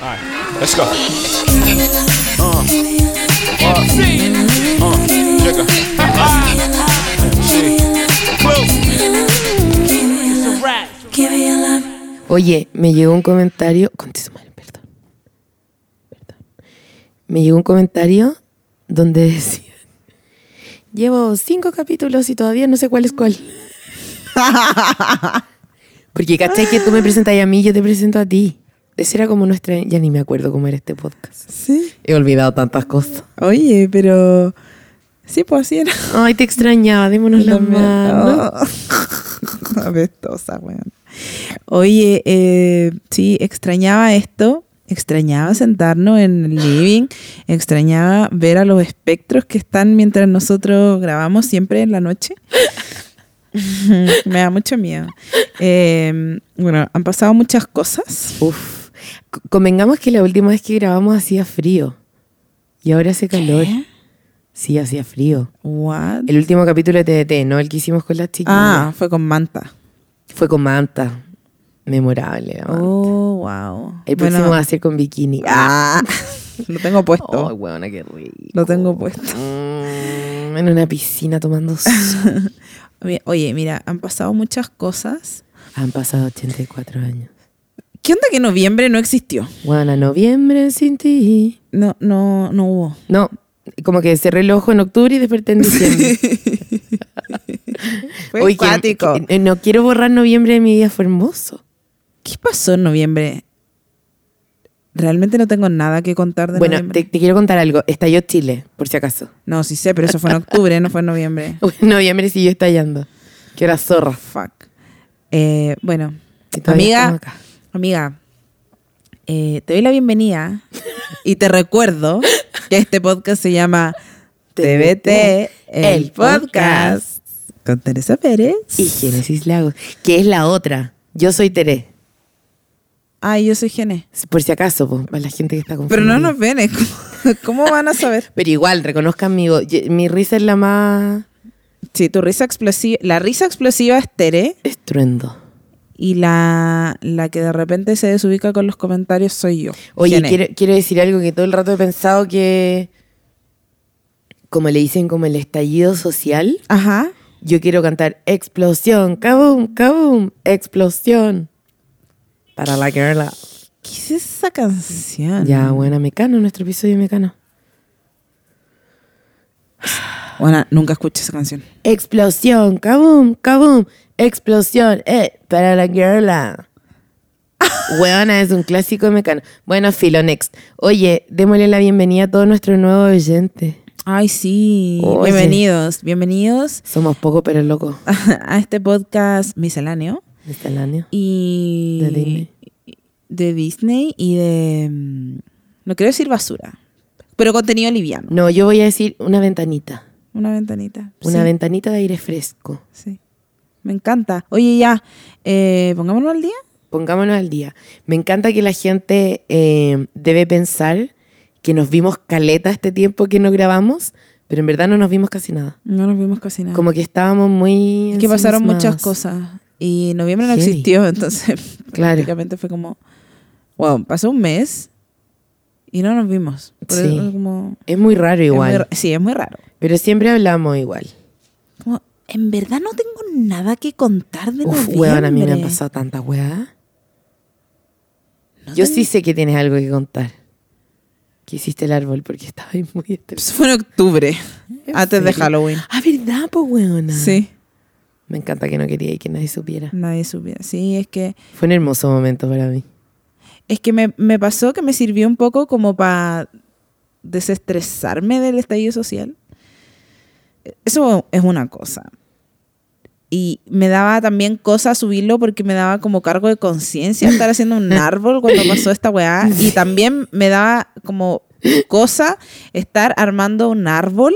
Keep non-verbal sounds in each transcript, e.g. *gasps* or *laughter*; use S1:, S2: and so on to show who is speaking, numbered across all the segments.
S1: Alright, let's go.
S2: Oye, me llegó un comentario. Conte su madre, perdón. Perdón. Me llegó un comentario donde decían: Llevo cinco capítulos y todavía no sé cuál es *laughs* cuál. Porque, ¿cachai? Que tú me presentas a mí y yo te presento a ti. Ese era como nuestra. Ya ni me acuerdo cómo era este podcast.
S3: Sí.
S2: He olvidado tantas cosas.
S3: Oye, pero. Sí, pues
S2: *laughs*
S3: así era.
S2: Ay, te extrañaba, démonos la
S3: También-
S2: mano.
S3: Oh. *laughs* Apestosa, weón. Oye, eh, sí, extrañaba esto. Extrañaba sentarnos en el living. Extrañaba ver a los espectros que están mientras nosotros grabamos siempre en la noche. *laughs* Me da mucho miedo. Eh, bueno, han pasado muchas cosas.
S2: Uf. Co- Convengamos que la última vez que grabamos hacía frío. Y ahora hace calor. Sí, hacía frío.
S3: What?
S2: ¿Eh? El último capítulo de TDT, ¿no? El que hicimos con las chicas.
S3: Ah, fue con manta.
S2: Fue con manta. Memorable. la manta.
S3: Oh, wow.
S2: El próximo
S3: Bueno,
S2: va a ser con bikini.
S3: ah, *laughs* lo tengo puesto.
S2: Ay, weona, qué rico.
S3: Lo tengo puesto.
S2: Mm, en una piscina tomando
S3: *laughs*
S2: sol.
S3: Oye, Oye, mira, han pasado muchas cosas.
S2: Han pasado 84 años.
S3: ¿Qué onda que noviembre no existió?
S2: Weona, noviembre sin ti.
S3: No, no, no hubo.
S2: No, como que cerré el ojo en octubre y desperté en diciembre.
S3: *laughs* Fue
S2: Oye, que-
S3: cuático.
S2: que- eh, no quiero borrar noviembre de mi vida, fue hermoso.
S3: ¿Qué pasó en noviembre? Realmente no tengo nada que contar de
S2: Bueno,
S3: noviembre.
S2: te, te quiero contar algo. Estalló Chile, por si acaso.
S3: No, sí sé, pero eso fue en octubre, no fue en noviembre.
S2: *laughs* noviembre siguió estallando. Que era zorra.
S3: Fuck. Eh, bueno,
S2: Y todavía estamos
S3: amiga,
S2: acá.
S3: amiga, eh, te doy la *laughs* bienvenida y te recuerdo que este podcast se llama TBT, el
S2: el
S3: podcast con Teresa Pérez.
S2: Y Génesis Lagos, que es la otra. Yo soy Tere,
S3: Ay, yo soy Gene.
S2: por si acaso, po, para la gente que está confundida.
S3: Pero no nos ven, es como- ¿cómo *laughs* van a saber?
S2: Pero igual, reconozcan mi, voz. Ye- mi risa es la más
S3: Sí, tu risa explosiva, la risa explosiva es Tere
S2: estruendo.
S3: y la, la que de repente se desubica con los comentarios soy yo.
S2: Oye,
S3: Gene.
S2: quiero, quiero decir algo que todo el rato he pensado que, como le dicen, como el estallido social,
S3: Ajá.
S2: yo quiero cantar explosión, kaboom, kaboom, explosión. Para la girl.
S3: ¿Qué es esa canción?
S2: Ya, buena, Mecano, nuestro episodio de Mecano.
S3: Bueno, nunca escuché esa canción.
S2: Explosión, kaboom, kaboom, explosión, eh, para la girla. *laughs* Weona es un clásico de mecano. Bueno, Filo Next. Oye, démosle la bienvenida a todo nuestro nuevo oyente.
S3: Ay, sí.
S2: Oye.
S3: Bienvenidos, bienvenidos *laughs*
S2: Somos poco pero locos.
S3: a, a este podcast misceláneo
S2: Misceláneo.
S3: y
S2: De Disney.
S3: de Disney y de mm, no quiero decir basura, pero contenido liviano,
S2: No, yo voy a decir una ventanita.
S3: una ventanita.
S2: Una
S3: Sí.
S2: ventanita de aire fresco.
S3: Sí. Me encanta. Oye, ya, eh, pongámonos al día.
S2: Pongámonos al día. Me encanta que la gente eh, debe pensar que nos vimos caleta este tiempo que no grabamos, pero en verdad no nos vimos casi nada.
S3: No nos vimos casi nada.
S2: Como que estábamos muy.
S3: Es que pasaron
S2: ensimismadas.
S3: muchas cosas. Y noviembre no
S2: Heavy.
S3: existió, *laughs* entonces
S2: Claro.
S3: prácticamente fue como, wow, pasó un mes y no nos vimos. Por
S2: Sí.
S3: eso es como-
S2: Es muy raro
S3: es muy
S2: igual.
S3: ra- sí, es muy raro.
S2: Pero siempre hablamos igual.
S3: Como, en verdad no tengo nada que contar de
S2: Uf,
S3: noviembre.
S2: weón, a mí me han pasado tanta weá.
S3: No
S2: Yo
S3: tengo-
S2: sí sé que tienes algo que contar. Que hiciste el árbol porque *laughs* estaba ahí muy estresado.
S3: Pues fue en octubre, antes de
S2: serio?
S3: Halloween.
S2: Ah, ¿verdad, po, weona?
S3: Sí,
S2: Me encanta que no quería y que nadie supiera.
S3: nadie supiera. Sí, es que
S2: Fue un hermoso momento para mí.
S3: Es que me, me pasó que me sirvió un poco como para desestresarme del estallido social. Eso es una cosa. Y me daba también cosa subirlo porque me daba como cargo de conciencia estar haciendo
S2: *laughs*
S3: un árbol cuando pasó esta weá. Y también me daba como cosa estar armando un árbol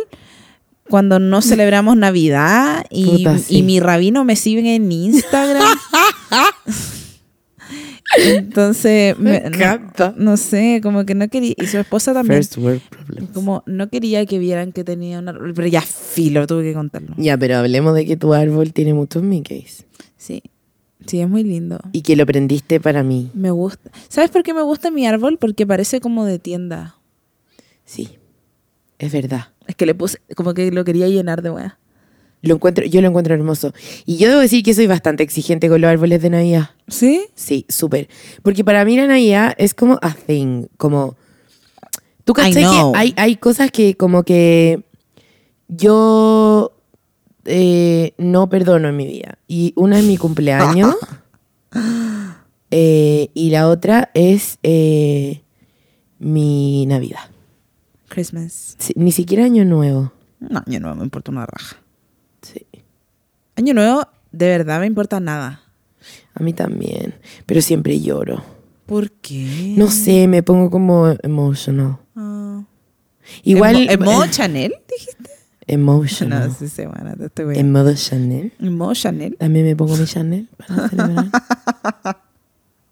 S3: cuando no celebramos Navidad y,
S2: Puta, sí.
S3: y mi rabino me sigue
S2: *laughs*
S3: en Instagram. Entonces,
S2: Me
S3: no-
S2: encanta.
S3: No, sé, como que no quería. Y su esposa también.
S2: First world problem.
S3: Como no quería que vieran que tenía un árbol. Pero ya filo, tuve que contarlo.
S2: Ya, pero hablemos de que tu árbol tiene muchos Mickeys.
S3: Sí. Sí, es muy lindo.
S2: y que lo prendiste para mí.
S3: Me gusta. ¿Sabes por qué me gusta mi árbol? Porque parece como de tienda.
S2: Sí, es verdad.
S3: Es que le puse, como que lo quería llenar de weá.
S2: Lo encuentro, yo lo encuentro hermoso. Y yo debo decir que soy bastante exigente con los árboles de Navidad.
S3: ¿Sí?
S2: Sí, súper. Porque para mí la Navidad es como a thing, como... Tú
S3: I
S2: cachai que
S3: know.
S2: hay, hay cosas que como que yo eh, no perdono en mi vida. Y una es mi
S3: *laughs*
S2: cumpleaños. eh, y la otra es eh, mi Navidad.
S3: Christmas.
S2: Sí, ni siquiera Año Nuevo.
S3: No, año nuevo me importa una raja.
S2: Sí.
S3: Año nuevo, de verdad me importa nada.
S2: A mí también. Pero siempre lloro.
S3: ¿Por qué?
S2: No sé, me pongo como emotional.
S3: Ah. em,
S2: Igual... eh,
S3: ¿En mo- en modo Chanel, dijiste?
S2: Emotional.
S3: No, sí, sí, bueno, te estoy
S2: En
S3: weando.
S2: modo Chanel.
S3: ¿En modo Chanel?
S2: También me pongo mi Chanel para celebrar.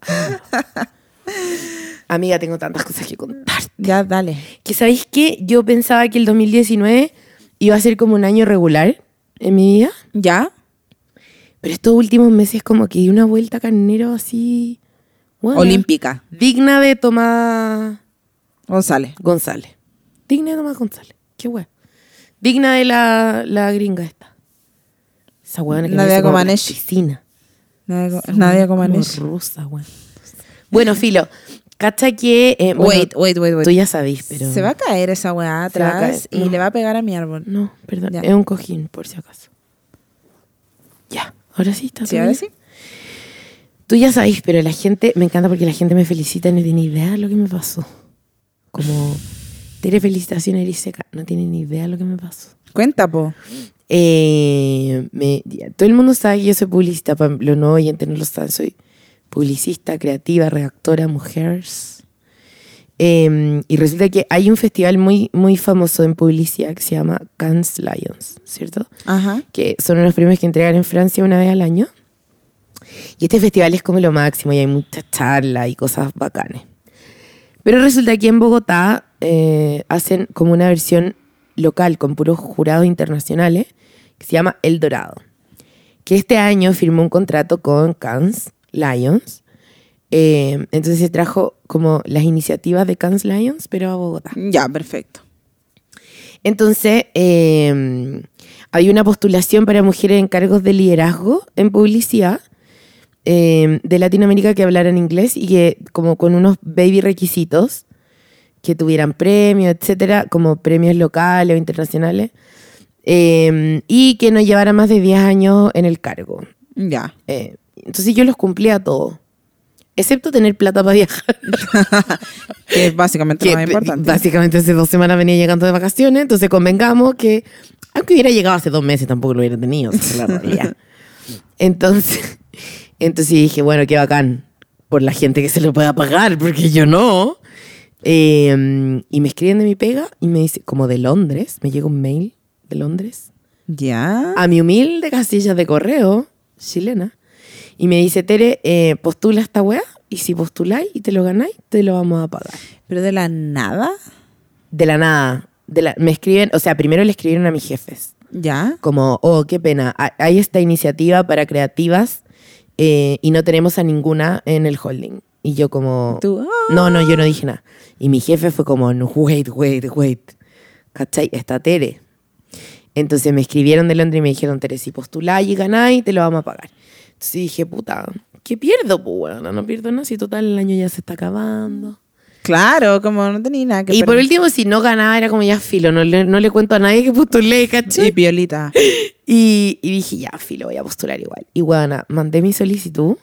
S2: Ah. *laughs* Amiga, tengo tantas cosas que contar.
S3: Ya, dale.
S2: Que sabéis que yo pensaba que el 2019 iba a ser como un año regular en mi vida,
S3: ¿Ya?
S2: pero estos últimos meses como que di una vuelta carnero así guau,
S3: Olímpica. Oh,
S2: digna de Tomás
S3: González.
S2: González. Digna de Tomás González. Qué guay. Digna de la, la gringa esta. Esa weona que
S3: La de
S2: nace como en la
S3: Comaneci.
S2: piscina.
S3: Nadia, Nadia Comaneci.
S2: Como rusa, weón. Bueno, Filo, cacha que. eh, bueno,
S3: Wait, wait, wait, wait.
S2: Tú ya sabís, pero.
S3: Se va a caer esa weá
S2: Se va a
S3: atrás
S2: caer,
S3: y
S2: no.
S3: le va a pegar a mi árbol.
S2: No, perdón.
S3: Ya.
S2: Es un cojín, por si acaso. Ya, ahora sí está
S3: ¿Sí,
S2: todo
S3: ahora
S2: bien.
S3: sí?
S2: Tú ya sabís, pero la gente. Me encanta porque la gente me felicita y no tiene idea de lo que me pasó. Como. Tere, felicitaciones, Eriseca. No tiene ni idea de lo que me pasó.
S3: Cuenta, po.
S2: Eh, me- ya, todo el mundo sabe que yo soy publicista, para los no oyentes no lo saben, soy publicista, creativa, redactora, mujeres. Eh, y resulta que hay un festival muy, muy famoso en publicidad que se llama Cannes Lions, ¿cierto?
S3: Ajá.
S2: Que son unos premios que entregan en Francia una vez al año. Y este festival es como lo máximo y hay muchas charlas y cosas bacanes. Pero resulta que en Bogotá eh, hacen como una versión local con puros jurados internacionales que se llama El Dorado. Que este año firmó un contrato con Cannes Lions. Eh, entonces se trajo como las iniciativas de Cannes Lions, pero a Bogotá.
S3: Ya, perfecto.
S2: Entonces, eh, hay una postulación para mujeres en cargos de liderazgo en publicidad eh, de Latinoamérica que hablaran inglés y que, como con unos baby requisitos, que tuvieran premios, etcétera, como premios locales o internacionales, eh, y que no llevara más de 10 años en el cargo.
S3: Ya.
S2: Eh, entonces, yo los cumplía todo, excepto tener plata para viajar.
S3: Que es básicamente lo más
S2: Que,
S3: importante.
S2: Básicamente hace dos semanas venía llegando de vacaciones, entonces convengamos que, aunque hubiera llegado hace dos meses, tampoco lo hubiera tenido, esa es la realidad. Entonces, *laughs* entonces dije, bueno, qué bacán, por la gente que se lo pueda pagar, porque yo no. Eh, y me escriben de mi pega y me dice, como de Londres, me llega un mail de Londres,
S3: Ya.
S2: a mi humilde casilla de correo chilena, y me dice, Tere, eh, postula esta weá, y si postuláis y te lo ganáis, te lo vamos a pagar.
S3: Pero de la nada.
S2: De la nada. De la, me escriben, o sea, primero le escribieron a mis jefes.
S3: Ya.
S2: Como, oh, qué pena, ha- hay esta iniciativa para creativas eh, y no tenemos a ninguna en el holding. Y yo como...
S3: Tú, ah.
S2: No, no, yo no dije nada. Y mi jefe fue como, no, wait, wait, wait. ¿Cachai? Está Tere. Entonces me escribieron de Londres y me dijeron, Tere, si postulás y ganáis, te lo vamos a pagar. Entonces dije, puta, ¿qué pierdo? Pues bueno, no pierdo nada si total el año ya se está acabando.
S3: Claro, como no tenía nada que
S2: Y por
S3: perder.
S2: último, si no ganaba, era como ya filo, no le, no le cuento a nadie que postulé,
S3: Y
S2: ¿cachai?
S3: Violita.
S2: Y, y dije, ya, filo, voy a postular igual. Y bueno, mandé mi solicitud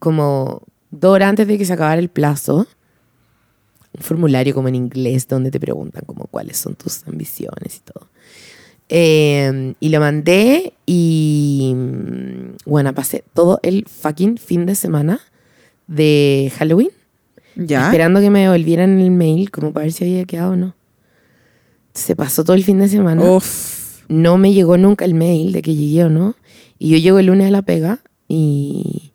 S2: como dos horas antes de que se acabara el plazo. Un formulario como en inglés donde te preguntan como cuáles son tus ambiciones y todo. Eh, y lo mandé y mm, bueno, pasé todo el fucking fin de semana de Halloween
S3: Ya.
S2: esperando que me devolvieran el mail como para ver si había quedado o no. Se pasó todo el fin de semana.
S3: Oh. Uf.
S2: No me llegó nunca el mail de que llegué o no. Y yo llego el lunes a la pega y,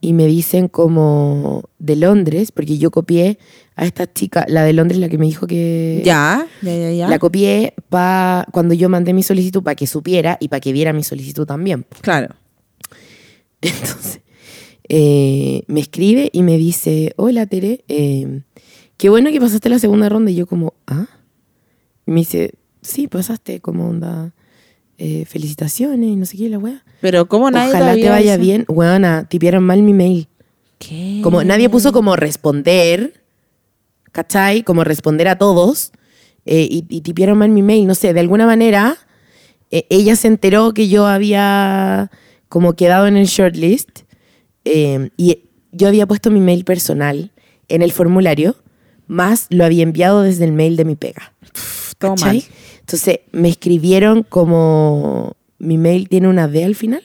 S2: y me dicen como de Londres, porque yo copié a esta chica, la de Londres, la que me dijo que...
S3: Ya. Ya, ya, ya.
S2: Eh, La copié pa, cuando yo mandé mi solicitud para que supiera y para que viera mi solicitud también.
S3: claro.
S2: *laughs* Entonces, eh, me escribe y me dice, hola Tere, eh, qué bueno que pasaste la segunda ronda. Y yo como, ¿ah? Y me dice, sí, pasaste, como onda, eh, felicitaciones y no sé qué, la wea.
S3: Pero como nadie
S2: Ojalá te
S3: había
S2: vaya
S3: avisado?
S2: bien. Weona, tipearon mal mi mail.
S3: ¿Qué?
S2: Como nadie puso como responder, ¿cachai? Como responder a todos. eh, y, y tipearon mal mi mail. No sé, de alguna manera, eh, ella se enteró que yo había como quedado en el shortlist. eh, y yo había puesto mi mail personal en el formulario, más lo había enviado desde el mail de mi pega.
S3: Todo
S2: ¿Cachai?
S3: mal.
S2: Entonces me escribieron como mi mail tiene una D al final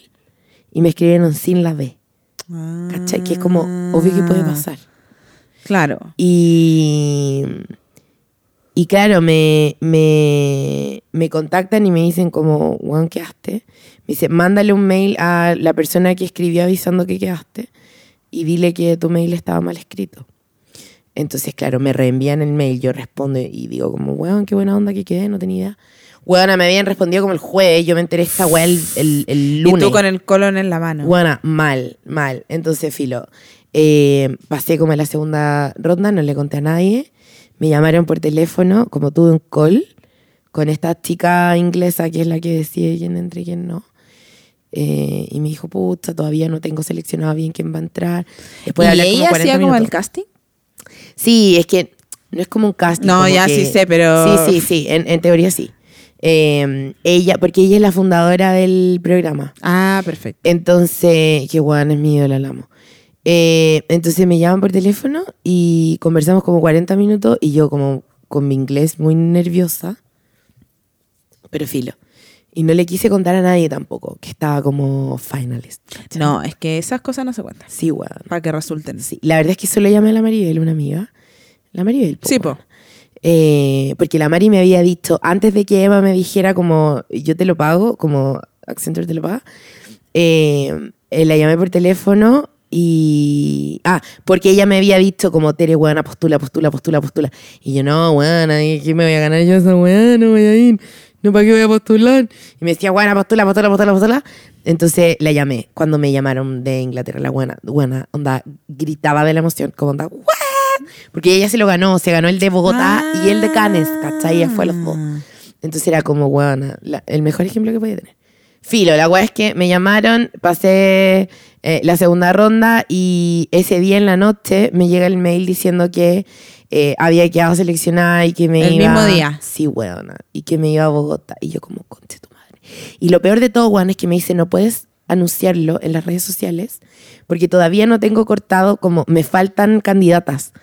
S2: y me escribieron sin la D. ¿Cachai? Que es como obvio que puede pasar.
S3: Claro.
S2: Y, y claro, me, me, me contactan y me dicen como, Juan, quedaste. Me dice, mándale un mail a la persona que escribió avisando que quedaste y dile que tu mail estaba mal escrito. Entonces, claro, me reenvían el mail, yo respondo y digo como, weón, qué buena onda que quedé, no tenía idea. Weona, me habían respondido como el jueves, yo me enteré esta weá el, el- el lunes.
S3: Y tú con el colon en la mano.
S2: Bueno, mal, mal. Entonces, filo. eh, pasé como a la segunda ronda, no le conté a nadie. Me llamaron por teléfono, como tuve un call con esta chica inglesa que es la que decide quién entra y quién no. Eh, y me dijo, puta, todavía no tengo seleccionado bien quién va a entrar. Después de
S3: ¿Y
S2: hablar
S3: ella
S2: como 40
S3: hacía como el
S2: minutos.
S3: casting?
S2: Sí, es que no es como un casting.
S3: No,
S2: como
S3: ya
S2: que-
S3: sí sé, pero-
S2: Sí, sí, sí, en, en teoría sí. Eh, ella, porque ella es la fundadora del programa.
S3: Ah, perfecto.
S2: Entonces, que Juan es mi ídolo, la amo. Eh, entonces me llaman por teléfono y conversamos como 40 minutos y yo como con mi inglés muy nerviosa, pero filo. Y no le quise contar a nadie tampoco que estaba como finalist. ¿cachai?
S3: No, es que esas cosas no se cuentan.
S2: Sí, Juan.
S3: Para que resulten.
S2: Sí. La verdad es que solo llamé a la Maribel, una amiga. La Maribel. po,
S3: Sí,
S2: weón.
S3: po.
S2: Eh, porque la Mari me había dicho, antes de que Emma me dijera como yo te lo pago, como Accenture te lo paga, eh, eh, la llamé por teléfono y... Ah, porque ella me había dicho como Tere, buena postula, postula, postula, postula. Y yo, no, buena, ¿qué me voy a ganar yo esa weá? No voy a ir. No, ¿para qué voy a postular? Y me decía, buena, postula, postula, postula, postula. Entonces la llamé cuando me llamaron de Inglaterra, la buena, buena, onda, gritaba de la emoción, como onda, "Buena". Porque ella se lo ganó, se ganó el de Bogotá y el de Cannes, ¿cachai? Ella fue a los dos.
S3: Ah,
S2: Entonces era como, weona, la- el mejor ejemplo que podía tener. Filo, la weá es que me llamaron, pasé eh, la segunda ronda y ese día en la noche me llega el mail diciendo que eh, había quedado seleccionada y que me
S3: El
S2: iba.
S3: mismo día.
S2: Sí, weona. Y que me iba a Bogotá. Y yo, como, conche tu madre. Y lo peor de todo, weón, es que me dice, no puedes anunciarlo en las redes sociales porque todavía no tengo cortado, como, me faltan candidatas.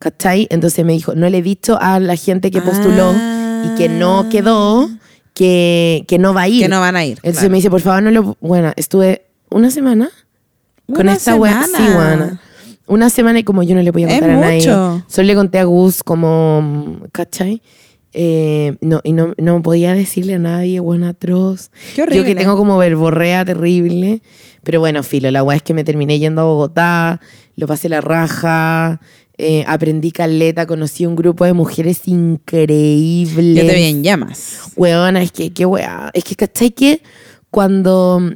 S2: ¿Cachai? Entonces me dijo, no le he dicho a la gente que postuló y que no quedó que, que no va a ir.
S3: Ah. Que no van a ir.
S2: Entonces
S3: claro.
S2: me dice, por favor, no lo. Bueno, estuve una semana con
S3: Una
S2: esta weá.
S3: semana.
S2: Sí, weona. Una semana y como yo no le podía
S3: Es
S2: contar a nadie.
S3: mucho.
S2: Solo le conté a Gus como. mm, ¿Cachai? Eh, no, y no, no podía decirle a nadie, buena atroz.
S3: Qué horrible.
S2: Yo que tengo como verborrea terrible. Pero bueno, filo, la weá es que me terminé yendo a Bogotá, lo pasé la raja, eh, aprendí caleta, conocí un grupo de mujeres increíbles.
S3: Yo te vi en llamas.
S2: Weona, es que, qué weá. Es que, ¿cachai? Que cuando.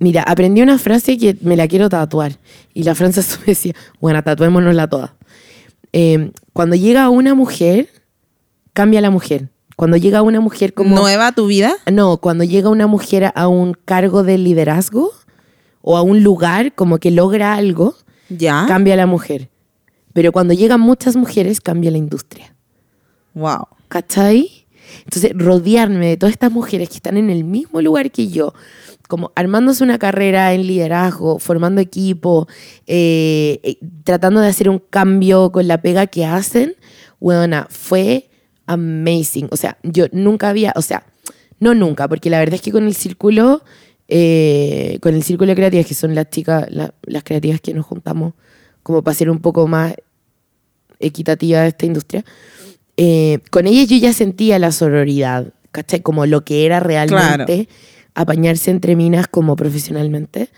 S2: Mira, aprendí una frase que me la quiero tatuar. Y la *laughs* frase me decía, bueno, tatuémonosla toda. Eh, cuando llega una mujer, cambia la mujer. Cuando llega una mujer como.
S3: ¿Nueva tu vida?
S2: No, cuando llega una mujer a un cargo de liderazgo o a un lugar como que logra algo,
S3: Ya.
S2: cambia la mujer. Pero cuando llegan muchas mujeres, cambia la industria.
S3: wow.
S2: ¿cachai? Entonces, rodearme de todas estas mujeres que están en el mismo lugar que yo, como armándose una carrera en liderazgo, formando equipo, eh, eh, tratando de hacer un cambio con la pega que hacen, weona, fue amazing. O sea, yo nunca había, o sea, no nunca, porque la verdad es que con el círculo, eh, con el círculo de creativas, que son las chicas, la- las creativas que nos juntamos, como para ser un poco más equitativa de esta industria, eh, con ellas yo ya sentía la sororidad, ¿cachai? Como lo que era realmente apañarse entre minas como profesionalmente.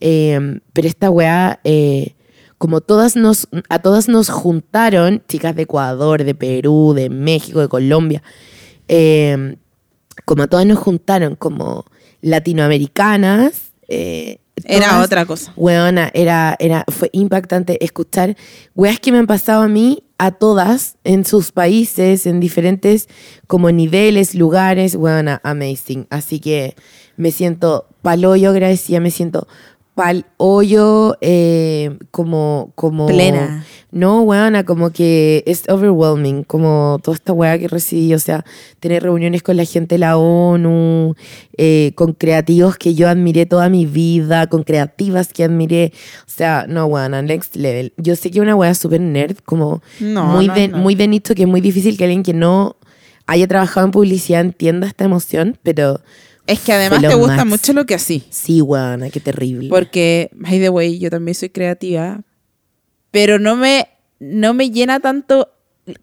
S2: Eh, pero esta weá, eh, como todas nos, a todas nos juntaron, chicas de Ecuador, de Perú, de México, de Colombia, eh, como a todas nos juntaron como latinoamericanas, eh,
S3: Era
S2: todas-
S3: otra cosa.
S2: Weona, era, era, fue impactante escuchar weas que me han pasado a mí, a todas, en sus países, en diferentes como niveles, lugares. Weona, amazing. Así que me siento palollo agradecida, me siento pal hoyo eh, como, como...
S3: Plena.
S2: No, weona, como que es overwhelming, como toda esta weá que recibí, o sea, tener reuniones con la gente de la ONU, eh, con creativos que yo admiré toda mi vida, con creativas que admiré, o sea, no, weona, next level. Yo sé que una weá súper nerd, como
S3: No,
S2: muy,
S3: no,
S2: de,
S3: no.
S2: muy de nicho, que es muy difícil que alguien que no haya trabajado en publicidad entienda esta emoción, pero
S3: Es que además
S2: Fue lo
S3: te gusta
S2: max.
S3: mucho lo que así.
S2: sí, weona, qué terrible.
S3: Porque, by the way, yo también soy creativa, pero no me, no me llena tanto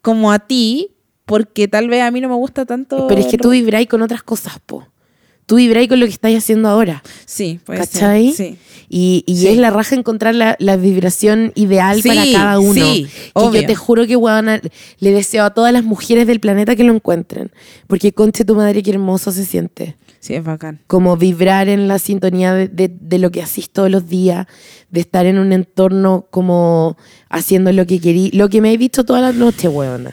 S3: como a ti, porque tal vez a mí no me gusta tanto.
S2: pero es que tú vibráis con otras cosas, po. Tú vibráis con lo que estáis haciendo ahora.
S3: Sí, puede ser,
S2: ¿Cachai?
S3: Sí.
S2: Y, y
S3: Sí.
S2: es la raja encontrar la, la vibración ideal
S3: Sí,
S2: para cada uno.
S3: sí,
S2: Que
S3: obvio.
S2: yo te juro que weona, le deseo a todas las mujeres del planeta que lo encuentren. Porque conche tu madre qué hermoso se siente.
S3: Sí, es bacán.
S2: Como vibrar en la sintonía de, de- de lo que hacís todos los días, de estar en un entorno como haciendo lo que querí, lo que me he visto todas las noches, weona.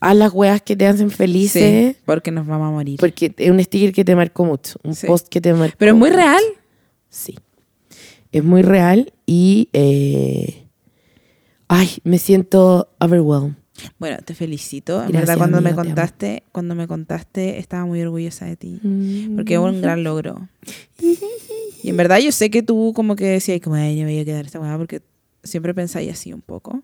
S2: Haz las weas que te hacen felices,
S3: Sí, porque nos vamos a morir.
S2: porque es un sticker que te marcó mucho, un
S3: Sí.
S2: post que te marcó.
S3: Pero es muy
S2: mucho.
S3: real.
S2: Sí. Es muy real y. eh, ay, me siento overwhelmed.
S3: Bueno, te felicito. En
S2: Gracias,
S3: verdad, cuando
S2: amiga,
S3: me
S2: te amo.
S3: contaste, cuando me contaste, estaba muy orgullosa de ti. Porque es un gran logro. Y en verdad yo sé que tú como que decías, como, ay, yo me voy a quedar esta weá, porque siempre pensáis así un poco.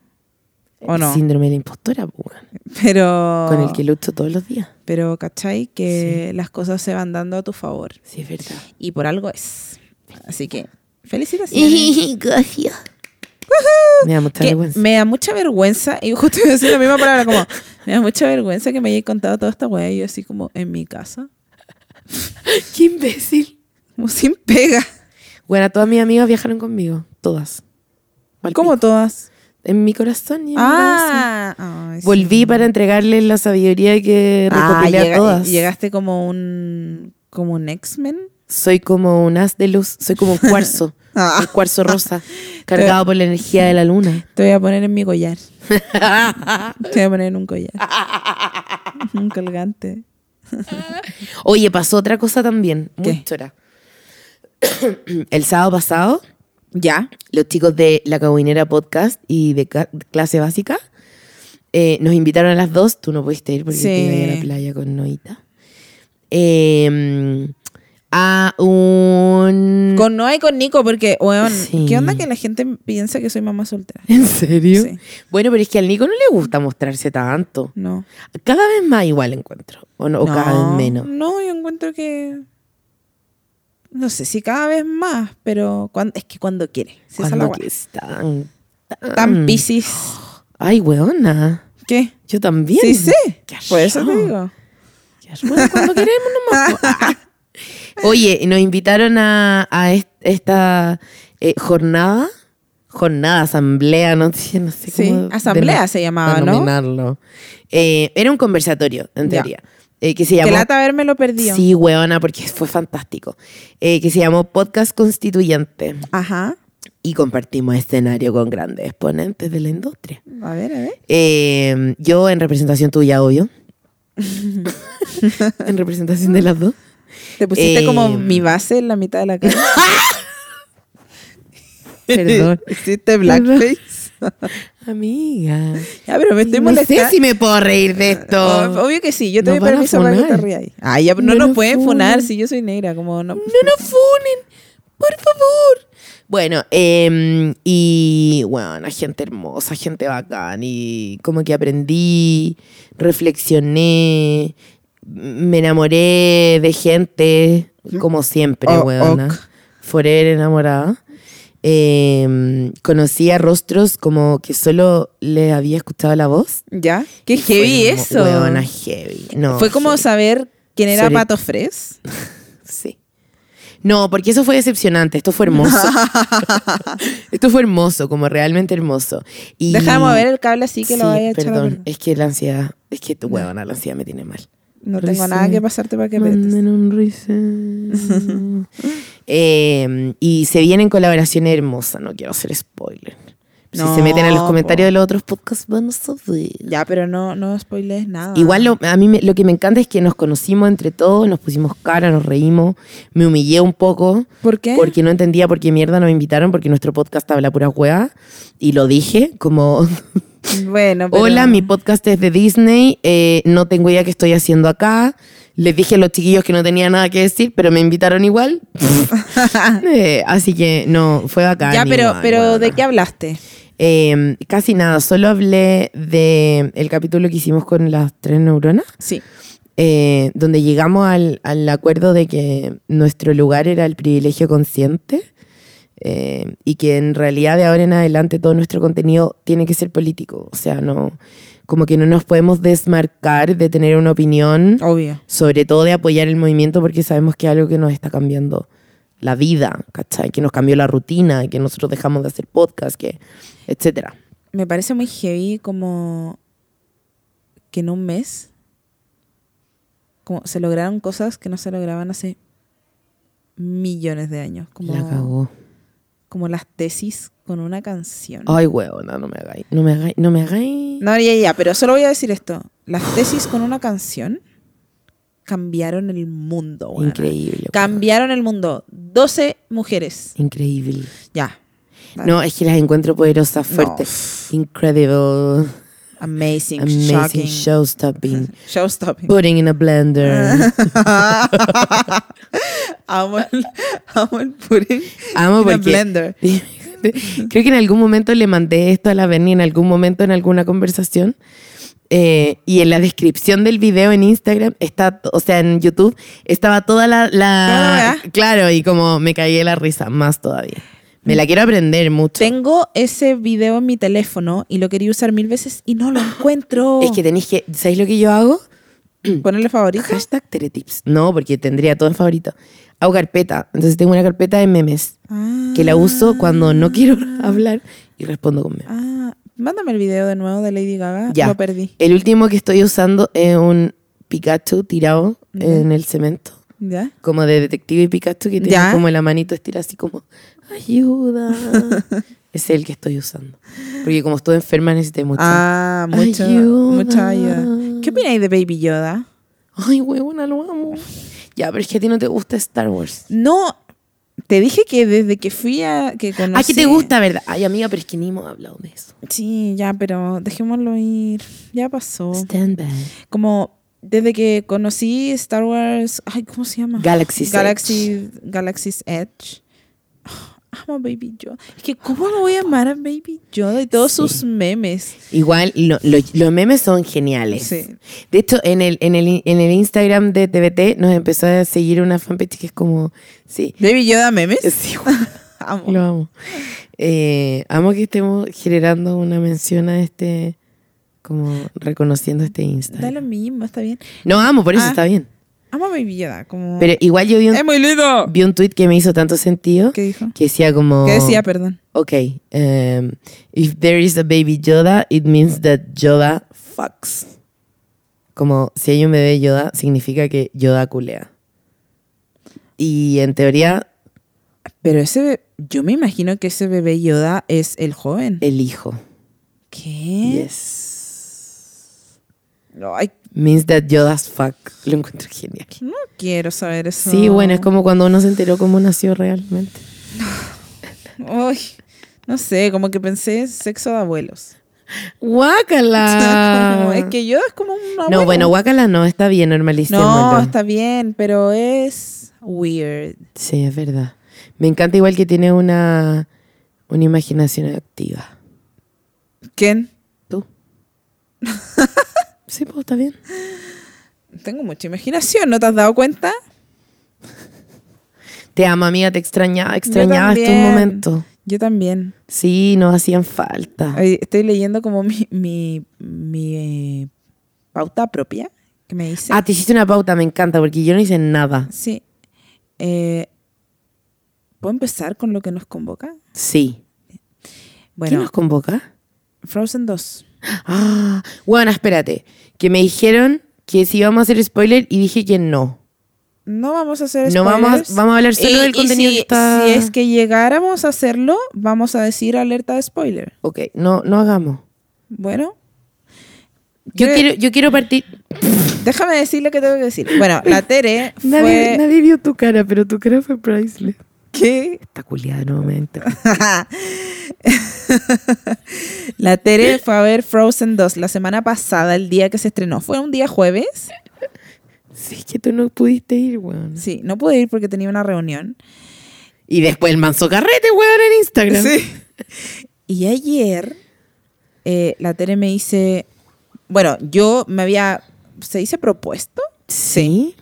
S3: ¿O no? Oh.
S2: Síndrome de la impostora, po, weón,
S3: Pero...
S2: con el que lucho todos los días.
S3: Pero, ¿cachai? Que las cosas se van dando a tu favor.
S2: Sí, es verdad.
S3: Y por algo es. Así que,
S2: *laughs*
S3: felicitaciones.
S2: Gracias. me da mucha
S3: Que
S2: vergüenza.
S3: me da mucha vergüenza, y justo iba a decir la misma palabra, como, me da mucha vergüenza que me hayáis contado toda esta weá, y yo así como, en mi casa,
S2: *laughs* Qué imbécil.
S3: como sin pega,
S2: Bueno, todas mis amigas viajaron conmigo. Todas. Mal
S3: como
S2: pico.
S3: todas.
S2: En mi corazón y en mi corazón.
S3: Ah, ay, sí.
S2: Volví para entregarles la sabiduría que
S3: Ah,
S2: recopilé a
S3: llega-
S2: todas.
S3: Llegaste como un como un X-Men.
S2: Soy como un haz de luz, soy como un
S3: *laughs*
S2: cuarzo.
S3: Ah,
S2: el cuarzo rosa, cargado por la energía de la luna.
S3: te voy a poner en mi collar. te voy a poner en un collar. un colgante.
S2: Oye, pasó otra cosa también, muy
S3: ¿Qué?
S2: chora. *coughs* El sábado pasado,
S3: Ya.
S2: los chicos de La Cabinera Podcast y de Ca- Clase Básica eh, nos invitaron a las dos. Tú no pudiste ir porque
S3: Sí.
S2: te iba a ir a la playa con Noita. Eh, a un...
S3: Con Noah y con Nico, porque, weón,
S2: Mm. Sí.
S3: ¿qué onda que la gente piensa que soy mamá soltera?
S2: *laughs* ¿En serio?
S3: Sí.
S2: Bueno, pero es que al Nico no le gusta mostrarse tanto.
S3: No.
S2: Cada vez más igual encuentro. O, no, o
S3: no,
S2: cada vez menos.
S3: No, yo encuentro que. No sé si cada vez más, pero cuan- es que cuando quiere. Si esa es
S2: Cuando
S3: la
S2: Mm.
S3: wea.
S2: que están tan,
S3: Tan piscis.
S2: Ay, weona.
S3: ¿Qué?
S2: Yo también.
S3: Sí, sí.
S2: Qué
S3: Por eso te
S2: arrollado.
S3: digo.
S2: Qué arrollado. Bueno, cuando queremos nomás. po.
S3: *laughs*
S2: Ah. Oye, y nos invitaron a, a est- esta eh, jornada. Jornada, asamblea, no sé, no sé
S3: Sí,
S2: cómo
S3: asamblea
S2: denom-
S3: se llamaba, ¿no?
S2: denominarlo. Eh, era un conversatorio, en
S3: Ya.
S2: teoría. eh, que se
S3: Que
S2: llamó
S3: lata haberme lo perdido.
S2: Sí, weona, porque fue fantástico. Eh, que se llamó Podcast Constituyente.
S3: Ajá.
S2: y compartimos escenario con grandes exponentes de la industria.
S3: A ver, a ver.
S2: Eh, yo en representación tuya, obvio. en representación de las dos.
S3: Te pusiste
S2: Eh,
S3: como mi base en la mitad de
S2: *laughs*
S3: la cara.
S2: Perdón.
S3: Hiciste blackface.
S2: Amiga.
S3: *laughs* ya, pero me estoy
S2: No sé
S3: molestando.
S2: si me puedo reír de esto.
S3: Ob- Ah, Obvio que sí, yo te
S2: Nos
S3: doy
S2: van a
S3: permiso para que te
S2: funar.
S3: rías. Ah, ya, no,
S2: No
S3: nos
S2: nos
S3: pueden funar
S2: funen.
S3: si yo soy negra, como no.
S2: No nos funen, por favor. Bueno, eh, y bueno, gente hermosa, gente bacán, y como que aprendí, reflexioné, me enamoré de gente, como siempre,
S3: O-
S2: weona.
S3: ok.
S2: Forever enamorada. Eh, conocía rostros como que solo le había escuchado la voz.
S3: ¿Ya? Qué
S2: Fue
S3: heavy
S2: como,
S3: eso.
S2: Weona, heavy. No,
S3: Fue como
S2: heavy.
S3: saber quién era
S2: Sobre-
S3: Pato Fres.
S2: Sí. No, porque eso fue decepcionante. Esto fue hermoso.
S3: *laughs*
S2: Esto fue hermoso, como realmente hermoso. Y...
S3: Dejamos ver el cable así que
S2: Sí,
S3: lo vaya a echar a
S2: Perdón,
S3: perder.
S2: es que la ansiedad. Es que tu huevona, la ansiedad me tiene mal.
S3: No tengo nada
S2: Risa.
S3: que pasarte para que apretes. *laughs*
S2: Manden un risa. Eh, y se vienen colaboraciones hermosas, no quiero hacer spoiler. Si
S3: No,
S2: se meten a los comentarios
S3: po.
S2: de los otros podcasts, van a saber.
S3: Ya, pero no, no spoilees nada.
S2: Igual lo- a mí me- lo que me encanta es que nos conocimos entre todos, nos pusimos cara, nos reímos, me humillé un poco
S3: ¿Por qué?
S2: porque no entendía por qué mierda nos invitaron, porque nuestro podcast habla pura hueá y lo dije como, *laughs*
S3: Bueno, pero-
S2: hola, mi podcast es de Disney, eh, no tengo idea qué estoy haciendo acá, les dije a los chiquillos que no tenía nada que decir, pero me invitaron
S3: *laughs*
S2: igual, *laughs* Eh, así que no, fue bacán.
S3: Ya, pero,
S2: igual,
S3: pero ¿de
S2: hueona.
S3: qué hablaste?
S2: Eh, casi nada, solo hablé de el capítulo que hicimos con las tres neuronas
S3: Sí.
S2: eh, donde llegamos al, al acuerdo de que nuestro lugar era el privilegio consciente eh, y que en realidad de ahora en adelante todo nuestro contenido tiene que ser político. O sea, no como que no nos podemos desmarcar de tener una opinión,
S3: Obvio.
S2: sobre todo de apoyar el movimiento porque sabemos que es algo que nos está cambiando la vida, ¿cachai? Que nos cambió la rutina, que nosotros dejamos de hacer podcast, que etcétera.
S3: Me parece muy heavy como que en un mes como se lograron cosas que no se lograban hace millones de años. Como,
S2: La cagó.
S3: como las tesis con una canción.
S2: Ay, huevona, no me hagáis, no me hagáis, no me hagáis.
S3: No, ya, ya, pero solo voy a decir esto.
S2: *gasps*
S3: Las tesis con una canción cambiaron el mundo. weona.
S2: Increíble. huevona.
S3: Cambiaron el mundo. 12 mujeres.
S2: Increíble.
S3: Ya.
S2: No, es que las encuentro poderosas, fuertes. Incredible.
S3: Amazing,
S2: Amazing
S3: shocking. *laughs*
S2: show stopping.
S3: Show stopping.
S2: Putting in a
S3: *laughs*
S2: blender.
S3: amo, el, amo el pudding.
S2: Amo
S3: in a
S2: porque-
S3: blender.
S2: *laughs* Creo que en algún momento le mandé esto a la Berni, en algún momento, en alguna conversación. Eh, y en la descripción del video en Instagram, está, o sea, en YouTube, estaba toda la. la-
S3: Toda la-
S2: claro, y como me caí de la risa, más todavía. Me la quiero aprender mucho.
S3: Mm. Tengo ese video en mi teléfono y lo quería usar mil veces y no lo encuentro.
S2: Es que tenéis que. ¿Sabéis lo que yo hago?
S3: *clears throat* ponerle favorito.
S2: Hashtag Teletips. No, porque tendría todo en favorito. Hago carpeta. Entonces tengo una carpeta de memes
S3: Ah.
S2: que la uso cuando no quiero *laughs* hablar y respondo con memes.
S3: Ah, mándame el video de nuevo de Lady Gaga.
S2: Ya.
S3: Lo perdí.
S2: El último que estoy usando es un Pikachu tirado en el cemento.
S3: ¿Ya?
S2: Como de detective Pikachu que tiene
S3: Ya.
S2: como la manito estira así como
S3: *laughs*
S2: ayuda. es el que estoy usando. Porque como estoy enferma necesité mucho.
S3: Ah, mucho,
S2: Ayuda.
S3: mucha ayuda. ¿Qué opináis de Baby Yoda?
S2: Ay, huevona, lo amo. Ya, pero es que a ti no te gusta Star Wars.
S3: No, te dije que desde que fui a... Que conocí,
S2: ah, que te gusta, ¿verdad? Ay, amiga, pero es que ni hemos hablado de eso.
S3: Sí, ya, pero dejémoslo ir. Ya pasó.
S2: Stand by.
S3: Como desde que conocí Star Wars... Ay, ¿cómo se llama?
S2: Galaxy's
S3: Galaxy, Galaxy's Edge. Ah, Amo a Baby Yoda. Es que ¿cómo no voy a amar a Baby Yoda y todos sus memes?
S2: Igual, lo- lo- los memes son geniales.
S3: Sí.
S2: De hecho, en el, en, el, en el Instagram de TVT nos empezó a seguir una fanpage que es como. Sí.
S3: ¿Baby Yoda memes?
S2: Sí,
S3: *laughs* Amo.
S2: lo amo. Eh, amo que estemos generando una mención a este. Como reconociendo este
S3: Da lo
S2: Instagram.
S3: mismo, está bien.
S2: No amo, por eso
S3: Ah.
S2: está bien.
S3: Amo a Baby Yoda, como...
S2: Pero igual yo vi
S3: ¡Es
S2: un,
S3: muy lindo!
S2: vi un tweet que me hizo tanto sentido.
S3: ¿Qué dijo?
S2: Em- Que decía como.
S3: ¿Qué decía, perdón?
S2: Ok, um, if there is a baby Yoda, it means that Yoda fucks. Como si hay un bebé Yoda, significa que Yoda culea. Y en teoría,
S3: Pero ese, be- yo me imagino que ese bebé Yoda es el joven.
S2: el hijo.
S3: ¿Qué?
S2: Yes.
S3: No, ay,
S2: Means that Yoda's fuck. Lo encuentro genial.
S3: no quiero saber eso.
S2: Sí, bueno, es como cuando uno se enteró cómo nació realmente.
S3: Ay, no sé, como que pensé sexo de abuelos. *laughs*
S2: ¡Guácala!
S3: Como, es que Yoda es como un abuelo.
S2: Ah. *laughs* no, bueno, guácala no, está bien, normalicémoslo.
S3: No, está bien, pero es weird.
S2: Sí, es verdad. Me encanta igual que tiene una, una imaginación activa.
S3: ¿Quién? *laughs*
S2: ¿Tú? sí, pues está bien.
S3: Tengo mucha imaginación, ¿no te has dado cuenta?
S2: Te amo, amiga, te extrañaba,
S3: Yo
S2: extrañaba estos
S3: también.
S2: momentos.
S3: Yo también.
S2: Sí, nos hacían falta.
S3: Ay, Estoy leyendo como mi, mi, mi eh, pauta propia que me dice.
S2: Ah, te hiciste una pauta, me encanta, porque yo no hice nada.
S3: Sí. Eh, ¿Puedo empezar con lo que nos convoca?
S2: Sí. ¿Quién
S3: Bueno,
S2: nos convoca?
S3: Frozen 2.
S2: Ah, bueno, espérate. Que me dijeron que si íbamos a hacer spoiler y dije que no.
S3: No vamos a hacer
S2: No vamos a-
S3: spoilers.
S2: vamos a hablar solo
S3: Y-
S2: del
S3: Eh, y
S2: contenido
S3: si,
S2: que está-
S3: si es que llegáramos a hacerlo, vamos a decir alerta de spoiler.
S2: Ok, no, no hagamos.
S3: Bueno.
S2: Yo
S3: Creo-
S2: quiero, yo quiero
S3: *laughs*
S2: partir.
S3: Déjame decir lo que tengo que decir. Bueno,
S2: *laughs*
S3: la Tere fue...
S2: Nadie, nadie vio tu cara, pero tu cara fue priceless.
S3: ¿Qué?
S2: Está culiada nuevamente.
S3: *laughs* la Tere fue a ver Frozen 2 la semana pasada, el día que se estrenó. ¿Fue un día jueves?
S2: *laughs* sí, es que tú no pudiste ir, weón.
S3: Sí, no pude ir porque tenía una reunión.
S2: Y después el manso carrete, weón, en Instagram.
S3: Y ayer eh, la Tere me dice, bueno, yo me había, ¿se dice propuesto?
S2: Sí.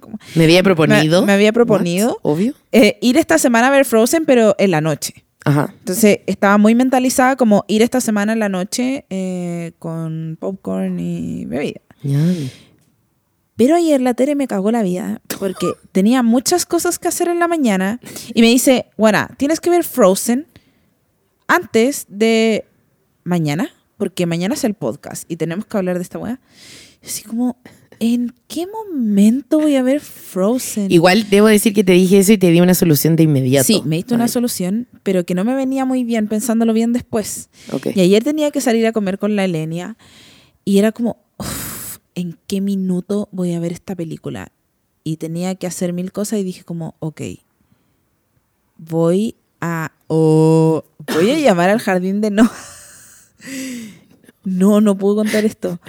S3: ¿Cómo?
S2: Me había proponido.
S3: Me- me había proponido.
S2: What? Obvio.
S3: Eh, ir esta semana a ver Frozen, pero en la noche.
S2: Ajá.
S3: Entonces estaba muy mentalizada como ir esta semana en la noche eh, con popcorn y bebida.
S2: Ya.
S3: Pero ayer la Tere me cagó la vida porque tenía muchas cosas que hacer en la mañana y me dice, bueno, tienes que ver Frozen antes de mañana, porque mañana es el podcast y tenemos que hablar de esta weá. Y Así como, ¿en qué momento voy a ver Frozen?
S2: Igual debo decir que te dije eso y te di una solución de inmediato.
S3: sí, me diste una
S2: Ay,
S3: solución, pero que no me venía muy bien pensándolo bien después.
S2: ok.
S3: Y ayer tenía que salir a comer con la Elenia y era como, "Uf, ¿en qué minuto voy a ver esta película? Y tenía que hacer mil cosas y dije como, ok, voy a... o voy a llamar al jardín de no... No, no puedo contar esto.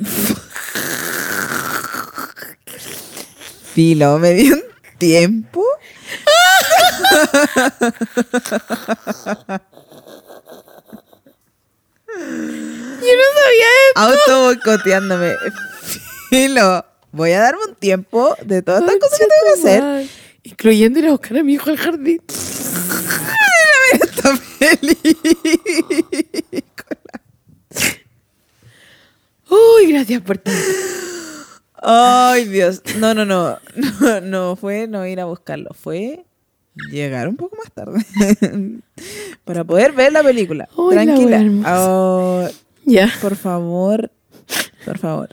S3: *laughs* Filo, me dio un tiempo. auto boicoteándome. Filo, voy a darme un tiempo de todas estas cosas que tengo que hacer.
S2: Incluyendo ir a buscar a mi hijo al jardín.
S3: Está feliz.
S2: Uy, gracias por todo.
S3: Ay, Dios. No, no, no, no. No fue no ir a buscarlo, fue llegar un poco más tarde *laughs* para poder ver la película.
S2: Ay, la wea
S3: Tranquila.
S2: hermosa.
S3: Oh,
S2: Ya. *laughs*
S3: por favor, por favor.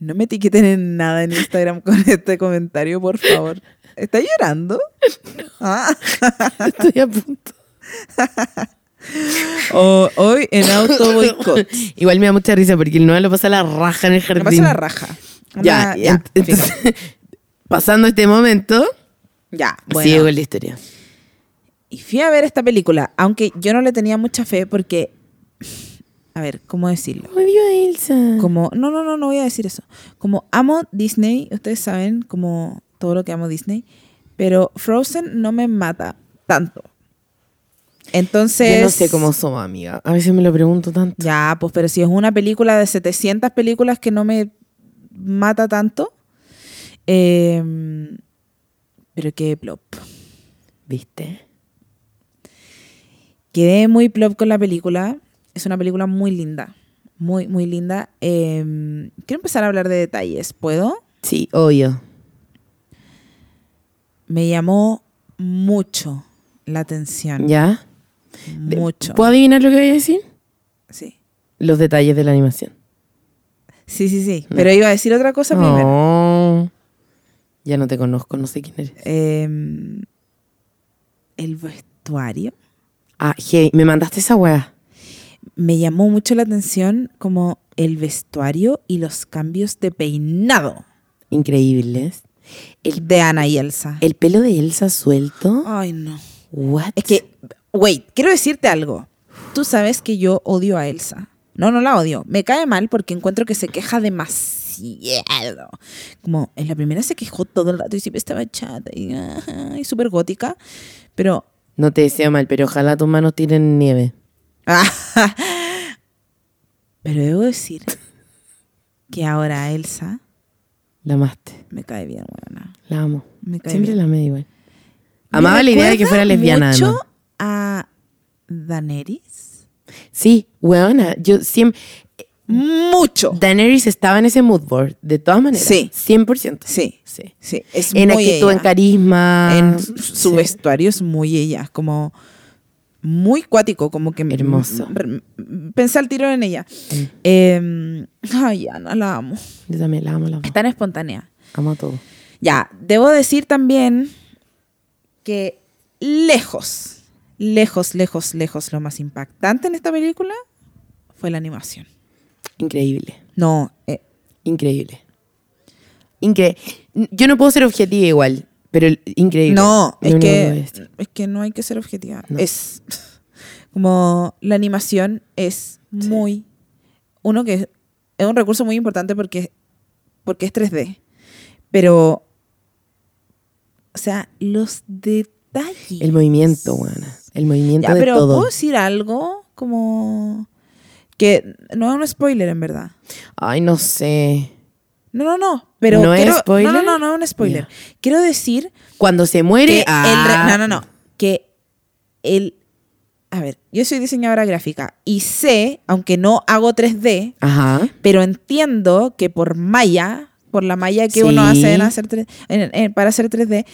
S3: No me etiqueten en nada en Instagram con este comentario, por favor.
S2: *laughs*
S3: ¿Está llorando? Ah.
S2: Estoy a punto.
S3: O Oh, hoy en auto boicot.
S2: *laughs* Igual me da mucha risa porque el nuevo lo pasa la raja en el
S3: Me
S2: jardín.
S3: pasa la raja.
S2: Ya,
S3: Una- ya,
S2: ent- entonces, *laughs* pasando este momento,
S3: *laughs* ya,
S2: sigue
S3: bueno.
S2: con la historia.
S3: Y fui a ver esta película, aunque yo no le tenía mucha fe porque, a ver, ¿cómo decirlo?
S2: Odio a Elsa.
S3: Como, no, no, no, no voy a decir eso. Como amo Disney, ustedes saben como todo lo que amo Disney, pero Frozen no me mata tanto. Entonces...
S2: Yo no sé cómo somos, amiga. A veces me lo pregunto tanto.
S3: Ya, pues, pero si es una película de 700 películas que no me mata tanto. eh, pero qué plop.
S2: ¿Viste?
S3: Quedé muy plop con la película. Es una película muy linda. Muy, muy linda. Eh, quiero empezar a hablar de detalles. ¿Puedo?
S2: Sí, obvio.
S3: Me llamó mucho la atención.
S2: ¿Ya? De-
S3: Mucho.
S2: ¿Puedo adivinar lo que voy a decir?
S3: Sí.
S2: Los detalles de la animación.
S3: sí, sí,
S2: Mm.
S3: sí. Pero iba a decir otra cosa
S2: Oh.
S3: primero.
S2: No. Oh. Ya no te conozco, no sé quién eres.
S3: Eh, el vestuario.
S2: Ah, hey, me mandaste esa weá.
S3: me llamó mucho la atención como el vestuario y los cambios de peinado
S2: Increíbles. El,
S3: de Ana y Elsa.
S2: el pelo de Elsa suelto.
S3: Ay, no.
S2: What?
S3: Es que, wait, quiero decirte algo. Tú sabes que yo odio a Elsa. No, no la odio. Me cae mal porque encuentro que se queja demasiado. Como en la primera se quejó todo el rato y siempre estaba chata y, ah, y súper gótica. Pero *laughs*
S2: No te deseo mal, pero ojalá tus manos tiren nieve.
S3: Pero debo decir que ahora Elsa
S2: La amaste.
S3: me cae bien, buena.
S2: La amo.
S3: Me cae
S2: Siempre
S3: bien.
S2: la amé igual.
S3: Me
S2: Amaba la idea de que
S3: recuerda
S2: fuera lesbiana.
S3: Mucho
S2: además.
S3: a Daenerys.
S2: Sí, weona. Yo siempre.
S3: Mucho.
S2: Daenerys estaba en ese mood board, de todas maneras.
S3: Sí.
S2: 100%.
S3: sí,
S2: Sí.
S3: sí. Es
S2: En
S3: muy
S2: actitud, en
S3: ella.
S2: carisma.
S3: En su su
S2: Ah, Sí.
S3: vestuario es muy ella, como muy cuático, como que
S2: Hermoso.
S3: re- pensé al tiro en ella. Eh, ay, Ana, la amo.
S2: Yo también la amo, la amo.
S3: Es tan espontánea.
S2: Amo a todo.
S3: Ya, debo decir también que lejos, lejos, lejos, lejos, lo más impactante en esta película fue la animación.
S2: Increíble.
S3: No, eh,
S2: Increíble. Incre Yo no puedo ser objetiva igual, pero el- increíble.
S3: no,
S2: Lo
S3: es
S2: único voy a
S3: que,
S2: decir.
S3: es que no hay que ser objetiva.
S2: No.
S3: Es *laughs* como la animación es
S2: Sí.
S3: muy, uno que es, es un recurso muy importante porque, porque es 3D, pero, o sea, los detalles.
S2: El movimiento, buena. El movimiento
S3: Ya,
S2: de
S3: pero
S2: todo.
S3: ¿puedo decir algo como que no es un spoiler en verdad?
S2: Ay, no sé.
S3: No, no, no. Pero
S2: ¿No es
S3: quiero-
S2: spoiler?
S3: No, no, no, no es un spoiler.
S2: Ya.
S3: Quiero decir
S2: Cuando se
S3: que
S2: muere.
S3: el
S2: ah.
S3: re- no, no, no, que el a ver, yo soy diseñadora gráfica y sé, aunque no hago 3D,
S2: Ajá.
S3: pero entiendo que por malla, por la malla que
S2: Sí.
S3: uno hace en hacer tres- en- en- para hacer 3D,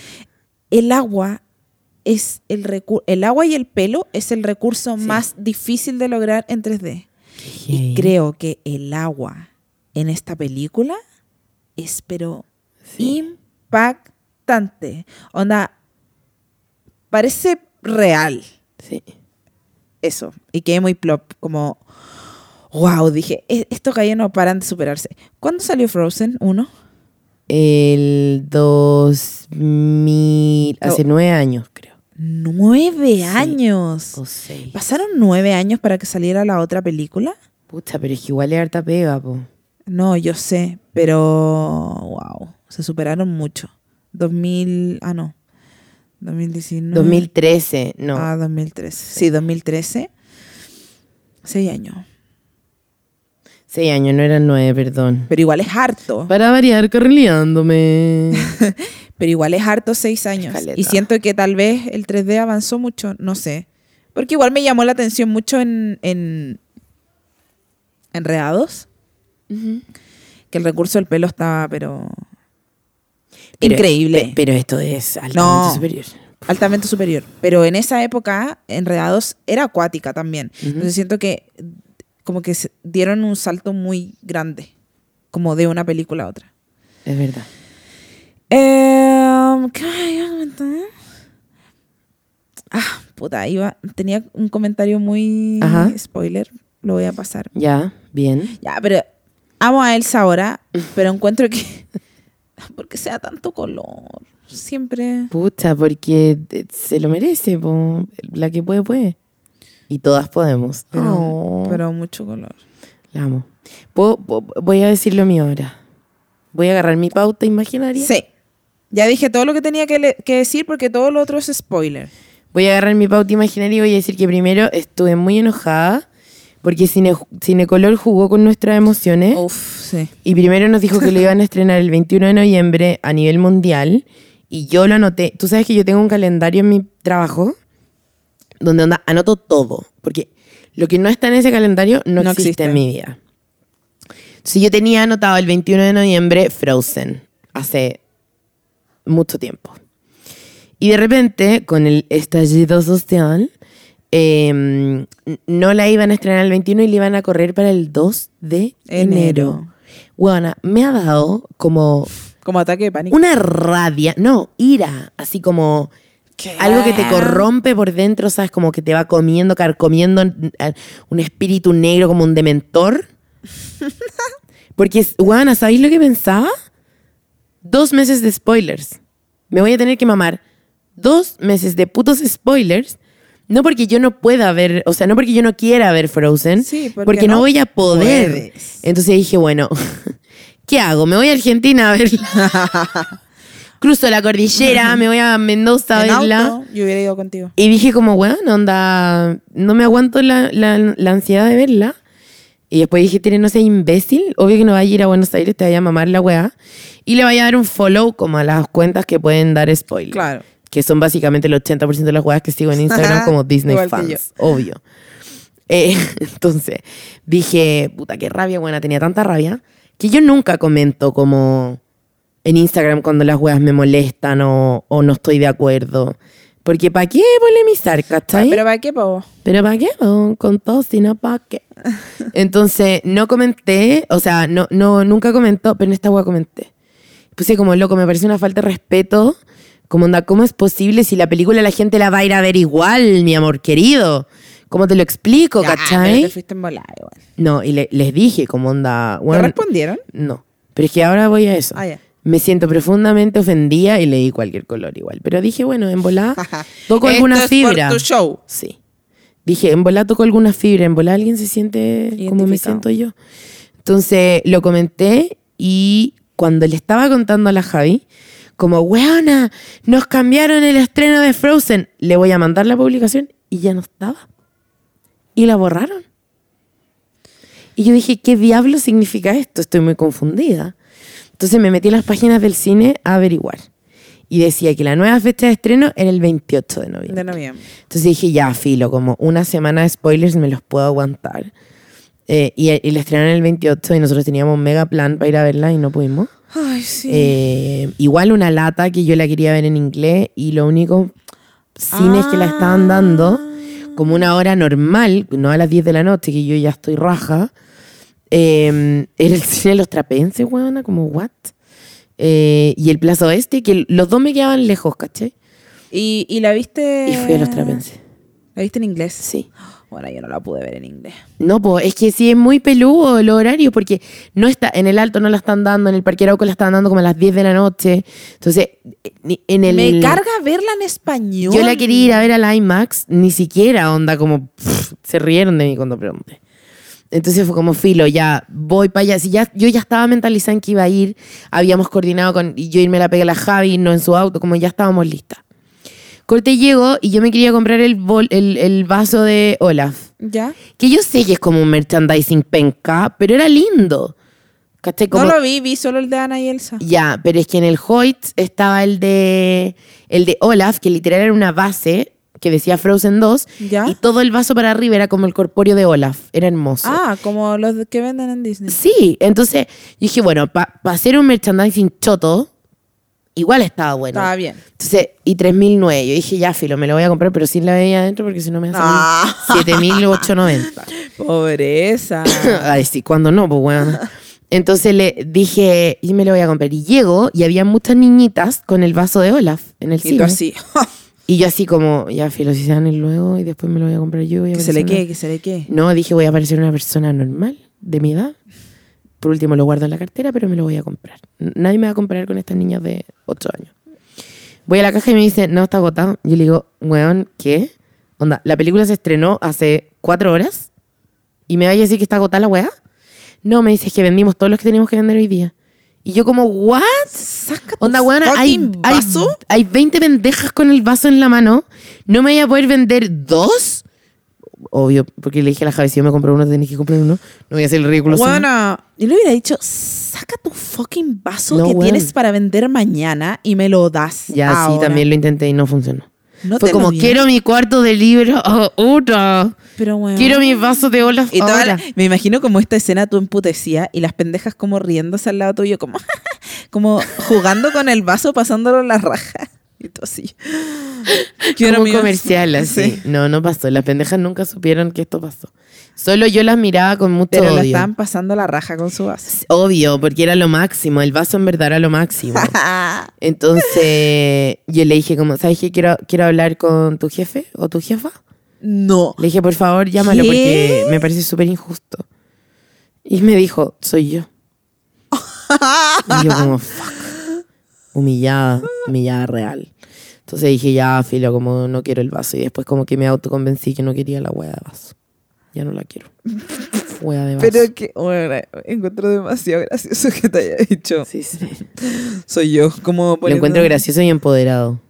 S3: el agua es el recu- el agua y el pelo es el recurso
S2: Sí.
S3: más difícil de lograr en 3D. Y creo que el agua en esta película es pero
S2: Sí.
S3: impactante. Onda parece real
S2: Sí.
S3: eso. Y quedé muy plop, como, wow, dije, "E- estos gallos no paran de superarse. ¿Cuándo salió Frozen 1?
S2: El 2000.
S3: No.
S2: Hace nueve años, creo.
S3: Nueve
S2: Sí. Oh,
S3: años.
S2: O seis.
S3: ¿Pasaron nueve años para que saliera la otra película?
S2: Puta, pero es que igual es harta pega, po.
S3: No, yo sé, pero, wow, se superaron mucho. 2000, ah, no, 2019.
S2: 2013, no.
S3: Ah, 2013. Sí, 2013. Seis años.
S2: Seis años, no eran nueve, perdón.
S3: Pero igual es harto.
S2: Para variar,
S3: *laughs*
S2: carrileándome.
S3: Pero igual es harto seis años.
S2: Caleta.
S3: Y siento que tal vez el 3D avanzó mucho, no sé. Porque igual me llamó la atención mucho en, en Enredados,
S2: Ujú.
S3: que el recurso del pelo estaba, pero...
S2: Pero-
S3: increíble.
S2: pe- Pero esto es altamente
S3: No.
S2: superior.
S3: altamente superior. Pero en esa época, Enredados era acuática también. Entonces siento que como que se- dieron un salto muy grande, como de una película a otra.
S2: Es verdad.
S3: Em, ¿Qué más iba a comentar? Ah, puta, iba, tenía un comentario muy
S2: Ajá.
S3: spoiler, lo voy a pasar.
S2: Ya, bien.
S3: Ya, pero amo a Elsa *laughs* ahora, pero encuentro que *laughs* porque sea tanto color, siempre
S2: Puta, porque te- se lo merece, po. La que puede, puede. Y todas podemos.
S3: pero,
S2: Oh,
S3: Ah, pero mucho color.
S2: La amo. Puedo- po- voy a decir lo mío ahora. Voy a agarrar mi pauta imaginaria.
S3: Sí. Ya dije todo lo que tenía que, le- que decir porque todo lo otro es spoiler.
S2: Voy a agarrar mi pauta imaginaria y voy a decir que primero estuve muy enojada porque Cine, Cinecolor jugó con nuestras emociones.
S3: Uf, sí.
S2: Y primero nos dijo que lo iban a estrenar el 21 de noviembre a nivel mundial. Y yo lo anoté. Tú sabes que yo tengo un calendario en mi trabajo donde onda, anoto todo. Porque lo que no está en ese calendario no,
S3: No
S2: existe,
S3: existe.
S2: en mi vida. Si yo tenía anotado el 21 de noviembre Frozen hace mucho tiempo. Y de repente, con el estallido social, eh, n- no la iban a estrenar el 21 y la iban a correr para el 2 de enero.
S3: Enero.
S2: Weona, me ha dado como
S3: Como ataque de pánico.
S2: una rabia, no, ira, así como algo que te corrompe por dentro, ¿sabes? Como que te va comiendo, carcomiendo eh, un espíritu negro como un
S3: *laughs*
S2: dementor. Porque, es- weona, ¿sabéis lo que pensaba? Dos meses de spoilers. Me voy a tener que mamar dos meses de putos spoilers. No porque yo no pueda ver, o sea, no porque yo no quiera ver Frozen,
S3: Sí, porque
S2: porque, no,
S3: no
S2: voy a poder.
S3: puedes.
S2: Entonces dije, bueno, *laughs* ¿qué hago? Me voy a Argentina a verla.
S3: *laughs*
S2: Cruzo la cordillera, me voy a Mendoza a
S3: En
S2: verla.
S3: auto, yo hubiera ido contigo.
S2: Y dije como, weón, onda, no me aguanto la, la- la ansiedad de verla. Y después dije, tiene, no sé, imbécil, obvio que no vaya a ir a Buenos Aires, te vaya a mamar la weá. Y le vaya a dar un follow como a las cuentas que pueden dar spoiler.
S3: Claro.
S2: Que son básicamente el 80% de las weas que sigo en Instagram como Disney
S3: Igual que
S2: fans, obvio. Eh, *laughs* entonces, dije, puta, qué rabia, buena, tenía tanta rabia, que yo nunca comento como en Instagram cuando las weas me molestan o, o no estoy de acuerdo. Porque ¿para qué polemizar, cachai?
S3: Pero ¿para qué, pavo?
S2: Pero ¿para qué? po? Con todo, si no, ¿para qué?
S3: *laughs*
S2: Entonces, no comenté, o sea, no, no, nunca comentó, pero en esta wea comenté. puse como loco, me parece una falta de respeto. Como onda, ¿cómo es posible si la película la gente la va a ir a ver igual, mi amor querido? ¿Cómo te lo explico,
S3: Ya,
S2: cachai?
S3: pero te fuiste en volada igual.
S2: No, y le- les dije, como onda,
S3: ¿Te
S2: weón,
S3: respondieron?
S2: no. Pero es que ahora voy a eso.
S3: Ah, ya.
S2: Me siento profundamente ofendida y le di cualquier color igual. Pero dije, bueno, en
S3: *laughs*
S2: volá toco
S3: Esto
S2: alguna
S3: es por
S2: fibra.
S3: tu show.
S2: Sí. Dije, en volá toco alguna fibra, en volá alguien se siente como me
S3: Identificado.
S2: siento yo. Entonces lo comenté y cuando le estaba contando a la Javi, como, weona, nos cambiaron el estreno de Frozen, le voy a mandar la publicación y ya no estaba. Y la borraron. Y yo dije, ¿qué diablo significa esto? Estoy muy confundida. Entonces me metí a las páginas del cine a averiguar. Y decía que la nueva fecha de estreno era el 28 de noviembre.
S3: De noviembre.
S2: Entonces dije, ya, filo, como una semana de spoilers me los puedo aguantar. Eh, y, y la estrenaron el 28 y nosotros teníamos un mega plan para ir a verla y no pudimos.
S3: Ay, sí.
S2: Eh, igual una lata que yo la quería ver en inglés y lo único cines que la estaban dando como una hora normal, no a las 10 de la noche, que yo ya estoy raja, eh, era el cine de los trapenses, weona, como what? Eh, y el Plaza Oeste, que los dos me quedaban lejos, ¿caché?
S3: ¿Y, y la viste.
S2: Y fui a los trapenses,
S3: ¿La viste en inglés?
S2: sí.
S3: Bueno, yo no la pude ver en inglés.
S2: No, po, es que sí es muy peludo el horario, porque no está, en el alto no la están dando, en el Parque Arauco la están dando como a las 10 de la noche. Entonces, ni- en el.
S3: Me carga verla en español.
S2: Yo la quería ir a ver al IMAX, ni siquiera onda como pff, se rieron de mí cuando pregunté. Entonces fue como filo, ya voy para allá. Si ya, yo ya estaba mentalizada en que iba a ir, habíamos coordinado con y yo irme la pegué a la Javi, no en su auto, como ya estábamos listas. Corte llegó y yo me quería comprar el, bol- el, el vaso de Olaf.
S3: ¿Ya?
S2: Que yo sé que es como un merchandising penca, pero era lindo. ¿Cachai? Como,
S3: No lo vi, vi solo el de Ana y Elsa.
S2: ya, pero es que en el Hoyt estaba el de el de Olaf, que literal era una base que decía Frozen 2
S3: Ya.
S2: y todo el vaso para arriba era como el corpóreo de Olaf, era hermoso.
S3: Ah, como los que venden en Disney.
S2: Sí, entonces yo dije, bueno, para hacer un merchandising choto, igual estaba bueno.
S3: Estaba bien.
S2: Entonces, y 3009, yo dije, ya filo, me lo voy a comprar, pero sin la bebida adentro porque si no me va
S3: Ah.
S2: a salir 7890.
S3: Pobreza.
S2: Ay, *coughs* sí, cuando no, pues bueno. Entonces le dije, y me lo voy a comprar. Y llego y había muchas niñitas con el vaso de Olaf en el
S3: y tú
S2: cine.
S3: así. *laughs*
S2: Y ¿eh? yo así como, ya filo, si se dan el luego y después me lo voy a comprar yo. voy a
S3: que se le
S2: aparecer
S3: quede, que se le quede.
S2: una- No, dije, voy a parecer una persona normal, de mi edad. Por último lo guardo en la cartera, pero me lo voy a comprar. N- Nadie me va a comparar con estas niñas de 8 años. Voy a la caja y me dice, no, está agotado. Yo le digo, weón, ¿qué? Onda, la película se estrenó hace 4 horas y me va a decir que está agotada la weá. No, me dice, es que vendimos todos los que teníamos que vender hoy día. Y yo como, ¿what?
S3: Saca tu
S2: Onda, weón, hay,
S3: fucking
S2: hay,
S3: vaso.
S2: hay 20 pendejas con el vaso en la mano. ¿No me voy a poder vender dos? Obvio, porque le dije a la Javi, si yo me compro uno, tenés que comprar uno. No voy a hacer el ridículo. sola.
S3: Weona, yo le hubiera dicho, saca tu fucking vaso
S2: No,
S3: que
S2: weón.
S3: tienes para vender mañana y me lo das.
S2: Ya, sí,
S3: ahora.
S2: también lo intenté y no funcionó.
S3: No
S2: Fue
S3: te lo ¿eh?
S2: como,
S3: di.
S2: quiero mi cuarto de libro ahora.
S3: Pero weón.
S2: Quiero mi vaso de olas
S3: Y toda la-
S2: ahora.
S3: me imagino como esta escena tú emputecía y las pendejas como riéndose al lado tuyo, como, *laughs* como jugando con el vaso, pasándolo en la raja. Y
S2: *laughs*
S3: tú así.
S2: Como un
S3: mi vaso. *laughs*
S2: comercial, así.
S3: Sí.
S2: No, no pasó. Las pendejas nunca supieron que esto pasó. Solo yo las miraba con mucho
S3: Pero la
S2: odio.
S3: estaban pasando la raja con su vaso.
S2: Obvio, porque era lo máximo. El vaso en verdad era lo máximo. Entonces yo le dije como, ¿sabes qué? Quiero, quiero hablar con tu jefe o tu jefa.
S3: *laughs* no.
S2: Le dije, por favor, llámalo
S3: ¿Qué?
S2: porque me parece súper injusto. Y me dijo, soy yo. y yo como, fuck. Humillada, humillada real. Entonces dije, ya, filo, como no quiero el vaso. Y después como que me autoconvencí que no quería la hueá de vaso. Ya no la quiero. Hueá de vaso.
S3: Pero que, bueno, encuentro demasiado gracioso que te haya dicho.
S2: Sí, sí.
S3: Soy yo, como
S2: Lo encuentro gracioso y empoderado.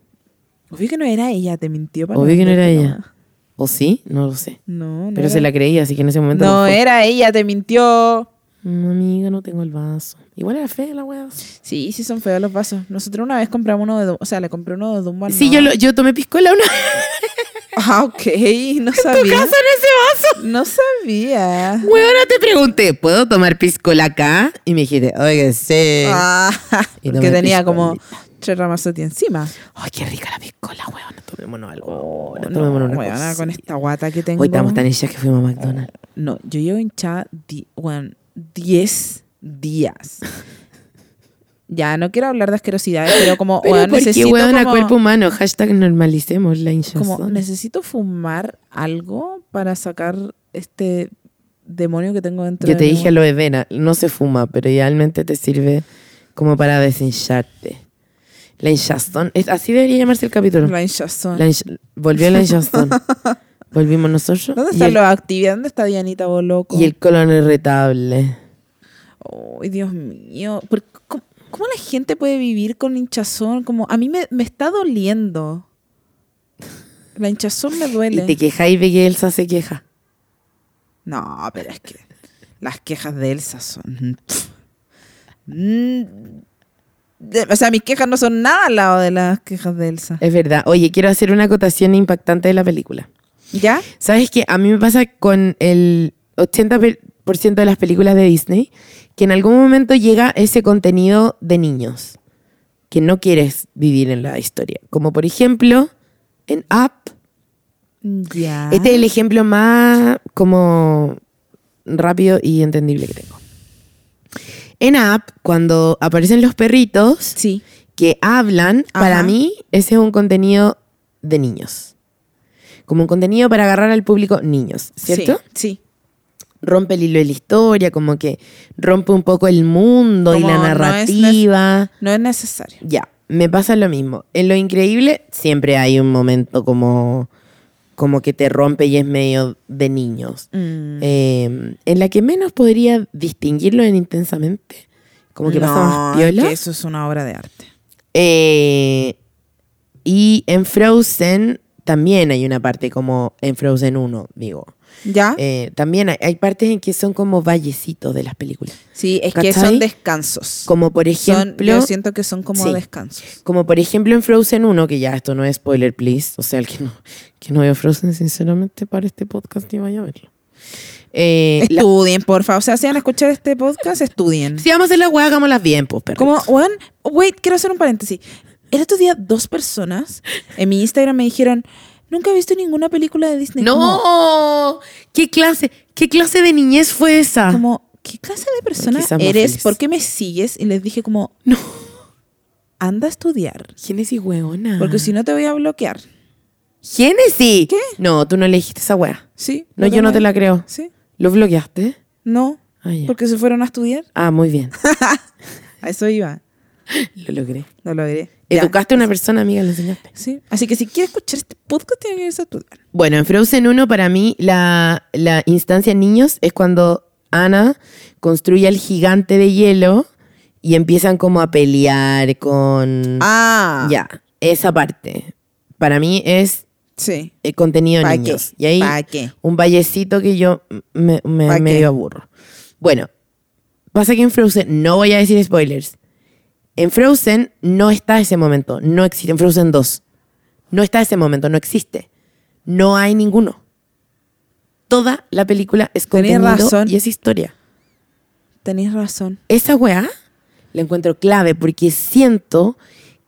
S3: Obvio que no era ella, te mintió para
S2: Obvio que no era
S3: venderte
S2: ella.
S3: nomás.
S2: ¿O sí? No lo sé.
S3: No, no.
S2: Pero
S3: era.
S2: se la creía, así que en ese momento...
S3: No,
S2: fue.
S3: era ella, te mintió.
S2: No, amiga, no tengo el vaso. Igual era fea la hueá.
S3: Sí, sí son feos los vasos. Nosotros una vez compramos uno de Dumbo, o sea, le compré uno de Dumbo. al
S2: Sí,
S3: Noah.
S2: yo, lo- yo tomé piscola una vez
S3: Ah, ok, no
S2: en casa
S3: sabía.
S2: en ese vaso.
S3: No sabía.
S2: Huevona, te pregunté, ¿puedo tomar piscola acá? Y me dijiste, oye, sí.
S3: Ah,
S2: Y
S3: porque
S2: tomé
S3: tenía
S2: piscolita.
S3: como tres ramazotti encima.
S2: Ay, qué rica la piscola, huevona. Tomémonos algo.
S3: Oh,
S2: ahora,
S3: no,
S2: tomémonos una
S3: weona,
S2: cosa.
S3: con esta guata que tengo.
S2: Hoy estamos tan hechas que fuimos a McDonald's.
S3: No, yo llevo hinchada 10 días. Ya, no quiero hablar de asquerosidades, pero como,
S2: Pero
S3: weón,
S2: porque
S3: necesito
S2: hueón a
S3: como-
S2: cuerpo humano, hashtag normalicemos la hinchazón.
S3: como necesito fumar algo para sacar este demonio que tengo dentro.
S2: Yo
S3: de
S2: te
S3: mí,
S2: dije
S3: weón.
S2: lo de vena, no se fuma, pero idealmente te sirve como para deshincharte. La hinchazón, es- así debería llamarse el capítulo.
S3: La hinchazón.
S2: La hinch- volvió la
S3: *laughs*
S2: hinchazón. Volvimos nosotros.
S3: ¿Dónde
S2: y
S3: están
S2: el-
S3: los actividades? ¿Dónde está Dianita Boloco?
S2: Y el colon irritable.
S3: Ay, Dios mío. ¿Por qué- ¿Cómo, cómo la gente puede vivir con hinchazón? Como, a mí me, me está doliendo. La hinchazón me
S2: Y
S3: duele.
S2: te quejáis de que Elsa se queja.
S3: No, pero es que las quejas de Elsa son... Mm, de- o sea, mis quejas no son nada al lado de las quejas de Elsa.
S2: Es verdad. Oye, quiero hacer una acotación impactante de la película.
S3: ¿Ya?
S2: ¿Sabes qué? A mí me pasa con el 80% de las películas de Disney que en algún momento llega ese contenido de niños que no quieres vivir en la historia. Como por ejemplo en Up.
S3: Ya.
S2: Este es el ejemplo más como rápido y entendible que tengo. En Up, cuando aparecen los perritos
S3: Sí.
S2: que hablan,
S3: Ajá.
S2: para mí ese es un contenido de niños. Como un contenido para agarrar al público niños, ¿cierto?
S3: Sí. sí.
S2: rompe el hilo de la historia, como que rompe un poco el mundo y
S3: Como
S2: la
S3: no es
S2: narrativa.
S3: No es necesario.
S2: Ya, me pasa lo mismo. En lo increíble siempre hay un momento como, como que te rompe y es medio de niños.
S3: Mm.
S2: Eh, en la que menos podría distinguirlo en intensamente, como que pasa más
S3: No, es
S2: piola.
S3: que eso es una obra de arte.
S2: Eh, y en Frozen también hay una parte como en Frozen 1, digo.
S3: ¿Ya?
S2: Eh, también hay, hay partes en que son como vallecitos de las películas.
S3: sí, es que
S2: ¿cachai?
S3: son descansos.
S2: Como por
S3: Son-
S2: ejemplo,
S3: yo siento que son como
S2: sí.
S3: descansos.
S2: como por ejemplo en Frozen 1, que ya esto no es spoiler, please. O sea, el que no, que no vio Frozen, sinceramente, para este podcast ni vaya a verlo. Eh, la-
S3: Estudien, por favor. O sea, si van a escuchar este podcast,
S2: *laughs*
S3: estudien.
S2: si vamos a hacer la weá, hagámoslas bien, pues, perritos.
S3: *laughs* Como, weón, wait, quiero hacer un paréntesis. El otro día, dos personas en mi Instagram me dijeron, nunca he visto ninguna película de Disney. Como,
S2: ¡No! ¿Qué clase? ¿Qué clase de niñez fue esa?
S3: como, ¿qué clase de persona
S2: Quizás más
S3: eres?
S2: feliz.
S3: ¿Por qué me sigues? Y les dije como,
S2: No.
S3: anda a estudiar.
S2: Génesis hueona.
S3: Porque si no te voy a bloquear.
S2: ¡Génesis!
S3: ¿Qué?
S2: No, tú no le dijiste esa weá.
S3: ¿Sí?
S2: No, yo no te la creo.
S3: ¿Sí?
S2: ¿Lo bloqueaste?
S3: No.
S2: Ah, ya.
S3: Porque se fueron a estudiar.
S2: Ah, muy *laughs* bien.
S3: A eso iba.
S2: Lo logré.
S3: No lo diré.
S2: Educaste a una persona, amiga, le enseñaste.
S3: Sí. Así que si quieres escuchar este podcast, tienes que irse a estudiar.
S2: Bueno, en Frozen 1, para mí, la, la instancia niños es cuando Ana construye al gigante de hielo y empiezan como a pelear con.
S3: Ah.
S2: Ya, esa parte. Para mí es
S3: Sí.
S2: eh, contenido
S3: ¿Pa'
S2: niños.
S3: qué?
S2: Y ahí
S3: ¿Pa' qué?
S2: un vallecito que yo me, me-
S3: ¿Pa' qué?
S2: medio aburro. Bueno, pasa que en Frozen, no voy a decir spoilers. En Frozen no está ese momento. No existe. En Frozen 2. No está ese momento. No existe. No hay ninguno. Toda la película es
S3: Tenés
S2: contenido
S3: razón.
S2: y es historia.
S3: Tenés razón.
S2: Esa weá la encuentro clave porque siento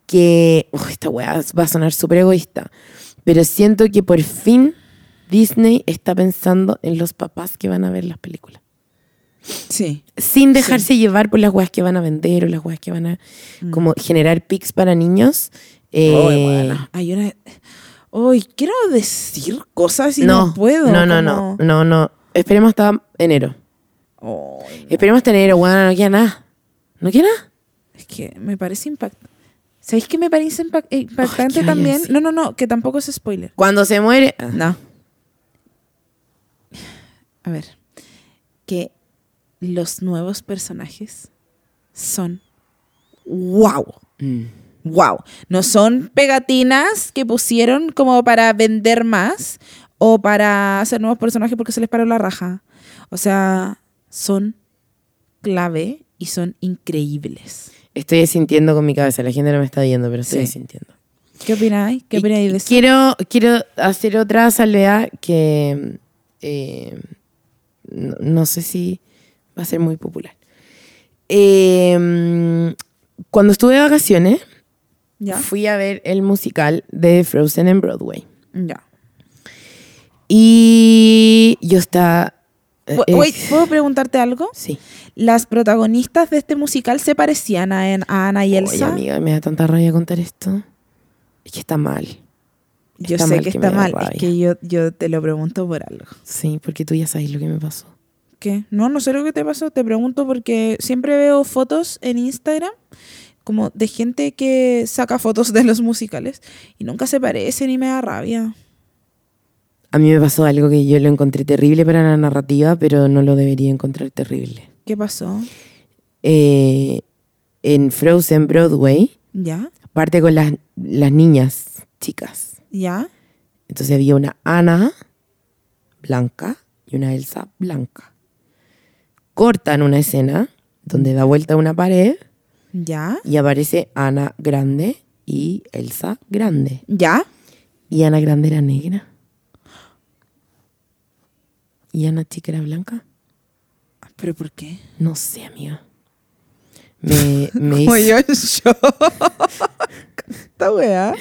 S2: que. Uf, esta weá va a sonar súper egoísta. Pero siento que por fin Disney está pensando en los papás que van a ver las películas.
S3: Sí.
S2: Sin dejarse llevar por las weas que van a vender o las weas que van a
S3: Mm.
S2: como generar pics para niños. Eh,
S3: Ay, bueno, Hay una. Uy, quiero decir cosas y no,
S2: no,
S3: puedo.
S2: No, no, no, no, no. Esperemos hasta enero.
S3: como- Ay,
S2: Esperemos hasta enero, weón. No queda nada. No queda nada.
S3: es que me parece impactante. ¿Sabéis que me parece impact- impactante
S2: vayan,
S3: también?
S2: sí.
S3: No, no, no, que tampoco es spoiler.
S2: Cuando se muere. ah.
S3: No. A ver. Que los nuevos personajes son wow.
S2: Mm.
S3: Wow. No son pegatinas que pusieron como para vender más o para hacer nuevos personajes porque se les paró la raja. O sea, son clave y son increíbles.
S2: Estoy sintiendo con mi cabeza, la gente no me está viendo, pero estoy
S3: Sí.
S2: sintiendo.
S3: ¿Qué opináis? ¿Qué
S2: Y-
S3: opináis de
S2: y
S3: eso?
S2: Quiero, quiero hacer otra salvedad que eh, no, no sé si va a ser muy popular. Eh, cuando estuve de vacaciones,
S3: ¿Ya?
S2: fui a ver el musical de Frozen en Broadway.
S3: Ya.
S2: Y yo estaba Eh,
S3: Wait,
S2: eh,
S3: wait, ¿puedo preguntarte algo?
S2: Sí.
S3: ¿Las protagonistas de este musical se parecían a, en- a Ana y
S2: Oye,
S3: Elsa?
S2: amiga, me da tanta rabia contar esto. Es que está mal.
S3: yo
S2: está
S3: sé
S2: mal
S3: que
S2: que
S3: está
S2: me dé
S3: mal,
S2: rabia.
S3: es que yo, yo te lo pregunto por algo.
S2: Sí, porque tú ya sabes lo que me pasó.
S3: ¿Qué? No, no sé lo que te pasó, te pregunto porque siempre veo fotos en Instagram como de gente que saca fotos de los musicales y nunca se parecen y me da rabia.
S2: A mí me pasó algo que yo lo encontré terrible para la narrativa, pero no lo debería encontrar terrible.
S3: ¿Qué pasó?
S2: Eh, en Frozen Broadway,
S3: ¿Ya?
S2: parte con las, las niñas chicas.
S3: ¿Ya?
S2: Entonces había una Ana blanca y una Elsa blanca. Cortan una escena donde da vuelta una pared
S3: ¿Ya?
S2: y aparece Ana grande y Elsa grande.
S3: ¿Ya?
S2: Y Ana grande era negra. Y Ana chica era blanca.
S3: ¿Pero por qué?
S2: No sé, amiga.
S3: *laughs*
S2: Me, me
S3: Como
S2: hizo-
S3: yo en shock. *laughs* Esta weá.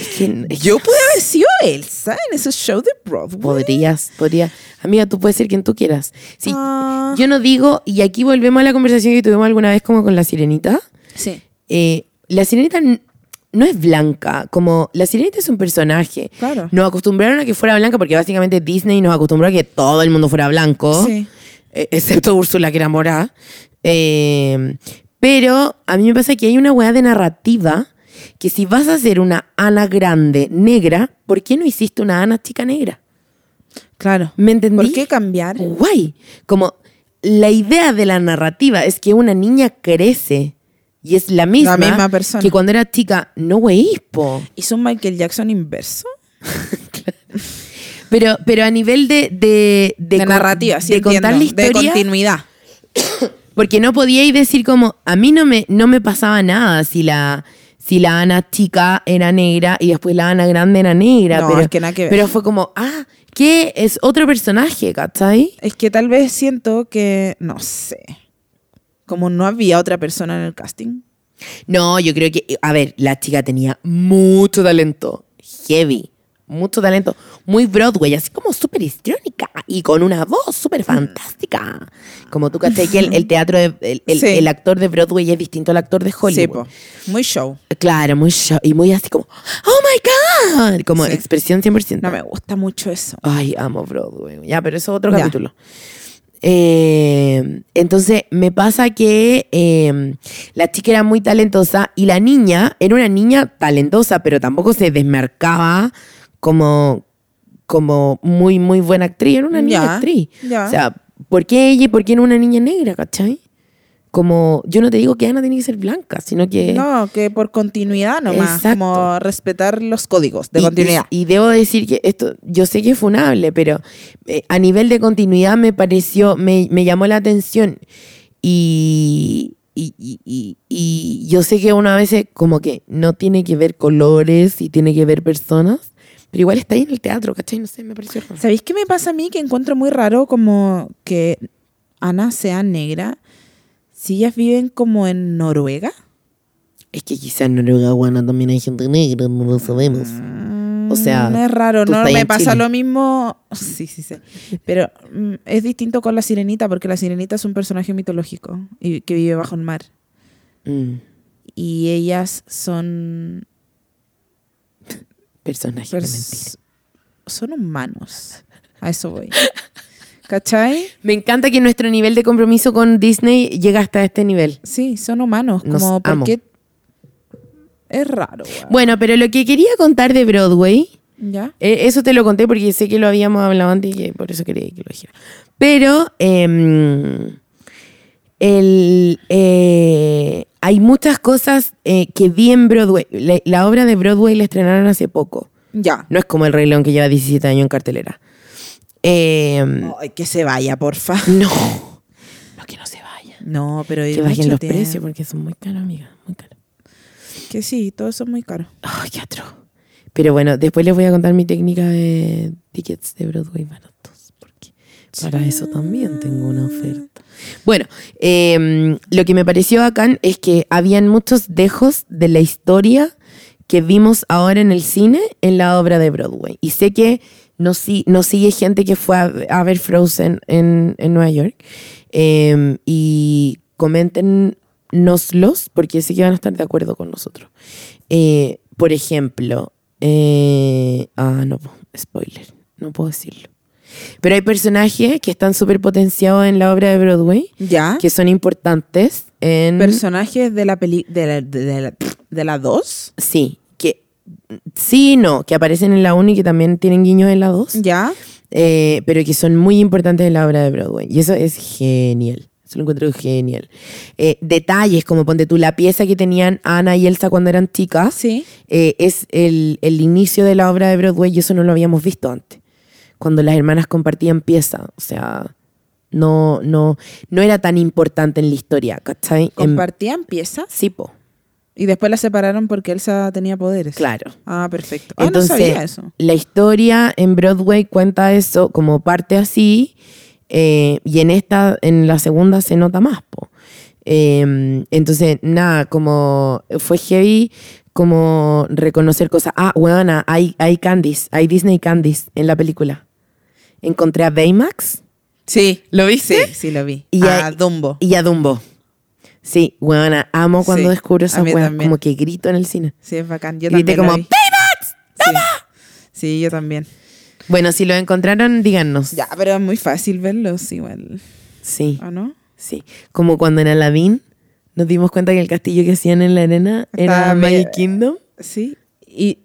S2: es que- es que
S3: Yo pude haber sido Elsa en ese show de Broadway.
S2: podrías, podría. Amiga, tú puedes ser quien tú quieras. Sí,
S3: Ah.
S2: yo no digo, y aquí volvemos a la conversación que tuvimos alguna vez como con la sirenita.
S3: Sí.
S2: Eh, la sirenita n- no es blanca, como la sirenita es un personaje.
S3: Claro.
S2: Nos acostumbraron a que fuera blanca porque básicamente Disney nos acostumbró a que todo el mundo fuera blanco,
S3: Sí.
S2: eh, excepto Úrsula que era morada. Eh, pero a mí me pasa que hay una hueá de narrativa que si vas a hacer una Ana grande negra, ¿por qué no hiciste una Ana chica negra?
S3: Claro.
S2: ¿Me entendí? Oh,
S3: ¿Por qué cambiar?
S2: guay. Como la idea de la narrativa es que una niña crece y es la misma,
S3: misma persona.
S2: que cuando era chica, no weís, po.
S3: ¿Hizo un Michael Jackson inverso?
S2: Pero, pero a nivel de, de,
S3: De,
S2: con-
S3: narrativa, sí
S2: de contar la
S3: entiendo.
S2: historia,
S3: De continuidad.
S2: porque no podíais decir como, a mí no me, no me pasaba nada si la, si la Ana chica era negra y después la Ana grande era negra.
S3: No,
S2: pero,
S3: es que nada que ver.
S2: pero fue como, ah, ¿qué? Es otro personaje, ¿cachai?
S3: Es que tal vez siento que, no sé, como no había otra persona en el casting.
S2: No, yo creo que, a ver, la chica tenía mucho talento, heavy, mucho talento, muy Broadway, así como súper histriónica y con una voz
S3: Mm.
S2: súper fantástica. Como tú cachai que el, el teatro, de- el, el-
S3: Sí.
S2: el actor de Broadway es distinto al actor de
S3: Sí,
S2: Hollywood.
S3: po. Muy show.
S2: Claro, muy show, y muy así como, oh my god, como
S3: Sí.
S2: expresión 100%.
S3: No me gusta mucho eso.
S2: Ay, amo Broadway. Ya, pero eso es otro
S3: Ya.
S2: capítulo. Eh, entonces, me pasa que eh, la chica era muy talentosa y la niña era una niña talentosa, pero tampoco se desmarcaba como, como muy, muy buena actriz. Era una niña
S3: Ya,
S2: actriz.
S3: ya.
S2: O sea, ¿por qué ella y por qué no una niña negra, cachai? Como, yo no te digo que Ana tiene que ser blanca, sino que...
S3: No, que por continuidad nomás.
S2: Exacto.
S3: Como respetar los códigos de
S2: Y-
S3: continuidad.
S2: Y, y debo decir que esto, yo sé que es funable, pero eh, a nivel de continuidad me pareció, me, me llamó la atención. Y, y, y- y- y yo sé que una vez como que no tiene que ver colores y tiene que ver personas, pero igual está ahí en el teatro, ¿cachai? No sé, me pareció raro.
S3: ¿Sabéis qué me pasa a mí? Que encuentro muy raro como que Ana sea negra si ellas viven como en Noruega.
S2: Es que quizás en Noruega, bueno, también hay gente negra, no lo sabemos. O sea,
S3: Mm, es raro,
S2: tú
S3: no
S2: estás
S3: me
S2: en
S3: pasa
S2: Chile.
S3: lo mismo. *laughs* Sí, sí, sí. Pero mm, es distinto con la sirenita porque la sirenita es un personaje mitológico y que vive bajo el mar.
S2: Mm,
S3: Y ellas son
S2: personaje de mentira.
S3: pers- son humanos. A
S2: *laughs*
S3: eso voy. ¿Cachai?
S2: Me encanta que nuestro nivel de compromiso con Disney llega hasta este nivel.
S3: Sí, son humanos.
S2: Los
S3: Como
S2: amo.
S3: porque es raro, weón.
S2: Bueno, pero lo que quería contar de Broadway,
S3: ¿Ya?
S2: eh, eso te lo conté porque sé que lo habíamos hablado antes y que por eso quería que lo dijera. Pero em, el, eh, hay muchas cosas eh, que vi en Broadway. La, la obra de Broadway la estrenaron hace poco.
S3: Ya.
S2: No es como El Rey León que lleva 17 años en cartelera. Em,
S3: Ay, que se vaya, porfa.
S2: no, no que no se vaya.
S3: No, pero es
S2: Mm. Que bajen
S3: mucho
S2: los
S3: tiempo.
S2: precios porque son muy caros, amiga, muy caros.
S3: Que sí, todo eso es muy caro.
S2: Ay, qué atroz. Pero bueno, después les voy a contar mi técnica de tickets de Broadway baratos, porque para eso también tengo una oferta. Bueno, eh, lo que me pareció bacán es que habían muchos dejos de la historia que vimos ahora en el cine en la obra de Broadway. Y sé que no, si- no sigue gente que fue a, a ver Frozen en, en Nueva York. Eh, y coméntenoslos, porque sé que van a estar de acuerdo con nosotros. Eh, por ejemplo, eh, ah, no, po, spoiler, no puedo decirlo. Pero hay personajes que están súper potenciados en la obra de Broadway,
S3: ¿Ya?
S2: que son importantes en...
S3: ¿Personajes de la peli de la, de, la, de la 2?
S2: sí, que sí y no, que aparecen en la 1 y que también tienen guiños en la 2.
S3: ¿Ya?
S2: eh, pero que son muy importantes en la obra de Broadway. Y eso es genial. Eso lo encuentro genial. Eh, detalles, como ponte tú, la pieza que tenían Ana y Elsa cuando eran chicas,
S3: Sí.
S2: eh, es el, el inicio de la obra de Broadway y eso no lo habíamos visto antes. Cuando las hermanas compartían pieza, o sea, no, no, no era tan importante en la historia, ¿cachai? En-
S3: ¿Compartían piezas?
S2: sí, po,
S3: Y después las separaron porque Elsa tenía poderes.
S2: claro.
S3: Ah, perfecto. Ah,
S2: Entonces,
S3: no sabía eso.
S2: La historia en Broadway cuenta eso como parte así, eh, y en esta, en la segunda se nota más, po. Eh, entonces, nada, como fue heavy como reconocer cosas. Ah, weona, hay, hay candies, hay Disney candies en la película. Encontré a Baymax
S3: Sí.
S2: ¿Lo
S3: Sí,
S2: viste?
S3: sí lo vi.
S2: Y
S3: a
S2: hay-
S3: Dumbo.
S2: y a Dumbo. Sí, weona, amo cuando
S3: Sí,
S2: descubro
S3: a
S2: esas
S3: mí
S2: weas,
S3: también.
S2: como que grito en el cine.
S3: Sí, es bacán. Yo
S2: Grité
S3: también
S2: como,
S3: la vi.
S2: ¡Baymax!
S3: Sí. Sí, yo también.
S2: Bueno, si lo encontraron, díganos.
S3: Ya, pero es muy fácil verlos igual.
S2: Sí.
S3: ¿O no?
S2: Sí, como cuando en Aladdin nos dimos cuenta que el castillo que hacían en la arena era
S3: Estaba medio-
S2: Magic Kingdom.
S3: Sí. Y,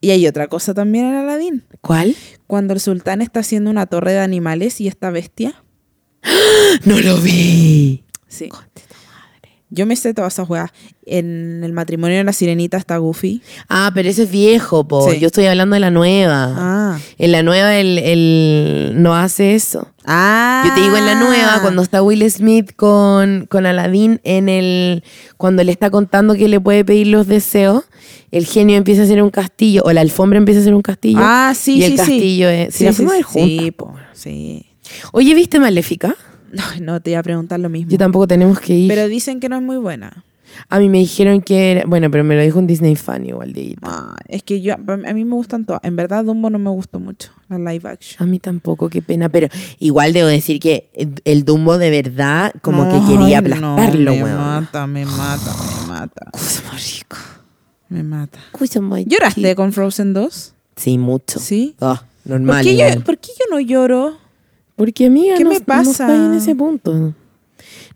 S3: y hay otra cosa también en Aladdin. *gasps*
S2: ¿Cuál?
S3: Cuando el sultán está haciendo una torre de animales y esta bestia.
S2: ¡No lo vi!
S3: Sí. Yo me sé todas esas jugadas. En el matrimonio de la sirenita está Goofy.
S2: Ah, pero ese es viejo, po.
S3: Sí.
S2: Yo estoy hablando de la nueva.
S3: Ah.
S2: En la nueva el, el no hace eso.
S3: Ah.
S2: Yo te digo en la nueva, cuando está Will Smith con, con Aladdin en el. Cuando le está contando que le puede pedir los deseos, el genio empieza a hacer un castillo, o la alfombra empieza a hacer un castillo.
S3: Ah, sí,
S2: y
S3: sí,
S2: el castillo
S3: sí.
S2: es- si la fuimos a ver juntas,
S3: Sí, po, sí.
S2: Oye, ¿viste Maléfica?
S3: No, no, te iba a preguntar lo mismo.
S2: Yo tampoco tenemos que ir.
S3: Pero dicen que no es muy buena.
S2: A mí me dijeron que era. Bueno, pero me lo dijo un Disney fan igual, Dieguito.
S3: Ah, es que yo, a mí me gustan todas. En verdad, Dumbo no me gustó mucho, la live action.
S2: A mí tampoco, qué pena. Pero igual debo decir que el Dumbo de verdad, como
S3: No,
S2: que quería
S3: ay, no,
S2: aplastarlo,
S3: me
S2: weón.
S3: mata, me mata, me mata,
S2: Cosa más rica.
S3: me mata.
S2: Cosa más
S3: ¿Lloraste
S2: rica.
S3: con Frozen 2?
S2: Sí, mucho.
S3: ¿Sí?
S2: Ah,
S3: ¿Por
S2: normal.
S3: qué,
S2: igual.
S3: yo, por qué yo no lloro?
S2: Porque amiga,
S3: ¿Qué
S2: no,
S3: me
S2: no
S3: pasa?
S2: estáis en ese punto.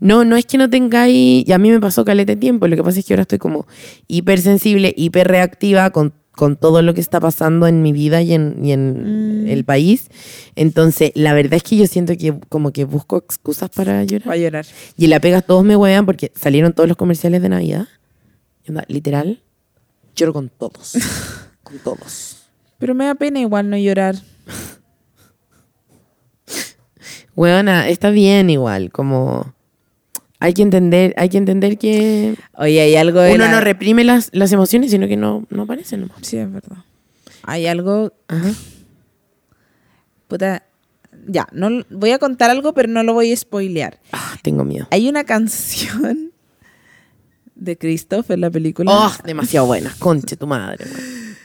S2: No, no es que no tengáis. Y a mí me pasó caleta de tiempo. Lo que pasa es que ahora estoy como hipersensible, hiperreactiva con, con todo lo que está pasando en mi vida y en, y en
S3: Mm.
S2: el país. Entonces, la verdad es que yo siento que como que busco excusas para
S3: Va
S2: llorar.
S3: a llorar.
S2: Y en la pega todos me huean porque salieron todos los comerciales de Navidad. Y onda, literal, lloro con
S3: *laughs*
S2: todos. con todos.
S3: Pero me da pena igual no llorar.
S2: Weona, está bien igual, como hay que entender, hay que entender que
S3: Oye, hay algo de
S2: uno
S3: la-
S2: no reprime las, las emociones, sino que no, no aparecen nomás.
S3: Sí, es verdad. Hay algo... Puta... Ya, no, l- voy a contar algo, pero no lo voy a spoilear.
S2: Ah, tengo miedo.
S3: Hay una *laughs* canción de Christopher, la película.
S2: Oh, demasiado buena, conche tu madre. weón.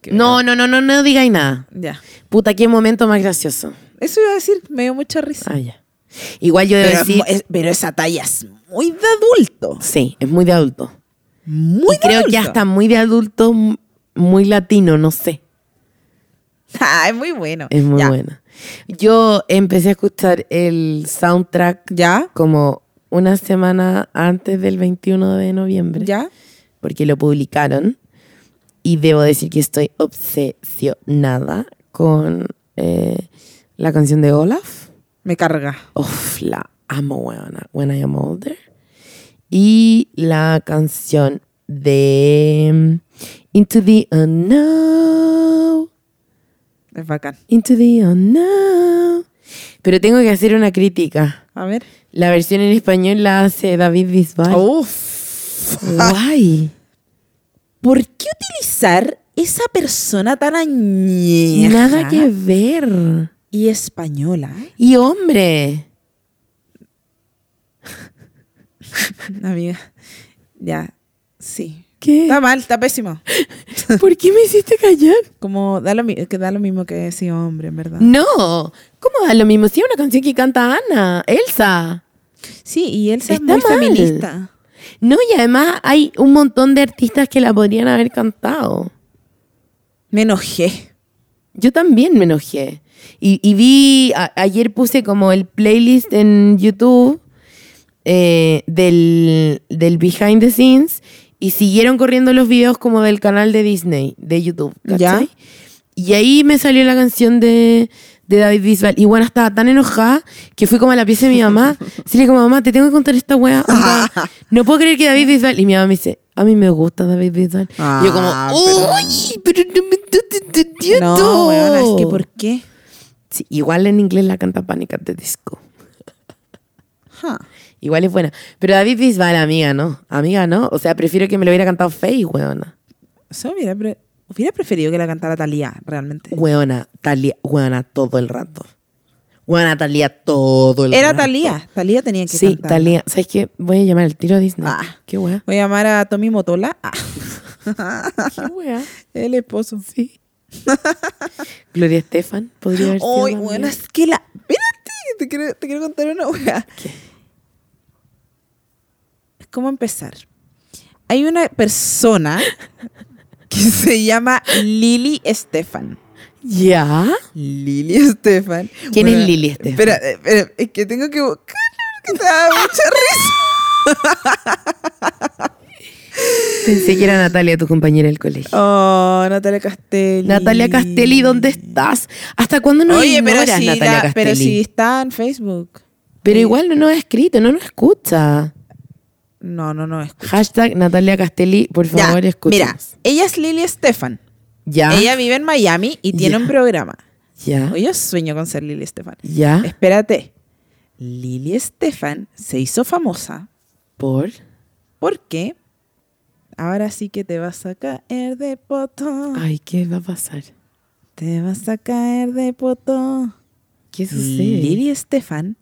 S3: Que-
S2: No, no, no, no, no digáis nada.
S3: Ya.
S2: Puta, qué momento más gracioso.
S3: Eso iba a decir, me dio mucha risa.
S2: Ah, ya. Igual yo debo
S3: pero, es
S2: decir,
S3: mu- es- pero esa talla es muy de adulto.
S2: sí, es muy de adulto.
S3: Muy
S2: Y creo que hasta muy de adulto, m- muy latino, no sé.
S3: *laughs* Ah, es muy bueno.
S2: Es muy
S3: Ya.
S2: buena. Yo empecé a escuchar el soundtrack
S3: ¿Ya?
S2: como una semana antes del 21 de noviembre,
S3: ¿Ya?
S2: porque lo publicaron. Y debo decir que estoy obsesionada con eh, la canción de Olaf.
S3: Me carga.
S2: Uf, la amo, weona. When I am older. Y la canción de mm, Into the Unknown.
S3: Es bacán.
S2: Into the Unknown. Pero tengo que hacer una crítica.
S3: A ver.
S2: La versión en español la hace David Bisbal.
S3: Oh, Uf.
S2: Guay.
S3: ¿Por qué utilizar esa persona tan añeja
S2: Nada que ver. *laughs*
S3: y española?
S2: Y hombre.
S3: Amiga. Ya. Sí.
S2: ¿Qué?
S3: Está mal, está pésimo.
S2: ¿Por qué me hiciste callar?
S3: Como da lo, mi- que da lo mismo que ese hombre, en verdad.
S2: No, ¿cómo da lo mismo? Sí, una canción que canta Ana, Elsa.
S3: Sí, y él es
S2: Está
S3: muy
S2: mal.
S3: feminista.
S2: No, y además hay un montón de artistas que la podrían haber cantado.
S3: Me enojé.
S2: Yo también me enojé. Y, y vi, a- ayer puse como el playlist en YouTube eh, del, del behind the scenes y siguieron corriendo los videos como del canal de Disney, de YouTube. ¿cachai?
S3: Ya.
S2: Y ahí me salió la canción de, de David Bisbal. Y bueno, estaba tan enojada que fui como a la pieza de mi
S3: *laughs*
S2: mamá. Decirle como, mamá, te tengo que contar esta wea. onda, no puedo creer que David Bisbal... Y mi mamá me dice, a mí me gusta David Bisbal. y yo como,
S3: Ah, pero-
S2: uy, pero no me estás entendiendo.
S3: No, weona, es que ¿por qué?
S2: Sí, igual en inglés la canta Pánica de Disco.
S3: Ja.
S2: Igual es buena. Pero David Bisbal, amiga, ¿no? Amiga, ¿no? O sea, prefiero que me lo hubiera cantado Faye, weona.
S3: O sea, hubiera, pre- hubiera preferido que la cantara Talía, realmente.
S2: Weona, Talía, weona todo el rato. Weona, Talía todo el
S3: Era
S2: rato.
S3: Talía. Talía tenía que
S2: Sí,
S3: cantar.
S2: Talía. ¿Sabes qué? Voy a llamar al tiro a Disney.
S3: Ah.
S2: Qué
S3: *laughs*
S2: wea.
S3: Voy a llamar a Tommy Motola. Ah, *laughs*
S2: Qué wea.
S3: el esposo. Sí.
S2: Gloria Estefan podría haber sido.
S3: Ay,
S2: también.
S3: bueno, es que la. Espérate, te quiero, te quiero contar una wea. ¿Cómo empezar? Hay una persona que *laughs* se llama Lili Estefan.
S2: ¿Ya?
S3: Lili Estefan.
S2: ¿Quién es Lili Estefan?
S3: Espera, eh, espera, es que tengo que buscarla porque te da mucha risa.
S2: Pensé que era Natalia, tu compañera del colegio.
S3: *laughs* Oh, Natalia Castelli.
S2: Natalia Castelli, ¿dónde estás? ¿Hasta cuándo nos
S3: Oye, pero
S2: ignoras,
S3: si,
S2: Natalia
S3: la-
S2: Castelli?
S3: pero si está en Facebook.
S2: Pero igual no nos ha escrito, no nos escucha.
S3: No, no, no. Es...
S2: Hashtag Natalia Castelli, por favor,
S3: Ya,
S2: escucha.
S3: Mira, ella es Lili Estefan.
S2: Ya,
S3: Ella vive en Miami y tiene
S2: Ya.
S3: un programa.
S2: ya,
S3: Oye, yo sueño con ser Lili Estefan.
S2: ya,
S3: Espérate. Lili Estefan se hizo famosa
S2: por...
S3: porque ahora sí que te vas a caer de poto.
S2: Ay, ¿qué va a pasar?
S3: Te vas a caer de poto.
S2: ¿Qué sucede?
S3: Lili Estefan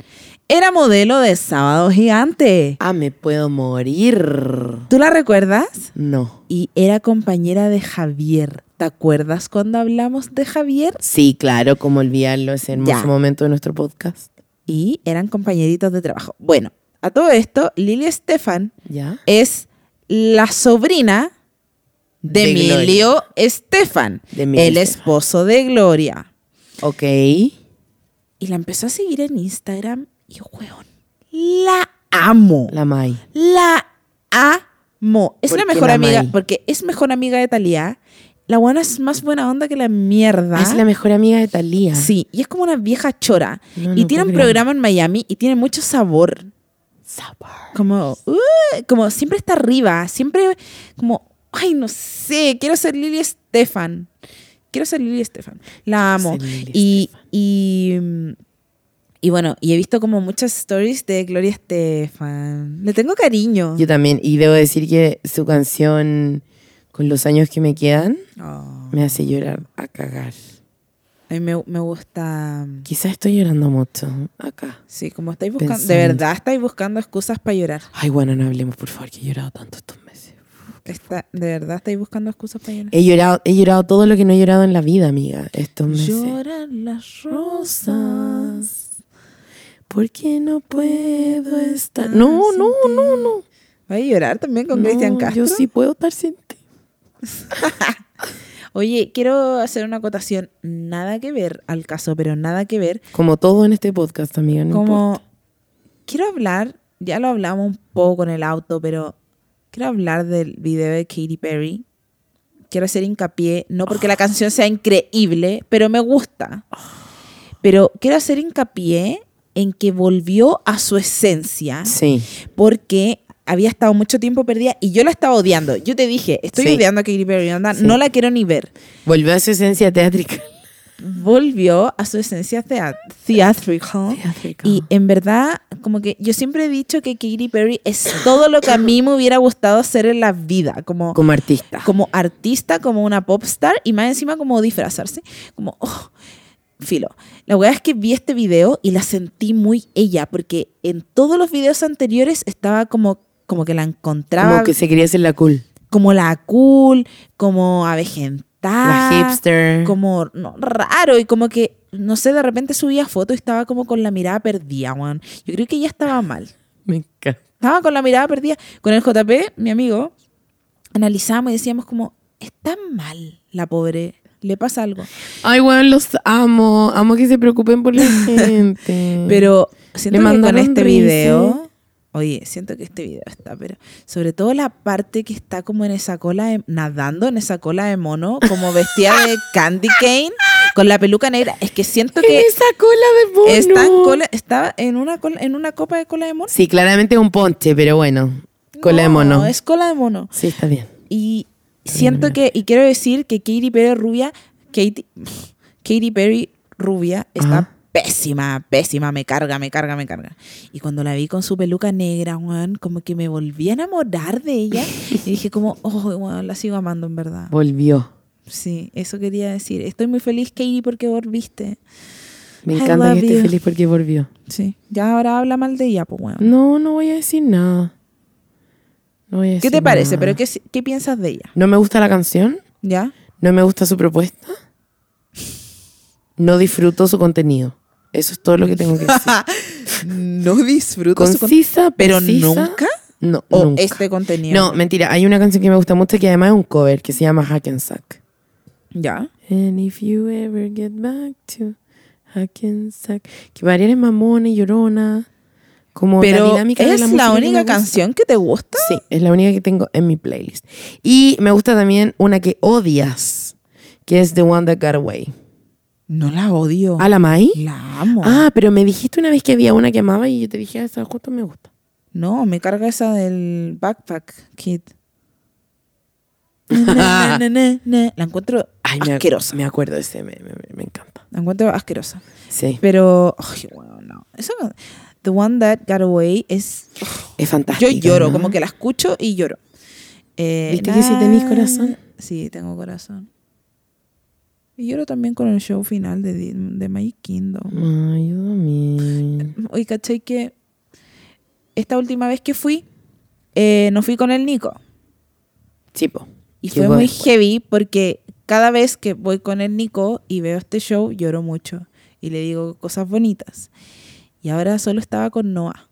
S3: era modelo de Sábado Gigante.
S2: Ah, me puedo morir.
S3: ¿Tú la recuerdas?
S2: No.
S3: Y era compañera de Javier. ¿Te acuerdas cuando hablamos de Javier?
S2: Sí, claro, como olvidarlo, ese hermoso
S3: Ya.
S2: momento de nuestro podcast.
S3: Y eran compañeritos de trabajo. Bueno, a todo esto, Lili Estefan
S2: Ya.
S3: es la sobrina de,
S2: De Gloria.
S3: Emilio Estefan,
S2: De Emilio
S3: el
S2: Estefan.
S3: esposo de Gloria.
S2: Ok.
S3: Y la empezó a seguir en Instagram y, weón, la amo. La,
S2: La Mai.
S3: amo. Es
S2: ¿Por
S3: la
S2: qué
S3: mejor
S2: la
S3: amiga,
S2: amai?
S3: porque es mejor amiga de Talía. La buena es más buena onda que la mierda.
S2: Es la mejor amiga de Talía.
S3: Sí, y es como una vieja chora.
S2: No,
S3: y
S2: no
S3: tiene
S2: puedo
S3: un
S2: creer.
S3: programa en Miami y tiene mucho sabor. Como, "Uh", como siempre está arriba, siempre como, ay, no sé, quiero ser Lily Estefan. Quiero ser Lily Estefan. La
S2: Quiero
S3: amo.
S2: ser Lily
S3: Y, y, mm, y bueno, y he visto como muchas stories de Gloria Estefan. Le tengo cariño.
S2: Yo también. Y debo decir que su canción, con los años que me quedan,
S3: Oh,
S2: me hace llorar a cagar.
S3: a mí me, me gusta. mm,
S2: Quizás estoy llorando mucho acá.
S3: Sí, como estáis buscando. De
S2: Pensando.
S3: verdad estáis buscando excusas para llorar.
S2: Ay, bueno, no hablemos, por favor, que he llorado tanto estos meses.
S3: Está- de verdad estáis buscando excusas para llorar.
S2: He llorado, he llorado todo lo que no he llorado en la vida, amiga, estos meses.
S3: Lloran las rosas.
S2: Porque no puedo estar. No, no, no, no.
S3: ¿Vas a llorar también con
S2: No,
S3: Cristian
S2: Yo
S3: Castro?
S2: sí puedo estar sin ti.
S3: Oye, quiero hacer una acotación. Nada que ver al caso, pero nada que ver.
S2: Como todo en este podcast, amiga. No
S3: como.
S2: importa.
S3: Quiero hablar, ya lo hablamos un poco en el auto, pero quiero hablar del video de Katy Perry. Quiero hacer hincapié, no porque la canción sea increíble, pero me gusta. Pero quiero hacer hincapié en que volvió a su esencia.
S2: Sí.
S3: porque había estado mucho tiempo perdida y yo la estaba odiando. Yo te dije, estoy
S2: Sí.
S3: odiando a Katy Perry, onda,
S2: Sí.
S3: no la quiero ni ver.
S2: Volvió a su esencia teátrica.
S3: Volvió a su esencia thea- theatrical.
S2: Teátrica.
S3: Y en verdad, como que yo siempre he dicho que Katy Perry es todo lo que a mí me hubiera gustado ser en la vida, como,
S2: como artista.
S3: como artista, como una popstar y más encima como disfrazarse, como, oh, filo. La verdad es que vi este video y la sentí muy ella, porque en todos los videos anteriores estaba como, como que la encontraba
S2: Como que se quería hacer la cool.
S3: como la cool, como avejentada.
S2: La hipster.
S3: Ah. Como no, raro y como que, no sé, de repente subía fotos y estaba como con la mirada perdida, weón. Yo creo que ya estaba mal.
S2: Me encanta.
S3: Estaba con la mirada perdida. Con el JP, mi amigo, analizamos y decíamos como, está mal la pobre, le pasa algo.
S2: Ay, weón, los amo. Amo que se preocupen por
S3: *laughs*
S2: la gente.
S3: Pero
S2: Mm. Le
S3: siento que con
S2: mandaron
S3: este
S2: risa.
S3: video, oye, siento que este video está, pero sobre todo la parte que está como en esa cola, de- nadando en esa cola de mono, como vestida
S2: *laughs*
S3: de Candy Cane, con la peluca negra, es que siento
S2: En
S3: que
S2: esa cola de
S3: está, en
S2: mono.
S3: cola- está en, una cola- en una copa de cola de mono.
S2: Sí, claramente es un ponche, pero bueno. Cola de
S3: No,
S2: mono.
S3: Es cola de mono.
S2: Sí, está bien.
S3: Y siento que, y quiero decir que Katy Perry rubia, Katy, Katy Perry rubia está
S2: Ajá.
S3: pésima, pésima, me carga, me carga, me carga. Y cuando la vi con su peluca negra, weón, como que me volví a enamorar de ella. y dije como, *laughs* oh, weón, la sigo amando en verdad.
S2: Volvió.
S3: Sí, eso quería decir. Estoy muy feliz, Katy, porque volviste.
S2: Me
S3: I
S2: encanta que
S3: love
S2: esté
S3: you.
S2: feliz porque volvió.
S3: Sí, ya ahora habla mal de ella, pues, weón.
S2: No, no voy a decir nada. No voy a
S3: ¿Qué
S2: decir
S3: te parece?
S2: nada.
S3: ¿Pero qué, qué piensas de ella?
S2: No me gusta la canción.
S3: ¿Ya?
S2: No me gusta su propuesta. No disfruto su contenido. Eso es todo lo que
S3: *laughs*
S2: tengo que decir.
S3: no disfruto su con-
S2: Concisa,
S3: ¿Pero
S2: precisa.
S3: nunca?
S2: No,
S3: o
S2: nunca.
S3: este contenido.
S2: No, mentira. Hay una canción que me gusta mucho que además es un cover que se llama Hack and Sack.
S3: ¿Ya?
S2: And if you ever get back to Hack and Sack. Que Mariana es mamona y llorona. Como la
S3: Pero
S2: dinámica de
S3: es
S2: la,
S3: la,
S2: música que me
S3: única
S2: gusta.
S3: canción que te gusta.
S2: Sí, es la única que tengo en mi playlist. Y me gusta también una que odias, que es The One That Got Away.
S3: No la odio.
S2: ¿A la Mai?
S3: La amo.
S2: Ah, pero me dijiste una vez que había una que amaba y yo te dije, "Ah, esa justo me gusta.
S3: No, me carga esa del Backpack
S2: *laughs*
S3: Kid. La encuentro
S2: Ay, me, ac-
S3: asquerosa.
S2: me acuerdo de ese, me, me- me encanta.
S3: La encuentro asquerosa.
S2: Sí,
S3: Pero, ay, bueno, no. Eso no- The One That Got Away es...
S2: es
S3: Yo
S2: fantástico.
S3: lloro, como que la escucho y lloro. Eh,
S2: ¿Viste que sí tenés corazón?
S3: Sí, tengo corazón. Y lloro también con el show final de, Di- de My Kingdom.
S2: Ay, yo también.
S3: Oye, ¿cachai que esta última vez que fui, eh, no fui con el Nico?
S2: Sí, po.
S3: Y
S2: Que
S3: fue
S2: voy-
S3: muy heavy porque cada vez que voy con el Nico y veo este show, lloro mucho y le digo cosas bonitas. Y ahora solo estaba con Noah.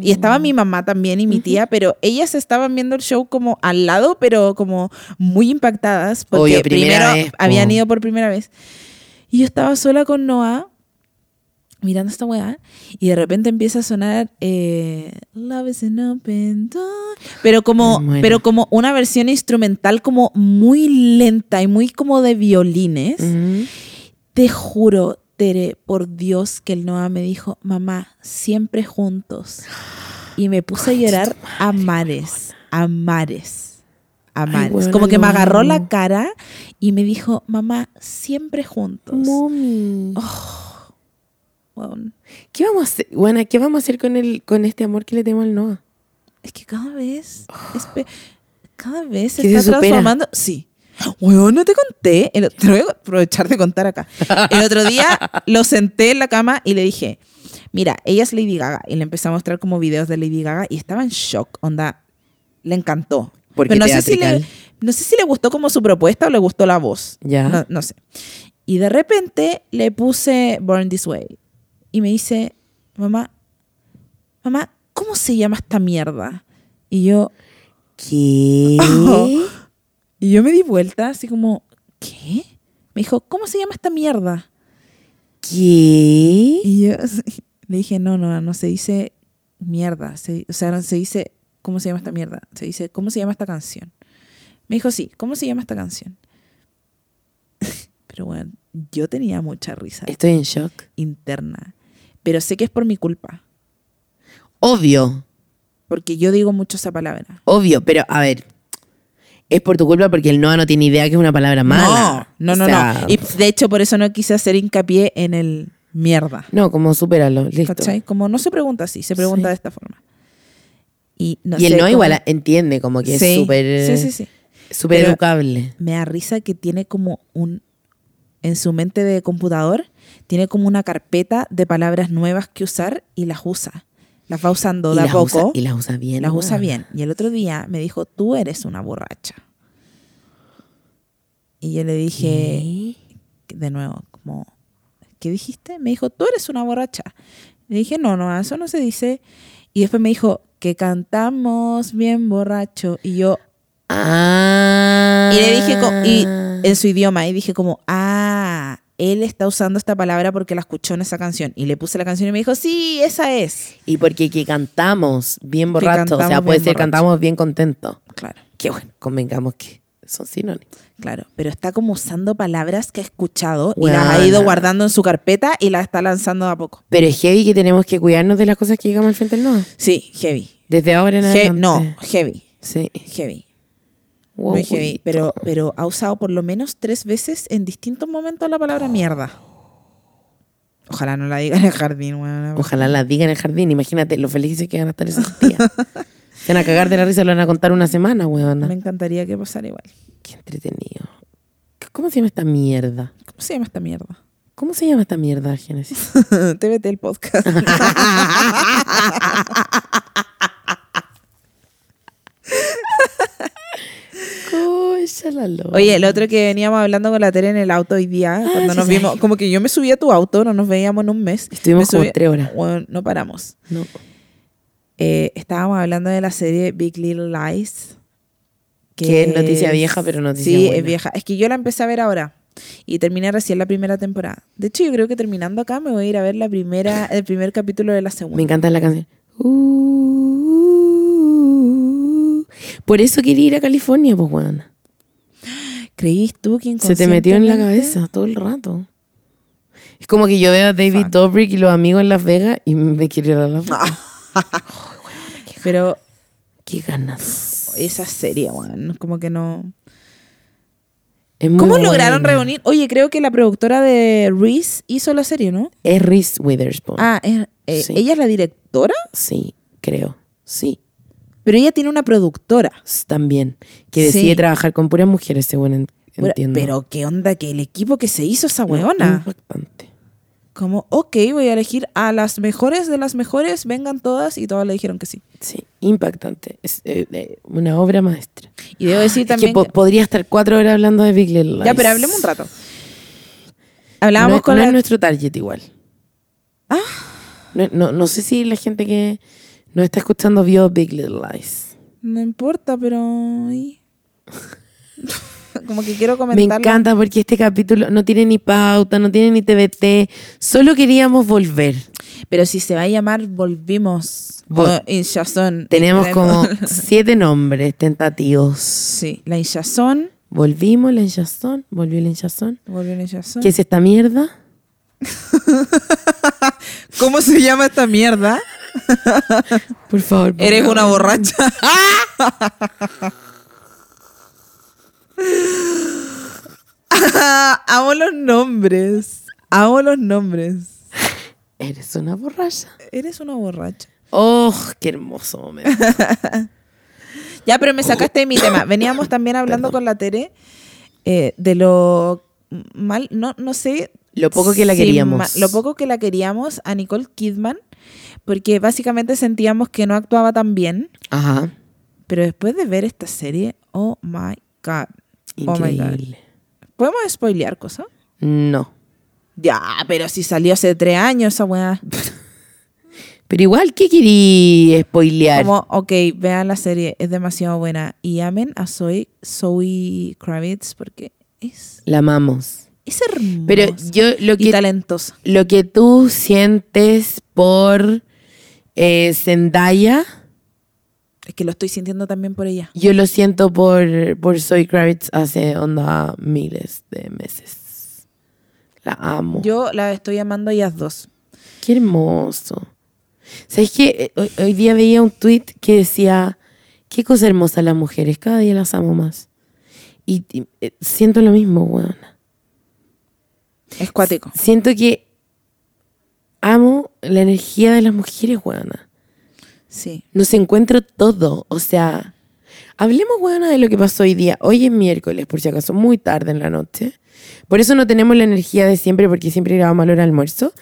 S3: Y estaba mi mamá también y mi tía, pero ellas estaban viendo el show como al lado, pero como muy impactadas porque
S2: Obvio, primera
S3: primero
S2: vez, po.
S3: habían ido por primera vez. Y yo estaba sola con Noah mirando esta weá y de repente empieza a sonar eh, Love is an open door. Pero como,
S2: Me muero.
S3: pero como una versión instrumental como muy lenta y muy como de violines.
S2: Ujú.
S3: Te juro, Tere, por Dios, que el Noah me dijo, mamá, siempre juntos. Y me puse a llorar a mares, a mares, a mares.
S2: weona,
S3: Como que me
S2: lo
S3: agarró la
S2: amo.
S3: cara y me dijo, mamá, siempre juntos.
S2: Mommy.
S3: Weón,
S2: ¿Qué vamos a hacer? Bueno, ¿qué vamos a hacer con, el, con este amor que le tengo al Noah?
S3: Es que cada vez, es pe- cada vez se
S2: Que Ah. se
S3: está
S2: supera.
S3: transformando. Sí. Weón, no te conté. El, *laughs* te lo voy a aprovechar de contar acá. El otro día lo senté en la cama y le dije, mira, ella es Lady Gaga. Y le empecé a mostrar como videos de Lady Gaga y estaba en shock. Onda, le encantó.
S2: Porque
S3: Pero no sé, si
S2: teatral.
S3: le, no sé si le gustó como su propuesta o le gustó la voz.
S2: Ya.
S3: No, no sé. Y de repente le puse Born This Way. Y me dice, mamá, mamá, ¿cómo se llama esta mierda? Y yo,
S2: *laughs* ¿Qué?
S3: y yo me di vuelta así como, ¿qué? Me dijo, ¿cómo se llama esta mierda?
S2: ¿Qué?
S3: Y yo *laughs* le dije, no, no, no se dice mierda. se- o sea, no se dice, ¿cómo se llama esta mierda? Se dice, ¿cómo se llama esta canción? Me dijo, sí, ¿cómo se llama esta canción? *laughs* Pero bueno, yo tenía mucha risa
S2: Estoy en shock.
S3: interna. Pero sé que es por mi culpa,
S2: Obvio,
S3: porque yo digo mucho esa palabra.
S2: obvio, pero a ver. Es por tu culpa porque el Noah no tiene idea que es una palabra mala.
S3: No, no,
S2: O
S3: no,
S2: sea,
S3: no. Y de hecho, por eso no quise hacer hincapié en el mierda.
S2: No, como supéralo, listo.
S3: ¿Cachai? Como no se pregunta así, se
S2: Sí.
S3: pregunta de esta forma. Y, no
S2: y el
S3: sé
S2: Noah
S3: cómo-
S2: igual entiende como que
S3: Sí,
S2: es súper
S3: Sí, sí, sí.
S2: súper
S3: Pero-
S2: educable.
S3: Me da risa que tiene como un. En su mente de computador, tiene como una carpeta de palabras nuevas que usar y las usa. Las va usando
S2: y
S3: de a
S2: las usa-
S3: poco.
S2: y las usa bien.
S3: las usa
S2: weón.
S3: bien. Y el otro día me dijo, tú eres una borracha. Y yo le dije,
S2: ¿Qué?
S3: de nuevo, como, ¿qué dijiste? Me dijo, tú eres una borracha. Le dije, no, no, eso no se dice. Y después me dijo, que cantamos bien borracho. Y yo,
S2: Ah.
S3: y le dije, co- y en su idioma, y dije como, ah, él está usando esta palabra porque la escuchó en esa canción. Y le puse la canción y me dijo, sí, esa es.
S2: Y porque que cantamos bien
S3: Que
S2: borrachos, o sea,
S3: cantamos
S2: puede
S3: bien
S2: ser
S3: borrachos.
S2: cantamos bien contentos.
S3: Claro,
S2: Que bueno, convengamos que son sinónimos.
S3: claro. Pero está como usando palabras que ha escuchado y las
S2: Weona.
S3: ha ido guardando en su carpeta y las está lanzando de a poco.
S2: Pero es heavy que tenemos que cuidarnos de las cosas que llegamos al frente del nodo.
S3: Sí, heavy.
S2: Desde ahora en
S3: He-
S2: adelante.
S3: no, heavy,
S2: Sí.
S3: heavy.
S2: Wow,
S3: Muy heavy,
S2: güey.
S3: pero, pero ha usado por lo menos tres veces en distintos momentos la palabra mierda. Ojalá no la diga en el jardín, weona.
S2: Ojalá las digan en el jardín. Imagínate lo felices que van a estar esos
S3: *laughs*
S2: días. Se van a cagar de la risa, lo van a contar una semana,
S3: Me
S2: weón.
S3: encantaría que pasara igual.
S2: Qué entretenido. ¿Cómo se llama esta mierda?
S3: ¿Cómo se llama esta mierda? *laughs*
S2: ¿Cómo se llama esta mierda, Génesis?
S3: TVT el podcast.
S2: *laughs* Cocha la loca.
S3: Oye, el otro que veníamos hablando con la Tere en el auto hoy día,
S2: Ah,
S3: cuando
S2: sí,
S3: nos
S2: sí.
S3: vimos, como que yo me subí a tu auto, no nos veíamos en un mes.
S2: Estuvimos
S3: Me
S2: como
S3: subí-
S2: tres horas.
S3: Bueno, no paramos.
S2: No.
S3: Eh, estábamos hablando de la serie Big Little Lies.
S2: Que es noticia vieja, pero noticia
S3: Sí,
S2: buena.
S3: es vieja. Es que yo la empecé a ver ahora. Y terminé recién la primera temporada. De hecho, yo creo que terminando acá me voy a ir a ver la primera, el primer capítulo de la
S2: Me
S3: segunda.
S2: encanta la canción. Uh, por eso quería ir a California, pues, weón.
S3: ¿Creís tú quién
S2: Se te metió en la cabeza todo el rato. Es como que yo veo a David
S3: Fuck.
S2: Dobrik y los amigos en Las Vegas y me quiero ir a Las
S3: Ah.
S2: Vegas.
S3: Pero
S2: Qué ganas.
S3: esa serie, weón, como que no.
S2: Es muy
S3: ¿Cómo lograron
S2: buena.
S3: reunir? Oye, creo que la productora de Reese hizo la serie, ¿no?
S2: Es Reese Witherspoon.
S3: Ah, es- eh,
S2: Sí.
S3: ella es la directora,
S2: Sí, creo. Sí,
S3: pero ella tiene una productora.
S2: s- también. Que
S3: Sí.
S2: decide trabajar con puras mujeres, según en-
S3: Pero-
S2: entiendo.
S3: Pero qué onda que el equipo que se hizo esa
S2: No,
S3: weona.
S2: impactante.
S3: Como, ok, voy a elegir a las mejores de las mejores, vengan todas y todas le dijeron que sí.
S2: Sí, impactante. Es eh, eh, una obra maestra.
S3: Y debo decir
S2: Es que
S3: también...
S2: po-
S3: que-
S2: podría estar cuatro horas hablando de Big Little Lies.
S3: ya, pero hablemos un rato. Hablábamos
S2: no,
S3: con
S2: no
S3: la... Ah.
S2: es nuestro target igual. No, no- no sé si la gente que nos está escuchando vio Big Little Lies.
S3: No importa, pero...
S2: *laughs*
S3: y- Como que quiero
S2: Me
S3: comentarlo.
S2: encanta porque este capítulo no tiene ni pauta, no tiene ni TBT. Solo queríamos volver.
S3: Pero si se va a llamar Volvimos.
S2: Vol-
S3: o hinchazón.
S2: Tenemos
S3: *laughs*
S2: como
S3: Tenemos-
S2: siete nombres tentativos.
S3: Sí, la hinchazón.
S2: Volvimos, la hinchazón, volvió la hinchazón.
S3: Volvió la hinchazón.
S2: ¿Qué es esta mierda?
S3: ¿Cómo se llama esta mierda?
S2: Por favor. por
S3: Eres
S2: favor.
S3: una borracha. *laughs* Amo los nombres. Amo los nombres.
S2: Eres una borracha.
S3: Eres una borracha.
S2: ¡Oh, qué hermoso momento!
S3: Ya, pero me sacaste de mi tema. Veníamos también hablando con la Tere eh, de lo mal, no, no sé.
S2: Lo poco que la
S3: si
S2: queríamos.
S3: ma- Lo poco que la queríamos a Nicole Kidman, porque básicamente sentíamos que no actuaba tan bien.
S2: Ajá.
S3: Pero después de ver esta serie, oh my god. Oh my god.
S2: Increíble.
S3: ¿Podemos spoilear cosas?
S2: no.
S3: Ya, pero si salió hace tres años esa weá.
S2: Pero igual, ¿qué querí spoilear?
S3: Como, ok, vean la serie, es demasiado buena. Y amen a Zoe, Zoe Kravitz porque es,
S2: La amamos.
S3: es hermosa.
S2: Pero yo lo
S3: y
S2: que,
S3: talentosa.
S2: lo que tú sientes por eh, Zendaya,
S3: Es que lo estoy sintiendo también por ella.
S2: yo lo siento por, por Zoe Kravitz hace onda miles de meses. La amo.
S3: Yo la estoy amando a ellas dos.
S2: Qué hermoso. ¿Sabes qué? Eh, Hoy, hoy día veía un tweet que decía, qué cosa hermosa las mujeres, cada día las amo más. Y, y, eh, siento lo mismo, weón.
S3: Es cuático.
S2: Siento que amo la energía de las mujeres, weón.
S3: Sí.
S2: Nos encuentro todo, o sea, hablemos, weón, de lo que pasó hoy día. Hoy es miércoles, por si acaso, muy tarde en la noche. Por eso no tenemos la energía de siempre, porque siempre grabamos a la hora de almuerzo.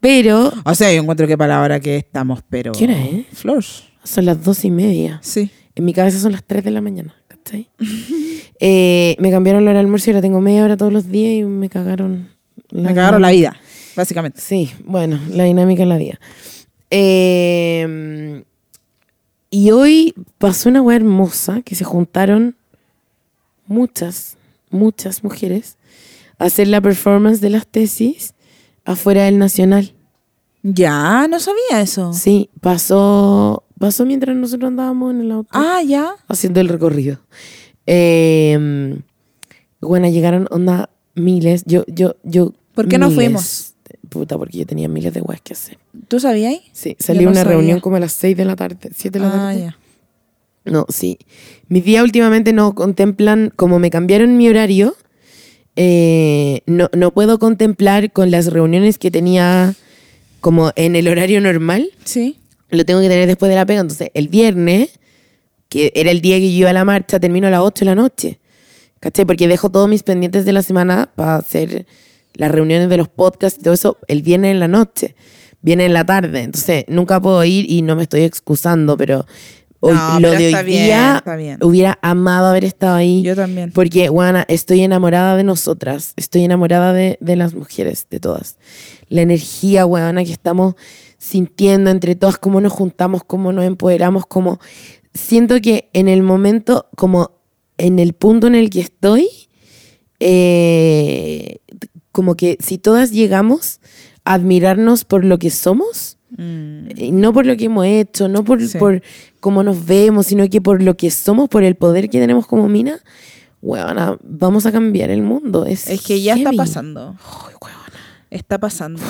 S2: Pero
S3: O sea, yo encuentro que para ahora que estamos, pero.
S2: ¿Qué hora es?
S3: Flores.
S2: son las dos y media.
S3: Sí.
S2: En mi cabeza son las 3 de la mañana, ¿cachai? *laughs* Eh, me cambiaron la hora de almuerzo y ahora tengo media hora todos los días y me cagaron.
S3: Me
S2: Mm.
S3: cagaron la vida, básicamente.
S2: Sí, bueno, la dinámica de la vida. Eh, y hoy pasó una weá hermosa que se juntaron muchas, muchas mujeres a hacer la performance de las tesis afuera del Nacional.
S3: Ya, no sabía eso.
S2: Sí, pasó, pasó mientras nosotros andábamos en el auto
S3: Ah, ya.
S2: haciendo el recorrido. Eh, bueno, llegaron onda miles. Yo, yo, yo.
S3: ¿Por qué no
S2: miles.
S3: fuimos?
S2: Puta, porque yo tenía miles de weas que hacer.
S3: ¿Tú sabías?
S2: Sí, salí a
S3: no
S2: una
S3: sabía.
S2: reunión como a las 6 de la tarde, 7 de la
S3: Ah,
S2: tarde.
S3: ya.
S2: No, sí. Mis días últimamente no contemplan, como me cambiaron mi horario, eh, no, no puedo contemplar con las reuniones que tenía como en el horario normal,
S3: Sí.
S2: lo tengo que tener después de la pega. Entonces, el viernes, que era el día que yo iba a la marcha, termino a las 8 de la noche. ¿Cachai? Porque dejo todos mis pendientes de la semana para hacer las reuniones de los podcasts y todo eso el viernes en la noche, viene en la tarde. Entonces, nunca puedo ir y no me estoy excusando, pero hoy-
S3: No,
S2: lo
S3: pero
S2: de
S3: está
S2: hoy
S3: bien,
S2: día
S3: está bien.
S2: hubiera amado haber estado ahí.
S3: Yo también.
S2: Porque, Juana, estoy enamorada de nosotras. Estoy enamorada de, de las mujeres, de todas. La energía, Juana, que estamos sintiendo entre todas, cómo nos juntamos, cómo nos empoderamos, cómo... Siento que en el momento, como en el punto en el que estoy, eh, como que si todas llegamos a admirarnos por lo que somos,
S3: Mm.
S2: y no por lo que hemos hecho, no por,
S3: Sí.
S2: por cómo nos vemos, sino que por lo que somos, por el poder que tenemos como mina, huevona, vamos a cambiar el mundo. Es,
S3: Es que ya está
S2: heavy.
S3: pasando.
S2: Ay, huevona,
S3: Está pasando.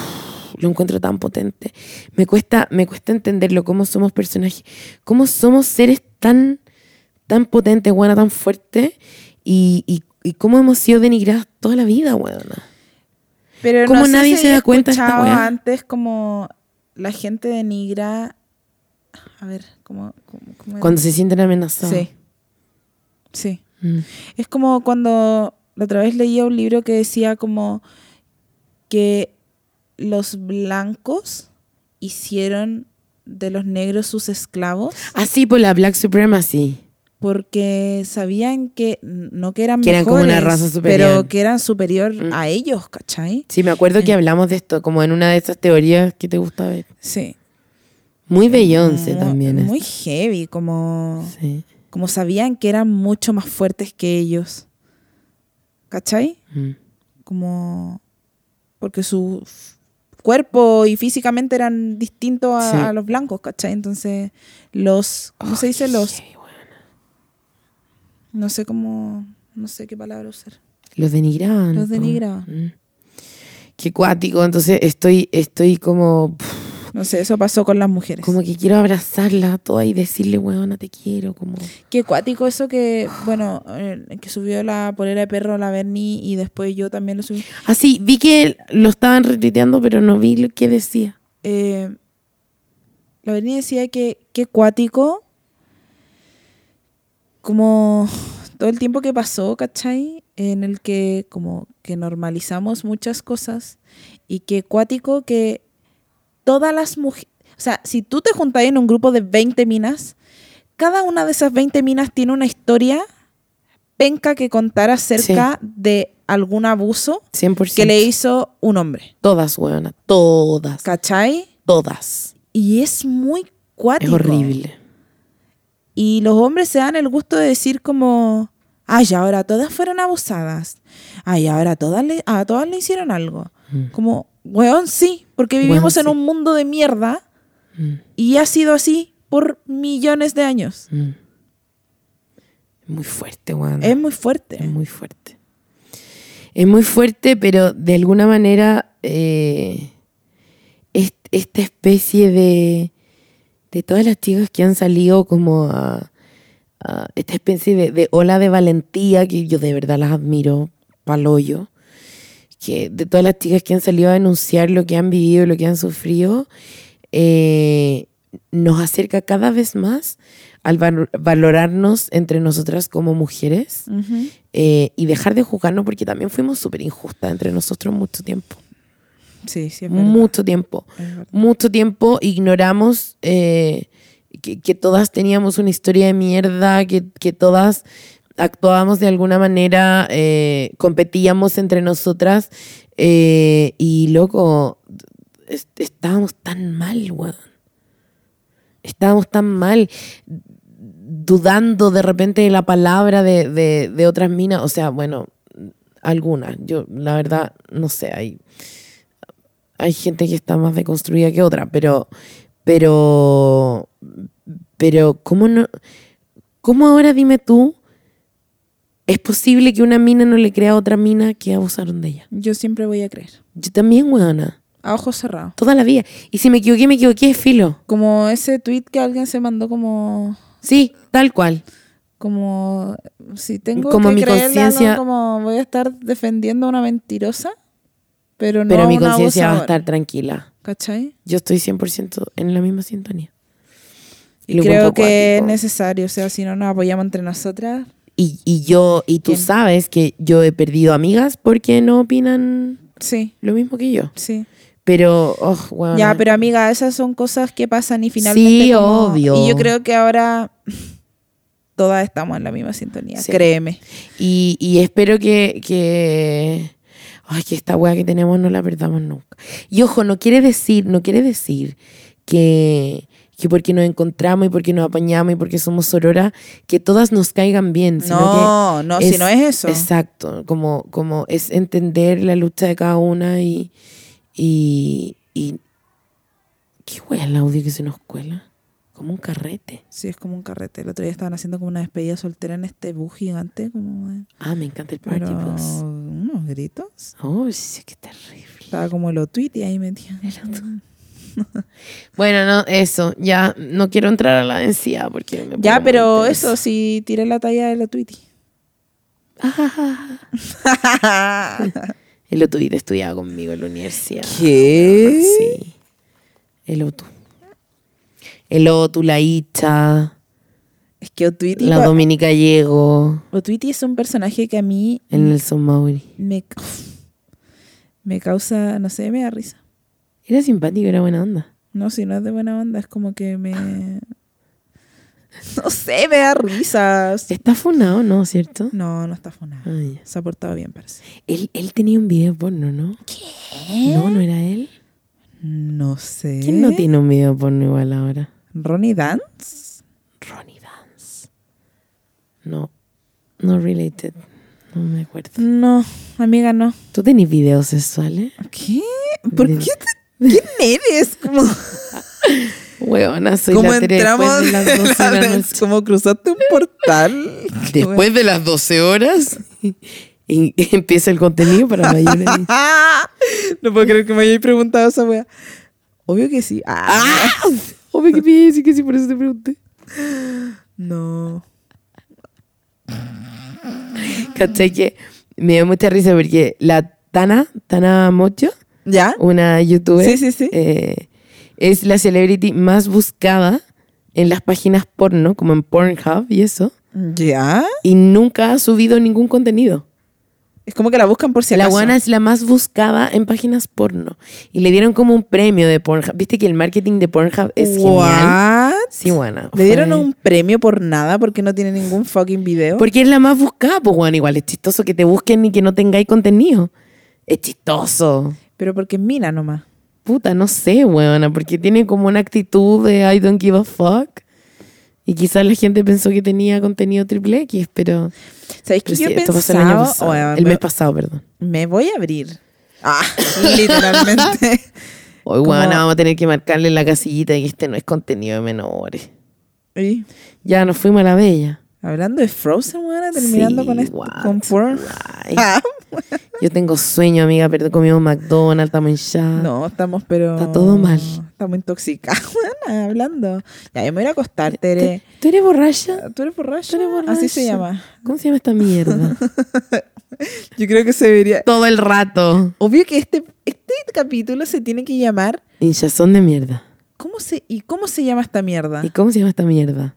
S2: lo encuentro tan potente. Me cuesta, me cuesta entenderlo, cómo somos personajes, cómo somos seres tan, tan potentes, huevona, tan fuertes, y, y, y cómo hemos sido denigradas toda la vida, huevona.
S3: Pero
S2: ¿Cómo
S3: no sé
S2: nadie
S3: si
S2: se
S3: he
S2: da cuenta de esta
S3: escuchado
S2: weá?
S3: antes como la gente denigra. A ver, ¿cómo, cómo, cómo era?
S2: Cuando se sienten amenazados.
S3: Sí. Sí.
S2: Mm.
S3: Es como cuando la otra vez leía un libro que decía como que los blancos hicieron de los negros sus esclavos
S2: Así Ah, por la Black Supremacy.
S3: porque sabían que no que eran
S2: Que eran como una
S3: mejores,
S2: raza superior.
S3: pero que eran superior
S2: Mm.
S3: a ellos, ¿cachai?
S2: Sí, me acuerdo que hablamos de esto, como en una de esas teorías que te gusta ver.
S3: Sí.
S2: Muy Beyoncé
S3: Mu-
S2: también. es.
S3: Muy heavy, como,
S2: Sí.
S3: como sabían que eran mucho más fuertes que ellos. ¿Cachai?
S2: Mm.
S3: como porque su f- cuerpo y físicamente eran distintos a,
S2: Sí.
S3: a los blancos, ¿cachai? Entonces, los, ¿cómo se dice?
S2: Ay,
S3: Los,
S2: sí, bueno.
S3: no sé cómo, no sé qué palabra usar.
S2: Los denigraban.
S3: Los
S2: po.
S3: denigraban.
S2: Mm. Qué cuático, entonces estoy, estoy como, pff,
S3: No sé, eso pasó con las mujeres.
S2: como que quiero abrazarla a todas y decirle, weona, te quiero. Como...
S3: Qué cuático eso que, bueno, eh, que subió la polera de perro la Bernie y después yo también lo subí.
S2: Así, Ah, vi que lo estaban retuiteando, pero no vi lo que decía.
S3: eh, la Berni decía que qué cuático, como todo el tiempo que pasó, ¿cachai? En el que como que normalizamos muchas cosas y que cuático que todas las mujeres, o sea, si tú te juntas en un grupo de 20 minas, cada una de esas 20 minas tiene una historia penca que contar acerca de algún abuso
S2: 100%.
S3: que le hizo un hombre,
S2: Todas, weona, todas,
S3: ¿cachai?
S2: todas.
S3: Y es muy cuático.
S2: Es horrible.
S3: Y los hombres se dan el gusto de decir como, ay, ahora todas fueron abusadas. Ay, ahora todas le, a todas le hicieron algo.
S2: Mm.
S3: Como, weón, sí, porque vivimos
S2: Weón,
S3: en
S2: sí.
S3: un mundo de mierda
S2: Mm.
S3: y ha sido así por millones de años.
S2: Mm. Muy fuerte, weona.
S3: Es muy fuerte.
S2: Es muy fuerte. Es muy fuerte, pero de alguna manera eh, est- esta especie de, de todas las chicas que han salido como a, a esta especie de, de ola de valentía que yo de verdad las admiro, paloyo, que de todas las chicas que han salido a denunciar lo que han vivido, lo que han sufrido, eh, nos acerca cada vez más al val- valorarnos entre nosotras como mujeres
S3: Ujú.
S2: eh, y dejar de juzgarnos porque también fuimos súper injustas entre nosotros mucho tiempo.
S3: Sí, sí, es verdad.
S2: mucho tiempo.
S3: Es verdad.
S2: Mucho tiempo ignoramos eh, que, que todas teníamos una historia de mierda, que, que todas actuábamos de alguna manera, eh, competíamos entre nosotras eh, y loco, es- estábamos tan mal, weón. Estábamos tan mal dudando de repente de la palabra de, de- de otras minas, o sea, bueno, algunas, yo la verdad no sé, hay, hay gente que está más deconstruida que otra, pero, pero, pero, ¿cómo no? ¿Cómo ahora dime tú? ¿Es posible que una mina no le crea a otra mina que abusaron de ella?
S3: Yo siempre voy a creer.
S2: Yo también, weona.
S3: A ojos cerrados.
S2: Toda la vida. Y si me equivoqué, me equivoqué, filo.
S3: Como ese tweet que alguien se mandó como...
S2: Sí, tal cual.
S3: Como... Si tengo
S2: Como
S3: que
S2: mi
S3: creerle a alguien,
S2: conciencia-
S3: como voy a estar defendiendo a una mentirosa, pero no
S2: Pero
S3: a
S2: mi
S3: una
S2: conciencia va a
S3: abusadora.
S2: estar tranquila.
S3: ¿Cachai?
S2: Yo estoy 100% en la misma sintonía.
S3: Y
S2: Lo
S3: creo
S2: encuentro
S3: que es
S2: acuático.
S3: necesario. O sea, si no nos apoyamos entre nosotras,
S2: Y, y yo, y tú
S3: Bien.
S2: sabes que yo he perdido amigas porque no opinan
S3: sí,
S2: lo mismo que yo.
S3: sí.
S2: Pero, oh, bueno.
S3: Ya, pero amiga, esas son cosas que pasan y finalmente.
S2: Sí,
S3: como-
S2: obvio.
S3: Y yo creo que ahora *laughs* todas estamos en la misma sintonía,
S2: Sí.
S3: créeme.
S2: Y, y espero que, que. Ay, que esta wea que tenemos no la perdamos nunca. Y ojo, no quiere decir, no quiere decir que, que porque nos encontramos y porque nos apañamos y porque somos sororas, que todas nos caigan bien. Sino que
S3: No, no, si no es eso.
S2: Exacto, como, como es entender la lucha de cada una y. y, y- ¿Qué hueá el audio que se nos cuela? Como un carrete.
S3: Sí, es como un carrete. El otro día estaban haciendo como una despedida soltera en este bus gigante, como de-
S2: Ah, me encanta el party
S3: pero
S2: bus.
S3: unos gritos.
S2: Oh, sí, qué terrible.
S3: Estaba como lo tweet y ahí metían.
S2: *laughs* Bueno, no, eso, ya no quiero entrar a la densidad porque me
S3: Ya,
S2: pongo muy
S3: pero
S2: intensa.
S3: eso, si tiré la talla de lo tweet.
S2: *laughs* Ah, El otro día estudiaba conmigo en la universidad.
S3: *laughs* ¿Qué?
S2: Sí. El Otu. El Otu, la Icha,
S3: Es que Otuiti,
S2: la Dominica Gallego,
S3: Otuiti es un personaje que a mí
S2: el Nelson Mauri.
S3: me, me causa, no sé, me da risa.
S2: Era simpático, era buena onda.
S3: No, si no es de buena onda, es como que me...
S2: *laughs*
S3: No sé, me da risa.
S2: Está funado, ¿no? ¿Cierto?
S3: No, no está funado.
S2: Ah, ya.
S3: Se ha portado bien, parece.
S2: Él, él tenía un video porno, ¿no? ¿Qué? No, no era él.
S3: No sé.
S2: ¿Quién no tiene un video porno igual ahora?
S3: ¿Ronnie Dance?
S2: Ronnie Dance. No, no related. No me acuerdo.
S3: No, amiga, no.
S2: ¿Tú tenés videos sexuales?
S3: ¿Qué? ¿Por
S2: De-
S3: qué? Te... ¿Quién eres? Como,
S2: *laughs* Huevona, soy
S3: como
S2: la Tere
S3: entramos
S2: después de
S3: *laughs*
S2: las 12 de la noche.
S3: como cruzaste un portal.
S2: *laughs*
S3: *laughs*
S2: Después de las 12 horas y- y empieza el contenido para
S3: *laughs*
S2: mayores.
S3: Ah, no puedo creer que me hayáis preguntado esa wea. Obvio que sí. Ah,
S2: Obvio que Oh, me decir que sí, por eso te pregunté.
S3: No.
S2: ¿Cachai que me dio mucha risa porque la Tana, Tana Mocho,
S3: ¿Ya?
S2: una youtuber,
S3: Sí, sí, sí.
S2: eh, es la celebrity más buscada en las páginas porno, como en Pornhub y eso,
S3: ¿Ya?
S2: y nunca ha subido ningún contenido.
S3: Es como que la buscan por si
S2: la
S3: acaso.
S2: guana es la más buscada en páginas porno. Y le dieron como un premio de Pornhub. Viste que el marketing de Pornhub es genial.
S3: What?
S2: Sí, guana.
S3: Le dieron
S2: Fue-
S3: un premio por nada porque no tiene ningún fucking video.
S2: Porque es la más buscada, pues guana. Igual es chistoso que te busquen y que no tengáis contenido. Es chistoso.
S3: Pero porque es mina nomás.
S2: Puta, no sé, weona, porque tiene como una actitud de I don't give a fuck. Y quizás la gente pensó que tenía contenido triple X, pero...
S3: ¿Sabéis que
S2: pero
S3: yo
S2: sí,
S3: he
S2: esto pasó el año
S3: pensado?
S2: pasado.
S3: Weón,
S2: el
S3: me-
S2: mes pasado, perdón.
S3: me voy a abrir. Ah, *laughs* literalmente.
S2: *laughs* Hoy,
S3: Como-
S2: weona, vamos a tener que marcarle la casillita de que este no es contenido de menores.
S3: Y
S2: Ya nos fuimos a la bella.
S3: hablando de Frozen, weón, terminando
S2: Sí,
S3: con esto,
S2: what?
S3: con porn.
S2: Ay,
S3: Ah,
S2: *laughs* yo tengo sueño, amiga, pero comimos McDonald's, estamos en chat.
S3: no, estamos pero...
S2: Está todo mal.
S3: Estamos *laughs* intoxicados, weón, hablando. Ya, yo me voy a ir a acostar,
S2: ¿Tú,
S3: Tere.
S2: tú eres borracha?
S3: ¿Tú eres borracha?
S2: ¿Tú eres borracha?
S3: eh, Así se llama.
S2: ¿Cómo se llama esta mierda?
S3: Yo creo que se
S2: *laughs*
S3: debería...
S2: Todo el rato.
S3: Obvio que este, este capítulo se tiene que llamar...
S2: Hinchazón de mierda.
S3: ¿Cómo se, ¿Y cómo se llama esta mierda?
S2: ¿Y cómo se llama esta mierda?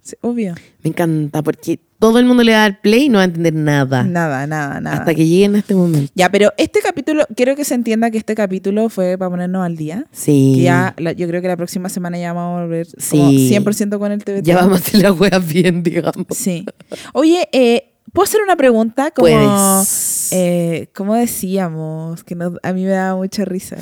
S3: Sí, obvio.
S2: Me encanta porque todo el mundo le va a dar play y no va a entender nada.
S3: Nada, nada, nada.
S2: Ah. Hasta que lleguen a este momento.
S3: Ya, pero este capítulo, quiero que se entienda que este capítulo fue para ponernos al día.
S2: Sí.
S3: Que ya, la- yo creo que la próxima semana ya vamos a volver como
S2: Sí.
S3: 100% con el TVT.
S2: Ya vamos a hacer las weas bien, digamos.
S3: Sí. Oye, eh, ¿puedo hacer una pregunta? Como,
S2: Puedes.
S3: eh, ¿Cómo decíamos? Que nos- a mí me daba mucha risa.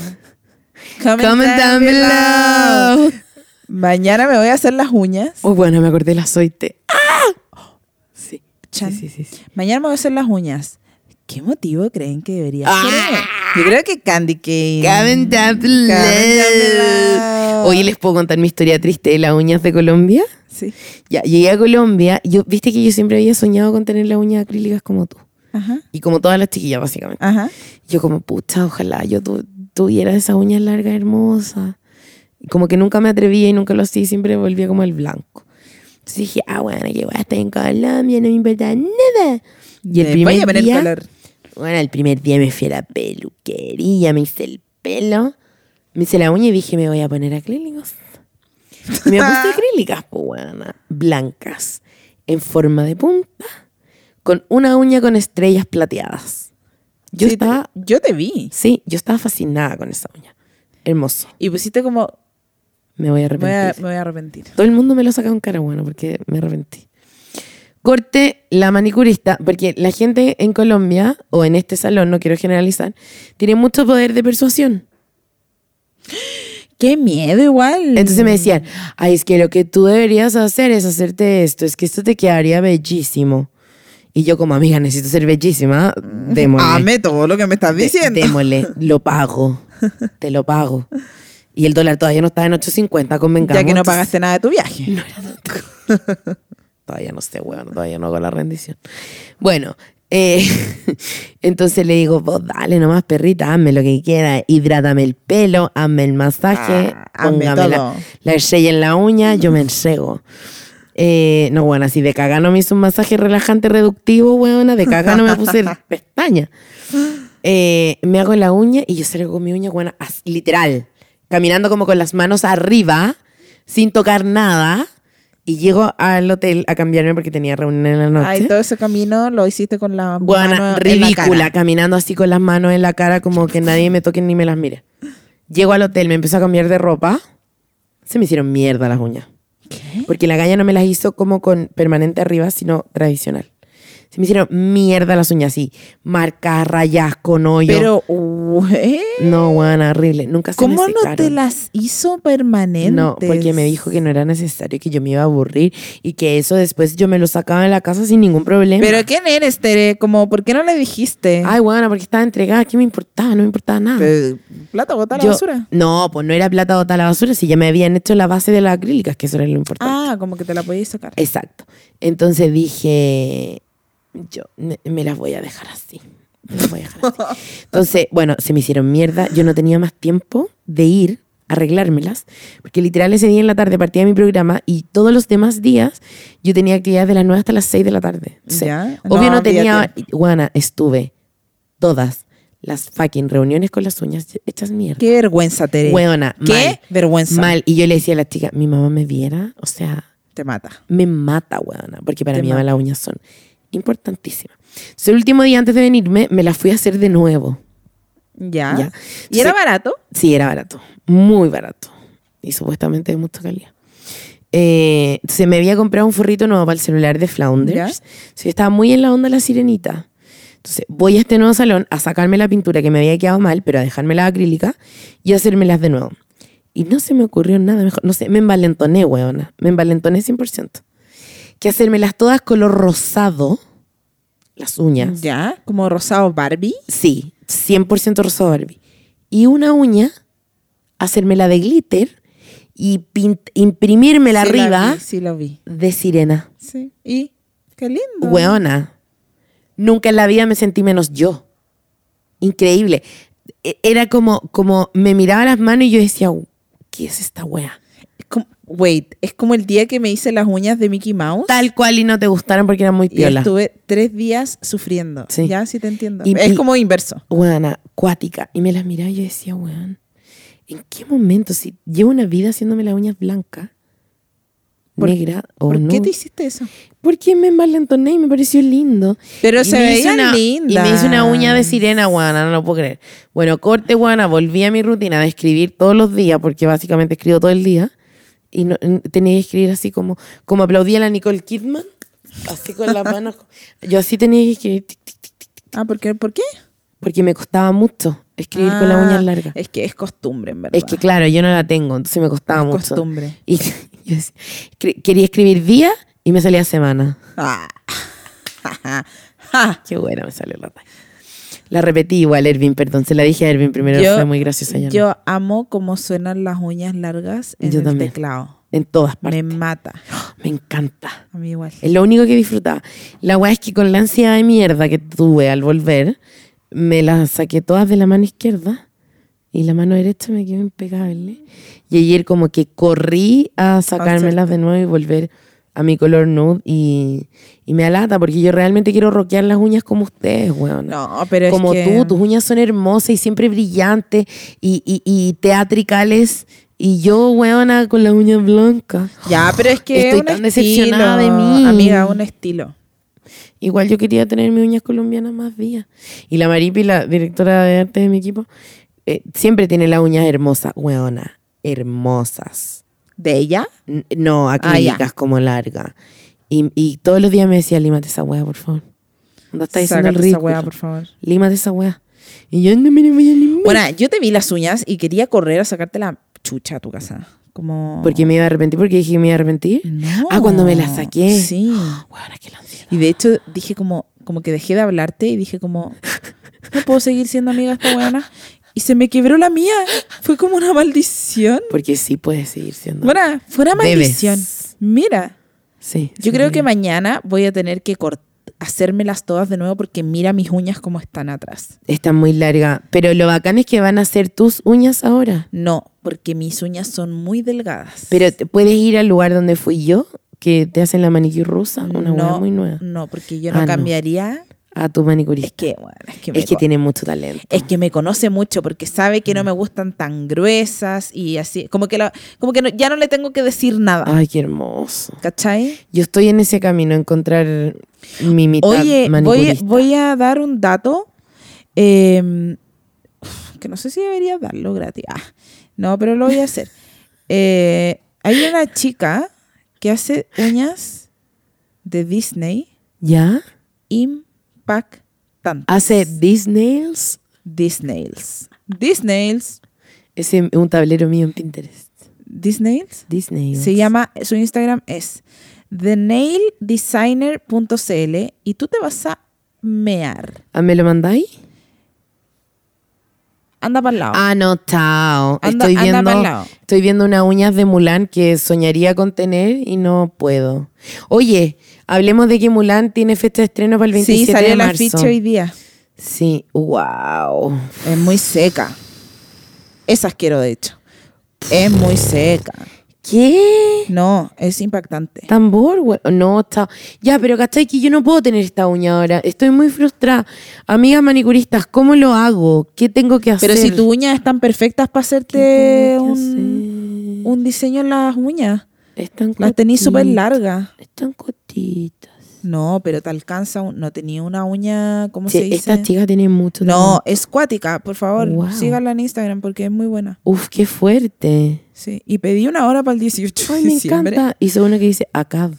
S3: Comment
S2: Comment down
S3: down below.
S2: below.
S3: Mañana me voy a hacer las uñas.
S2: Oh, bueno, me acordé del aceite. ¡Ah! Sí.
S3: Chan.
S2: Sí, sí, sí, sí.
S3: Mañana me voy a hacer las uñas. ¿Qué motivo creen que debería
S2: Ah.
S3: ser? Yo creo que Candy Cane.
S2: Comment down below.
S3: Comment down below.
S2: Oye, ¿les puedo contar mi historia triste de las uñas de Colombia?
S3: Sí.
S2: Ya, llegué a Colombia. Yo, Viste que yo siempre había soñado con tener las uñas acrílicas como tú.
S3: Ajá.
S2: Y como todas las chiquillas, básicamente.
S3: Ajá.
S2: Yo como, pucha, ojalá yo tu- tuviera esas uñas largas hermosas. Y Como que nunca me atrevía y nunca lo hacía, y siempre volvía como el blanco. Entonces dije, ah, bueno, que voy a estar en Colombia, no me importa nada. Y el
S3: Le
S2: primer
S3: voy a poner
S2: día,
S3: color.
S2: bueno, el primer día me fui a la peluquería, me hice el pelo, me hice la uña y dije, me voy a poner acrílicos. Y me
S3: *laughs*
S2: puse acrílicas, pues, weona, blancas, en forma de punta, con una uña con estrellas plateadas. Yo
S3: Sí, te-
S2: estaba
S3: yo te vi.
S2: Sí, yo estaba fascinada con esa uña. Hermoso.
S3: Y pusiste como.
S2: Me voy a
S3: Me voy
S2: arrepentir.
S3: a, me voy a arrepentir.
S2: Todo el mundo me lo saca con cara bueno porque me arrepentí. Corte la manicurista, porque la gente en Colombia o en este salón, no quiero generalizar, tiene mucho poder de persuasión.
S3: Qué miedo, igual.
S2: Entonces me decían, ay, es que lo que tú deberías hacer es hacerte esto, es que esto te quedaría bellísimo. Y yo como amiga, necesito ser bellísima, démosle.
S3: Ame todo lo que me estás
S2: De-
S3: diciendo.
S2: Démosle, lo
S3: *laughs*
S2: pago. Te lo pago. Y el dólar todavía no está en 8.50, convengamos.
S3: ya que no
S2: entonces-
S3: pagaste nada de tu viaje.
S2: No era tanto. todavía no sé, weón, todavía no hago la rendición. Bueno, eh, *laughs* entonces le digo, vos dale nomás, perrita, hazme lo que quiera, hidrátame el pelo, hazme el masaje,
S3: Ah, hazme
S2: póngame la,
S3: todo.
S2: la estrella en la uña, yo me enrego. Eh, no, bueno, así de caga no me hizo un masaje relajante reductivo, weona, de caga no me
S3: *laughs*
S2: puse pestaña. Eh, me hago la uña y yo salgo con mi uña, buena, literal, caminando como con las manos arriba, sin tocar nada. Y llego al hotel a cambiarme porque tenía reunión en la noche.
S3: Ay, todo ese camino lo hiciste con la
S2: Buena,
S3: mano en la cara.
S2: ridícula, caminando así con las manos en la cara, como que nadie me toque ni me las mire. Llego al hotel, me empiezo a cambiar de ropa. Se me hicieron mierda las uñas.
S3: ¿Qué?
S2: Porque la galla no me las hizo como con permanente arriba, sino tradicional. Se me hicieron mierda las uñas así. Marcas, rayas, con hoyo.
S3: Pero, güey,
S2: no, buena, horrible. Nunca se
S3: ¿cómo
S2: me
S3: no te
S2: secaron.
S3: las hizo permanentes?
S2: No, porque me dijo que no era necesario, que yo me iba a aburrir y que eso después yo me lo sacaba de la casa sin ningún problema.
S3: ¿Pero quién eres, Tere? Como, ¿por qué no le dijiste?
S2: Ay, bueno, porque estaba entregada, ¿qué me importaba? No me importaba nada.
S3: Pero, Plata, bota a la
S2: Yo-
S3: basura.
S2: No, pues no era plata botada a la basura, si ya me habían hecho la base de las acrílicas, que eso era lo importante.
S3: Ah, como que te la podías sacar.
S2: Exacto. Entonces dije, yo me, me las voy a dejar así. Me las voy a dejar así.
S3: *laughs*
S2: Entonces, bueno, se me hicieron mierda. Yo no tenía más tiempo de ir a arreglármelas, porque literal ese día en la tarde partía mi programa y todos los demás días yo tenía actividades de las 9 hasta las 6 de la tarde. O sea,
S3: Ya,
S2: obvio no,
S3: no,
S2: tenía...
S3: olvídate.
S2: Guana, estuve todas las fucking reuniones con las uñas hechas mierda.
S3: Qué vergüenza, Tere.
S2: Hueona,
S3: Qué vergüenza.
S2: mal, mal. Y yo le decía a la chica, mi mamá me viera, o sea
S3: Te mata.
S2: me mata, weona, porque para
S3: Te
S2: mí
S3: mata.
S2: las uñas son importantísimas. Entonces, el último día antes de venirme, me las fui a hacer de nuevo.
S3: Ya.
S2: Ya.
S3: ¿Y era
S2: Sí.
S3: barato?
S2: Sí, era barato, muy barato. Y supuestamente de mucha calidad. Eh, entonces, me había comprado un forrito nuevo para el celular de Flounders. Sí, yo estaba muy en la onda de la sirenita. Entonces, voy a este nuevo salón a sacarme la pintura que me había quedado mal, pero a dejarme la acrílica y a hacérmelas de nuevo. Y no se me ocurrió nada mejor. No sé, me envalentoné, weona. Me envalentoné 100%. Que hacérmelas todas color rosado, las uñas.
S3: Ya. Como rosado Barbie.
S2: Sí, 100% rosado Barbie. Y una uña, hacérmela de glitter y pin- imprimírmela
S3: Sí, La
S2: arriba
S3: vi, sí, lo vi.
S2: de sirena.
S3: Sí. Y qué lindo.
S2: Weona. Nunca en la vida me sentí menos yo. Increíble. E- Era como, como me miraba las manos y yo decía, ¿qué es esta wea?
S3: Es como- wait, es como el día que me hice las uñas de Mickey Mouse.
S2: Tal cual y no te gustaron porque eran muy
S3: y
S2: piola.
S3: estuve tres días sufriendo.
S2: Sí.
S3: Ya, sí te entiendo.
S2: Y-
S3: es
S2: y-
S3: como inverso.
S2: Weona, cuática. Y me las miraba y yo decía, weón, ¿en qué momento? Si llevo una vida haciéndome las uñas blancas,
S3: ¿Por-
S2: negra o
S3: ¿Por
S2: Oh, no.
S3: qué te hiciste eso?
S2: Porque me malentoné y me pareció lindo.
S3: Pero
S2: Y
S3: se
S2: me hice
S3: veía
S2: una-
S3: linda.
S2: Y me hice una uña de sirena, guana, no lo puedo creer. Bueno, corte, guana, volví a mi rutina de escribir todos los días, porque básicamente escribo todo el día. Y no- n- tenía que escribir así como, como aplaudía la Nicole Kidman, así con
S3: *laughs*
S2: las manos. Yo así tenía que escribir, tic, tic, tic,
S3: Ah, ¿por qué? ¿Por qué?
S2: porque me costaba mucho escribir con las
S3: Ah,
S2: uñas largas.
S3: Es que es costumbre, en verdad.
S2: Es que claro, yo no la tengo, entonces me costaba
S3: Es
S2: mucho.
S3: costumbre.
S2: Y *laughs* yo decía, cre- quería escribir día y me salía semana.
S3: Ah. *laughs* Ja.
S2: Qué buena me salió la talla. La repetí igual, Ervin, perdón, se la dije a Ervin primero,
S3: Yo-
S2: fue muy graciosa. ya no.
S3: Yo amo cómo suenan las uñas largas en
S2: Yo
S3: el
S2: también.
S3: teclado.
S2: En todas partes.
S3: Me
S2: Me,
S3: mata. *gasps*
S2: encanta.
S3: A mí igual.
S2: Es lo único que disfrutaba. La weá es que con la ansiedad de mierda que tuve al volver, me las saqué todas de la mano izquierda y la mano derecha me quedó impecable. Y ayer como que corrí a sacármelas de nuevo y volver a mi color nude y, y me alata porque yo realmente quiero roquear las uñas como ustedes, weón.
S3: No, pero
S2: como
S3: es que...
S2: tú, tus uñas son hermosas y siempre brillantes y, y, y teatricales. Y yo, weona, con las uñas blancas.
S3: Ya, pero es que
S2: Estoy
S3: un
S2: tan
S3: estilo,
S2: decepcionada de mí.
S3: amiga, un estilo.
S2: Igual yo quería tener mis uñas colombianas más días. Y la Maripi, la directora de arte de mi equipo, eh, siempre tiene las uñas hermosas, weona, hermosas.
S3: ¿De ella?
S2: N- No,
S3: Ah, ya.
S2: acrílicas como larga. Y, y todos los días me decía, límate esa wea, por favor. ¿Dónde está diciendo el
S3: Sácate esa
S2: ridículo?
S3: weá, por favor.
S2: Límate esa wea. Y yo no me la voy a limar.
S3: Bueno, yo te vi las uñas y quería correr a sacarte la chucha a tu casa. Como...
S2: Porque me iba a arrepentir, porque dije que me iba a arrepentir.
S3: No.
S2: Ah, cuando me la saqué.
S3: Sí.
S2: Weona, qué la ansiedad.
S3: Y de hecho dije como, como que dejé de hablarte y dije como, no puedo seguir siendo amiga de esta buena. Y se me quebró la mía. Fue como una maldición.
S2: Porque sí puedes seguir siendo.
S3: Bueno, fue una
S2: Debes.
S3: maldición. Mira,
S2: sí.
S3: yo creo que mañana voy a tener que cort- hacérmelas todas de nuevo porque mira mis uñas como están atrás.
S2: Está muy larga. Pero lo bacán es que van a ser tus uñas ahora.
S3: No, porque mis uñas son muy delgadas.
S2: Pero te- puedes ir al lugar donde fui yo, que te hacen la manicure rusa, una hueá muy nueva.
S3: No, porque yo no
S2: Ah, no.
S3: cambiaría.
S2: A tu
S3: Es
S2: manicurista.
S3: que, bueno, es que, me
S2: Es que
S3: co-
S2: tiene Mm. mucho talento.
S3: es que me conoce mucho porque sabe que no me gustan tan gruesas y así. Como que, la- como que no- ya no le tengo que decir nada.
S2: Ay, qué hermoso.
S3: ¿Cachai?
S2: Yo estoy en ese camino, encontrar mi mitad
S3: Oye, voy,
S2: manicurista.
S3: voy a dar un dato eh, que no sé si debería darlo gratis. Ah, no, pero lo voy a
S2: *laughs*
S3: hacer. Eh, hay una chica que hace uñas de Disney
S2: ¿Ya?
S3: impactantes.
S2: Hace Disney's.
S3: Disneyls. Disneyls.
S2: Ese es un tablero mío en Pinterest.
S3: Disneyls.
S2: Disney's.
S3: Se llama, su Instagram es thenaildesigner.cl y tú te vas a mear.
S2: Ah, ¿Me lo mandáis?
S3: Anda para el lado.
S2: Ah, Anotado.
S3: Anda-
S2: estoy
S3: anda
S2: viendo,
S3: pa'l lado.
S2: estoy viendo unas uñas de Mulan que soñaría con tener y no puedo. Oye, hablemos de que Mulan tiene fecha de estreno para el 27
S3: sí, salió
S2: de
S3: la
S2: marzo.
S3: ficha hoy día.
S2: Sí, wow.
S3: Es muy seca. Esas quiero, de hecho. Es muy seca.
S2: ¿Qué?
S3: No, es impactante.
S2: Tambor, güey. No, está. Ya, pero ¿cachai que yo no puedo tener esta uña ahora? Estoy muy frustrada. Amigas manicuristas, ¿cómo lo hago? ¿Qué tengo que hacer?
S3: Pero si tus uñas están perfectas para hacerte
S2: tengo que
S3: un,
S2: hacer?
S3: un diseño en las uñas,
S2: Están
S3: las tenís súper
S2: cortitas,
S3: largas.
S2: Están cortitas.
S3: No, pero te alcanza. un- no tenía una uña, ¿cómo
S2: Sí,
S3: se dice?
S2: estas chicas tienen mucho
S3: No, es cuática, por favor,
S2: Wow.
S3: síganla en Instagram porque es muy buena.
S2: Uf, qué fuerte.
S3: Sí, y pedí una hora para el 18
S2: Ay,
S3: de
S2: me
S3: diciembre.
S2: encanta. Hizo uno que dice ACAB.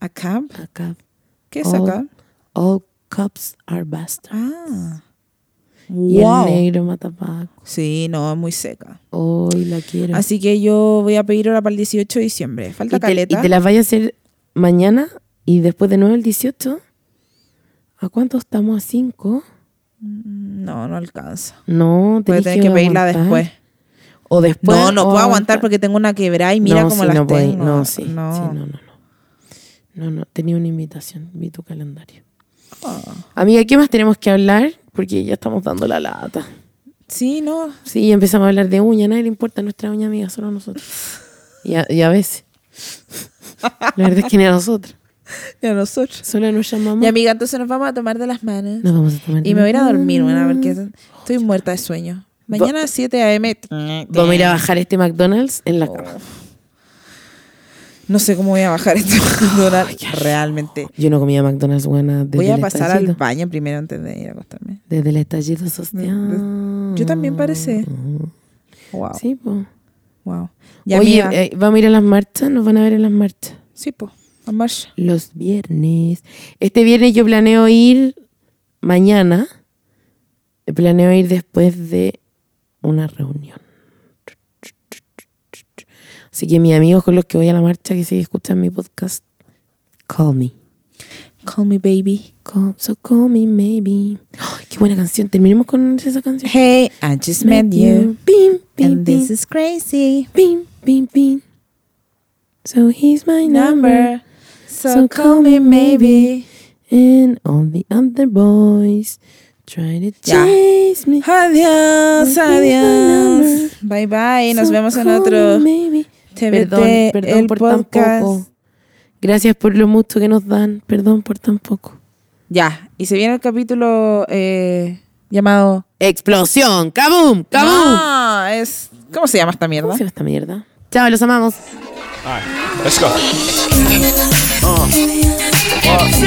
S3: ¿A Camp?
S2: ACAB.
S3: ¿Qué es
S2: All-
S3: acá?
S2: All cups are bastards.
S3: Ah.
S2: Y
S3: Wow.
S2: el negro mata Paco.
S3: Sí, no, es muy seca.
S2: Hoy la quiero.
S3: Así que yo voy a pedir hora para el 18 de diciembre. Falta
S2: y, te,
S3: caleta.
S2: y te las vaya a hacer mañana y después de nuevo el 18. ¿A cuánto estamos? ¿A 5?
S3: Mm, No, no alcanza.
S2: No,
S3: Voy a
S2: tenés
S3: tener que pedirla
S2: aguantar.
S3: después.
S2: O después.
S3: no, no
S2: o
S3: puedo aguantar porque tengo una quebrada y mira
S2: no,
S3: cómo
S2: sí,
S3: las
S2: no podí.
S3: tengo.
S2: No, sí, sí,
S3: No.
S2: no, no, no. No, no, tenía una invitación. Vi tu calendario.
S3: Ah.
S2: Amiga, ¿qué más tenemos que hablar? Porque ya estamos dando la lata.
S3: Sí, no.
S2: Sí, empezamos a hablar de uña, a nadie le importa nuestra uña amiga, solo a nosotros. Y a, y a veces. La verdad es que ni a nosotros,
S3: Y a nosotros.
S2: solo a nuestra mamá.
S3: Y amiga, entonces nos vamos a tomar de las manos.
S2: Nos vamos a tomar.
S3: Y me voy a ir a dormir, buena, porque estoy muerta de sueño. Mañana a 7 a.m. Oh.
S2: Vamos a ir a bajar este McDonald's en la cama.
S3: No sé cómo voy a bajar
S2: *laughs*
S3: este *laughs* McDonald's realmente.
S2: Yo no comía McDonald's buena desde
S3: Voy a
S2: el
S3: pasar
S2: estallido.
S3: al baño primero antes de ir a acostarme.
S2: Desde el estallido social.
S3: Yo también parece.
S2: Ujú.
S3: Wow.
S2: Mm. Sí, po.
S3: Wow. Ya,
S2: Oye,
S3: amiga.
S2: eh, ¿vamos a ir a las marchas? ¿Nos van a ver en las marchas?
S3: Sí, po. A marcha.
S2: Los viernes. Este viernes yo planeo ir mañana. Planeo ir después de una reunión. Así que mis amigos con los que voy a la marcha, que sí escuchan mi podcast, call me.
S3: Call me baby.
S2: Call- so call me maybe. Ay, ¡Qué buena canción! Terminemos con esa canción.
S3: Hey, I just met you.
S2: Pim, pim, pim.
S3: And this is crazy.
S2: Pim, pim, pim. So he's my number.
S3: Number. So call me maybe.
S2: And all the other boys try to
S3: Ya.
S2: chase me.
S3: Adiós,
S2: He's my
S3: adiós. Bye bye. Nos
S2: So
S3: vemos en
S2: call me
S3: otro.
S2: maybe.
S3: TBT,
S2: Perdón, perdón
S3: el
S2: por tan
S3: podcast.
S2: poco. Gracias por lo mucho que nos dan. Perdón por tan poco.
S3: Ya. Y se viene el capítulo eh, llamado.
S2: ¡Explosión! ¡Kabum! ¡Kabum!
S3: Ah, es. ¿Cómo se llama esta mierda?
S2: ¿Cómo se llama esta mierda? Chao, los amamos.
S1: All right, let's go.
S4: Baby,